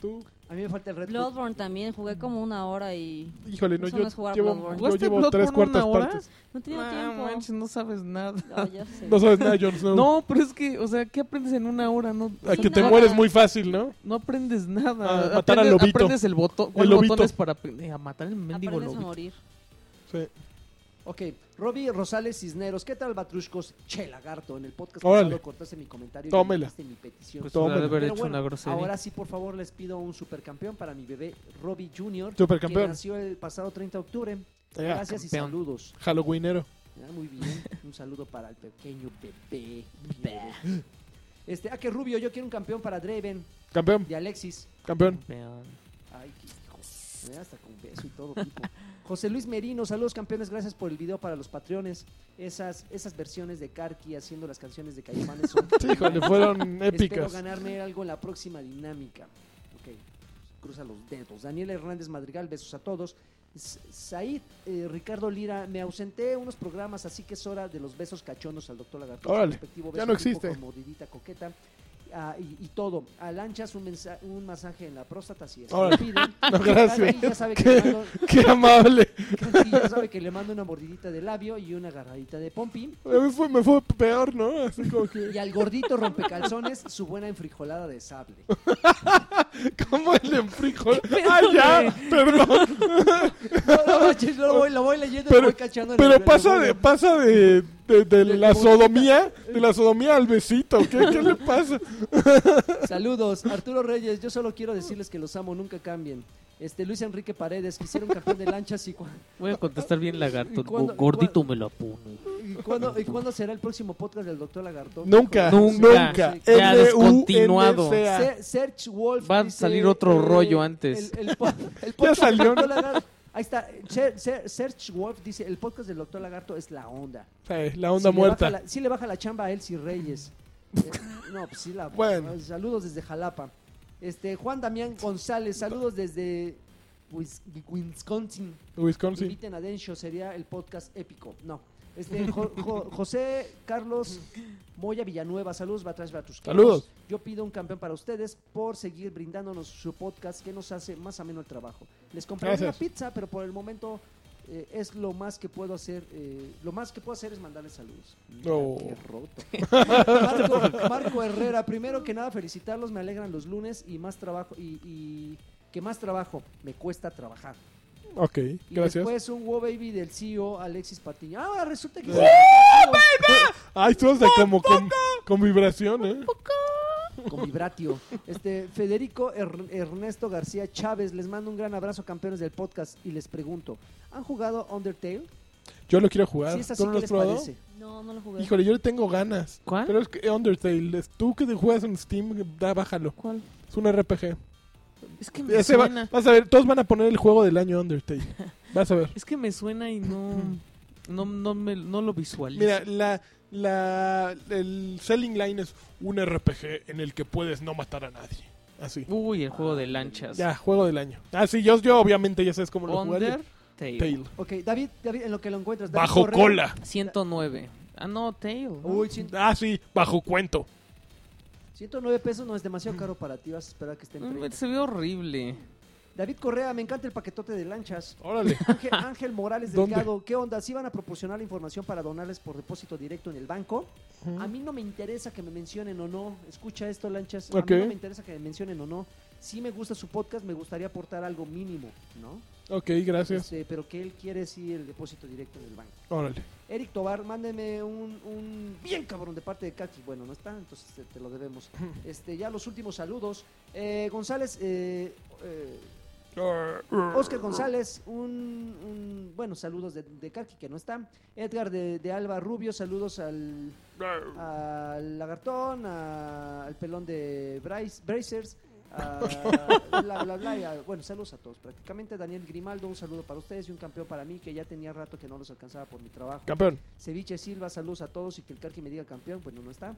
Speaker 1: ¿Tú?
Speaker 4: A mí me falta el Red Hood.
Speaker 5: Bloodborne también, jugué como una hora y
Speaker 1: Híjole, no,
Speaker 5: Eso
Speaker 1: yo
Speaker 5: no es jugar
Speaker 1: llevo,
Speaker 5: Bloodborne.
Speaker 1: yo
Speaker 2: ¿Jugaste
Speaker 1: llevo
Speaker 2: Bloodborne
Speaker 1: tres cuartas
Speaker 2: una hora?
Speaker 1: partes.
Speaker 5: no tenía
Speaker 2: No,
Speaker 5: tiempo.
Speaker 2: Ah, manches, no sabes nada.
Speaker 5: No, ya sé.
Speaker 1: No sabes nada, Jon Snow.
Speaker 2: No, pero es que, o sea, ¿qué aprendes en una hora? No,
Speaker 1: A que
Speaker 5: no,
Speaker 1: te
Speaker 5: no.
Speaker 1: mueres muy fácil, ¿no?
Speaker 2: no aprendes nada.
Speaker 1: Ah, matar al
Speaker 2: aprendes,
Speaker 1: lobito.
Speaker 2: aprendes el botón. ¿Cuál
Speaker 1: lobito.
Speaker 2: botón es para aprender Eh, a matar el mendigo
Speaker 5: Aprendes
Speaker 2: lobito?
Speaker 5: a morir.
Speaker 1: Sí.
Speaker 4: Ok, Robbie Rosales Cisneros, ¿qué tal, Batrushcos? Che, lagarto, en el podcast
Speaker 1: Órale.
Speaker 4: pasado cortaste mi comentario
Speaker 1: Tómela.
Speaker 4: y me diste mi petición.
Speaker 2: Pues
Speaker 1: Todo
Speaker 2: debe haber
Speaker 4: Pero
Speaker 2: hecho
Speaker 4: bueno,
Speaker 2: una grosería.
Speaker 4: ahora sí, por favor, les pido un supercampeón para mi bebé Robbie Jr., que
Speaker 1: Supercampeón.
Speaker 4: nació el pasado 30 de octubre.
Speaker 1: Ya,
Speaker 4: Gracias y
Speaker 2: campeón.
Speaker 4: saludos.
Speaker 1: Halloweenero.
Speaker 4: Ah, muy bien. Un saludo para el pequeño bebé. Este, ah, que Rubio, yo quiero un campeón para Draven,
Speaker 1: Campeón,
Speaker 4: de Alexis.
Speaker 1: campeón.
Speaker 2: Vean.
Speaker 4: Ay, qué hijo. Me da hasta con beso y todo tipo. José Luis Merino, saludos campeones, gracias por el video para los patrones. Esas, esas versiones de Karki haciendo las canciones de Caifanes son
Speaker 1: Híjole, fueron
Speaker 4: Espero
Speaker 1: épicas.
Speaker 4: ganarme algo en la próxima dinámica. Ok, cruza los dedos. Daniel Hernández Madrigal, besos a todos. S- Said eh, Ricardo Lira, me ausenté unos programas, así que es hora de los besos cachonos al doctor Lagarto.
Speaker 1: Órale, ya no existe.
Speaker 4: Mordidita coqueta. ah, y, y todo, a lanchas un, mensa- un masaje en la próstata, si es que
Speaker 1: Órale.
Speaker 4: lo piden.
Speaker 1: No, gracias.
Speaker 4: Karki ya sabe que le
Speaker 1: Qué,
Speaker 4: mando-
Speaker 1: qué amable.
Speaker 4: Karki ya sabe que le mando una mordidita de labio y una agarradita de pompi.
Speaker 1: Me fue, me fue peor, ¿no? Así como que.
Speaker 4: Y al gordito rompecalzones, su buena enfrijolada de sable.
Speaker 1: ¿Cómo el enfrijol? ¡Ay, ya! Perdón.
Speaker 4: No, no, chis, lo, voy, lo voy leyendo y
Speaker 1: Pero-
Speaker 4: lo voy cachando. en el-
Speaker 1: Pero
Speaker 4: en
Speaker 1: pasa
Speaker 4: el
Speaker 1: de,
Speaker 4: vuelo.
Speaker 1: pasa de, de, de la
Speaker 4: como-
Speaker 1: sodomía, de la sodomía al besito. ¿Qué, qué le pasa?
Speaker 4: Saludos, Arturo Reyes. Yo solo quiero decirles que los amo, nunca cambien. Este Luis Enrique Paredes, quisiera un campeón de lanchas y, cu-
Speaker 2: Voy a contestar bien lagarto.
Speaker 4: ¿Y cuándo-
Speaker 2: Gordito me lo apone.
Speaker 4: y cuándo, y cuándo será el próximo podcast del doctor Lagarto.
Speaker 1: Nunca.
Speaker 2: Nunca.
Speaker 1: Nunca. Eh,
Speaker 2: Ya
Speaker 1: L-U-N-C-A.
Speaker 2: descontinuado.
Speaker 1: Ya
Speaker 4: Se- Serge Wolf. eh,
Speaker 2: Va a salir otro rollo antes.
Speaker 4: El, el po- el podcast
Speaker 1: Ya salió,
Speaker 4: del Dr. Lagarto- Ahí está. Ser- Ser- Serge Wolf dice: el podcast del doctor Lagarto es la onda.
Speaker 1: Eh, La onda
Speaker 4: Si le
Speaker 1: muerta.
Speaker 4: baja la- sí le baja la chamba a Elsie Reyes. Eh, no, pues sí la...
Speaker 1: Bueno.
Speaker 4: Saludos desde Jalapa. Este, Juan Damián González, saludos desde Wis- Wisconsin.
Speaker 1: Wisconsin.
Speaker 4: Inviten a Dencho, sería el podcast épico. No. Este, Jo- Jo- José Carlos Moya Villanueva, saludos Batrash Batrusqueros.
Speaker 1: Saludos.
Speaker 4: Yo pido un campeón para ustedes por seguir brindándonos su podcast que nos hace más ameno el trabajo. Les compraré una
Speaker 1: Gracias.
Speaker 4: pizza, pero por el momento eh, es lo más que puedo hacer. eh, lo más que puedo hacer es mandarles saludos. Mira,
Speaker 1: Oh.
Speaker 4: qué roto. Marco, Marco Herrera, primero que nada felicitarlos, me alegran los lunes y más trabajo y, y que más trabajo me cuesta trabajar.
Speaker 1: Ok,
Speaker 4: Y
Speaker 1: gracias.
Speaker 4: después un wow baby del CEO Alexis Patiño. Ah, resulta que.
Speaker 1: Ay, tú hasta como con, con vibración, ¿eh?
Speaker 4: Con vibratio. Este, Federico Er- Ernesto García Chávez, les mando un gran abrazo, campeones del podcast, y les pregunto: ¿han jugado Undertale?
Speaker 1: Yo lo quiero jugar.
Speaker 4: Si es así,
Speaker 1: ¿Tú no
Speaker 4: ¿qué
Speaker 1: lo has
Speaker 4: les
Speaker 1: probado?
Speaker 4: parece?
Speaker 5: No, no lo jugué.
Speaker 1: Híjole, yo le tengo ganas.
Speaker 2: ¿Cuál?
Speaker 1: Pero es que Undertale, es- tú que te juegas en Steam, da, bájalo.
Speaker 5: ¿Cuál?
Speaker 1: Es un RPG.
Speaker 2: Es que me
Speaker 1: Ese va-
Speaker 2: suena.
Speaker 1: vas a ver, todos van a poner el juego del año Undertale. Vas a ver.
Speaker 2: Es que me suena y no. No, no, me, no lo visualizo.
Speaker 1: Mira, la, la, el selling line es un RPG en el que puedes no matar a nadie. Así.
Speaker 2: Uy, el juego de lanchas.
Speaker 1: Ya, juego del año. Ah, sí, yo, yo obviamente ya sabes cómo lo jugaría.
Speaker 2: Undertale.
Speaker 1: Tail.
Speaker 4: Ok, David, David, en lo que lo encuentras. David
Speaker 1: Bajo
Speaker 4: Correa.
Speaker 1: cola.
Speaker 2: 109. Ah, no, Tail. ¿no?
Speaker 4: Uy, cien-
Speaker 1: Ah, sí, bajo cuento.
Speaker 4: 109 pesos no es demasiado caro para ti, vas a esperar a que esté en
Speaker 2: Mm,
Speaker 4: 30.
Speaker 2: Se ve horrible.
Speaker 4: David Correa, me encanta el paquetote de lanchas.
Speaker 1: Órale.
Speaker 4: Ángel, Ángel Morales
Speaker 1: ¿Dónde?
Speaker 4: Delgado, ¿qué onda? ¿Sí van a proporcionar la información para donarles por depósito directo en el banco? A mí no me interesa que me mencionen o no. Escucha esto, Lanchas.
Speaker 1: Ok.
Speaker 4: A mí no me interesa que me mencionen o no. Si me gusta su podcast, me gustaría aportar algo mínimo, ¿no?
Speaker 1: Ok, gracias.
Speaker 4: Este, pero que él quiere sí el depósito directo en el banco.
Speaker 1: Órale.
Speaker 4: Eric Tobar, mándeme un, un bien cabrón de parte de Kaki. Bueno, no está, entonces te, te lo debemos. Este, ya los últimos saludos. Eh, González, eh, eh, Oscar González, un, un- bueno, saludos de, de Kaki que no está. Edgar de, de Alba Rubio, saludos al, al lagartón, a- al pelón de Bryce, Bracers, a bla bla bla. y a- bueno, saludos a todos prácticamente. Daniel Grimaldo, un saludo para ustedes y un campeón para mí que ya tenía rato que no los alcanzaba por mi trabajo.
Speaker 1: Campeón.
Speaker 4: Ceviche Silva, saludos a todos y que el Carqui me diga campeón, bueno, no está.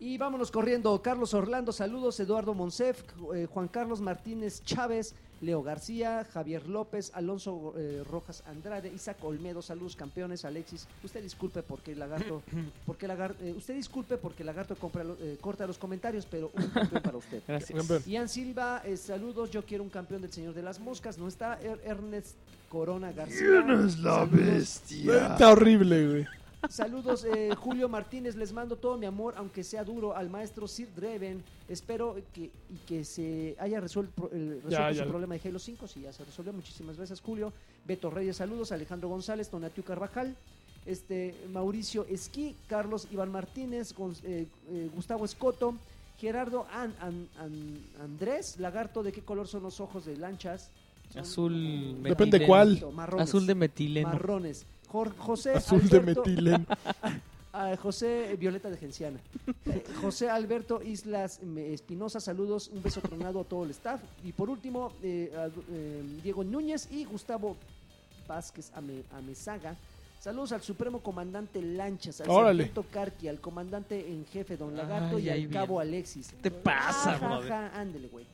Speaker 4: Y vámonos corriendo. Carlos Orlando, saludos. Eduardo Monsef, eh, Juan Carlos Martínez Chávez, Leo García, Javier López, Alonso eh, Rojas Andrade, Isaac Olmedo, saludos campeones, Alexis. Usted disculpe porque el lagarto, porque lagar- eh, usted disculpe porque el lagarto compra lo- eh, corta los comentarios, pero un campeón para usted.
Speaker 2: Gracias.
Speaker 1: Campeón.
Speaker 4: Ian Silva, eh, saludos, yo quiero un campeón del Señor de las Moscas, no está Er- Ernest Corona García. Saludos.
Speaker 1: Está horrible, güey.
Speaker 4: Saludos, eh, Julio Martínez, les mando todo mi amor, aunque sea duro, al maestro Sir Dreven. Espero que, y que se haya resuelto, el, resuelto
Speaker 1: Ya,
Speaker 4: su
Speaker 1: ya.
Speaker 4: problema de Halo 5, si ya se resolvió. Muchísimas gracias, Julio. Beto Reyes, saludos. Alejandro González, Tonatiu Carvajal, este, Mauricio Esquí, Carlos Iván Martínez, Gon- eh, eh, Gustavo Escoto, Gerardo An- An- An- Andrés, Lagarto, ¿de qué color son los ojos de lanchas? Son-
Speaker 2: Azul.
Speaker 1: Depende
Speaker 2: metileno.
Speaker 1: cuál.
Speaker 4: Marrones.
Speaker 2: Azul de metileno.
Speaker 4: Marrones. Jor- José
Speaker 1: Azul de
Speaker 4: Alberto-
Speaker 1: metileno.
Speaker 4: a José Violeta de Genciana. Eh, José Alberto Islas Me- Espinosa, saludos, un beso tronado a todo el staff. Y por último, eh, a Du- eh, Diego Núñez y Gustavo Vázquez Ame- Amezaga. Saludos al Supremo Comandante Lanchas, al
Speaker 1: Órale.
Speaker 4: Sargento Carqui, al Comandante en Jefe Don Lagarto
Speaker 2: Ay,
Speaker 4: y al
Speaker 2: ahí
Speaker 4: Cabo Alexis.
Speaker 2: ¿Qué te pasa,
Speaker 4: Ah, ja,
Speaker 2: brother?
Speaker 4: ja, ándele, güey.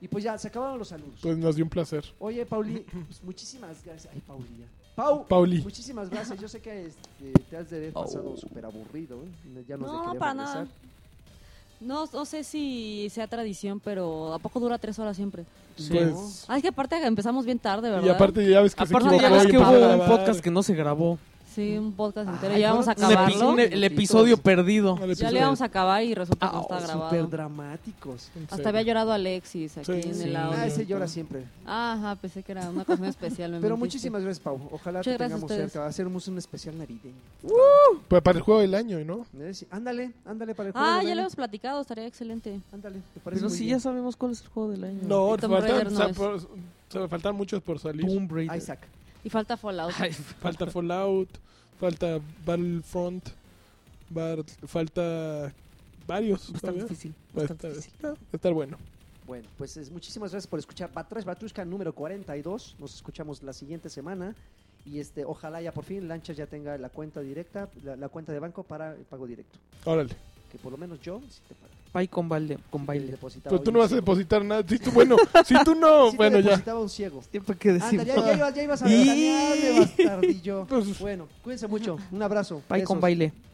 Speaker 4: Y pues ya, se acabaron los saludos.
Speaker 1: Pues nos dio un placer.
Speaker 4: Oye, Pauli, pues muchísimas gracias. Ay, Pauli, ya. Pau,
Speaker 1: Pauli.
Speaker 4: muchísimas gracias. Yo sé que este, te has de haber
Speaker 2: Oh.
Speaker 4: pasado súper aburrido. ¿eh? Ya nos
Speaker 5: No,
Speaker 4: de querer
Speaker 5: para
Speaker 4: regresar.
Speaker 5: nada. No, no sé si sea tradición, pero ¿a poco dura tres horas siempre?
Speaker 1: Pues,
Speaker 5: Ah, es que aparte empezamos bien tarde, ¿verdad?
Speaker 1: y aparte ya ves
Speaker 4: Pues
Speaker 1: que se
Speaker 2: Ah, Aparte
Speaker 1: equivocó.
Speaker 2: ya ves
Speaker 1: y
Speaker 2: que
Speaker 1: empezó a
Speaker 2: hubo un
Speaker 1: grabar.
Speaker 2: podcast que no se grabó.
Speaker 5: Sí, un podcast entero.
Speaker 4: Ay,
Speaker 5: ya íbamos a
Speaker 4: no, no,
Speaker 2: Un epi-
Speaker 5: acabarlo.
Speaker 2: un e- el episodio perdido.
Speaker 1: Al
Speaker 5: Ya
Speaker 1: episodio.
Speaker 5: le íbamos a acabar y resulta que
Speaker 2: Ah,
Speaker 5: no
Speaker 1: oh,
Speaker 5: está
Speaker 4: Súper
Speaker 5: grabado.
Speaker 4: dramáticos.
Speaker 5: Hasta había llorado Alexis aquí
Speaker 1: Sí.
Speaker 5: en
Speaker 2: Sí.
Speaker 5: el audio.
Speaker 4: Ah, ese llora siempre.
Speaker 5: Ah, Ajá, pensé que era una cosa muy especial. me
Speaker 4: Pero
Speaker 5: mentiste.
Speaker 4: muchísimas gracias, Pau. Ojalá
Speaker 5: Muchas
Speaker 4: te
Speaker 5: gracias a
Speaker 4: tengamos
Speaker 5: ustedes.
Speaker 4: cerca. Hacemos un especial navideño.
Speaker 1: Pues para el juego del año, ¿no?
Speaker 4: ¿Eh? Sí, Ándale, ándale para el juego.
Speaker 5: Ah, ya
Speaker 4: dale.
Speaker 5: lo hemos platicado, estaría excelente.
Speaker 4: Ándale, te parece
Speaker 2: Pero
Speaker 4: muy
Speaker 2: sí,
Speaker 4: bien.
Speaker 2: ya sabemos cuál es el juego del año.
Speaker 1: No,
Speaker 5: Y Tomb
Speaker 1: faltan,
Speaker 5: Raider no
Speaker 1: sa-
Speaker 5: es.
Speaker 1: por- sa- faltan muchos por salir.
Speaker 2: Tomb Raider.
Speaker 4: Isaac.
Speaker 5: Y falta Fallout.
Speaker 2: Ay,
Speaker 1: Falta Fallout, falta Battlefront, bar- falta varios.
Speaker 2: va a estar
Speaker 1: todavía.
Speaker 2: difícil. va
Speaker 1: Va
Speaker 2: a
Speaker 1: a
Speaker 2: estar
Speaker 1: estar-
Speaker 2: difícil.
Speaker 1: va a estar bueno.
Speaker 4: Bueno, pues es, muchísimas gracias por escuchar Batrash Batrushka número 42. Nos escuchamos la siguiente semana. Y este, ojalá ya por fin Lanchas ya tenga la cuenta directa, la, la cuenta de banco para el pago directo.
Speaker 1: Órale.
Speaker 4: Que por lo menos yo sí te pago.
Speaker 2: Pay con baile. Con baile.
Speaker 1: Pero tú no vas a depositar nada. Si tú, bueno, si tú no, bueno, ya.
Speaker 4: depositaba un ciego.
Speaker 2: Siempre que
Speaker 4: Ándale,
Speaker 2: decimos.
Speaker 4: ya, ya ibas, ya ibas a
Speaker 2: Y-
Speaker 4: ventanearme, bastardillo.
Speaker 1: Pues-
Speaker 4: Bueno, cuídense mucho. Un abrazo.
Speaker 2: Pay
Speaker 4: besos.
Speaker 2: con baile.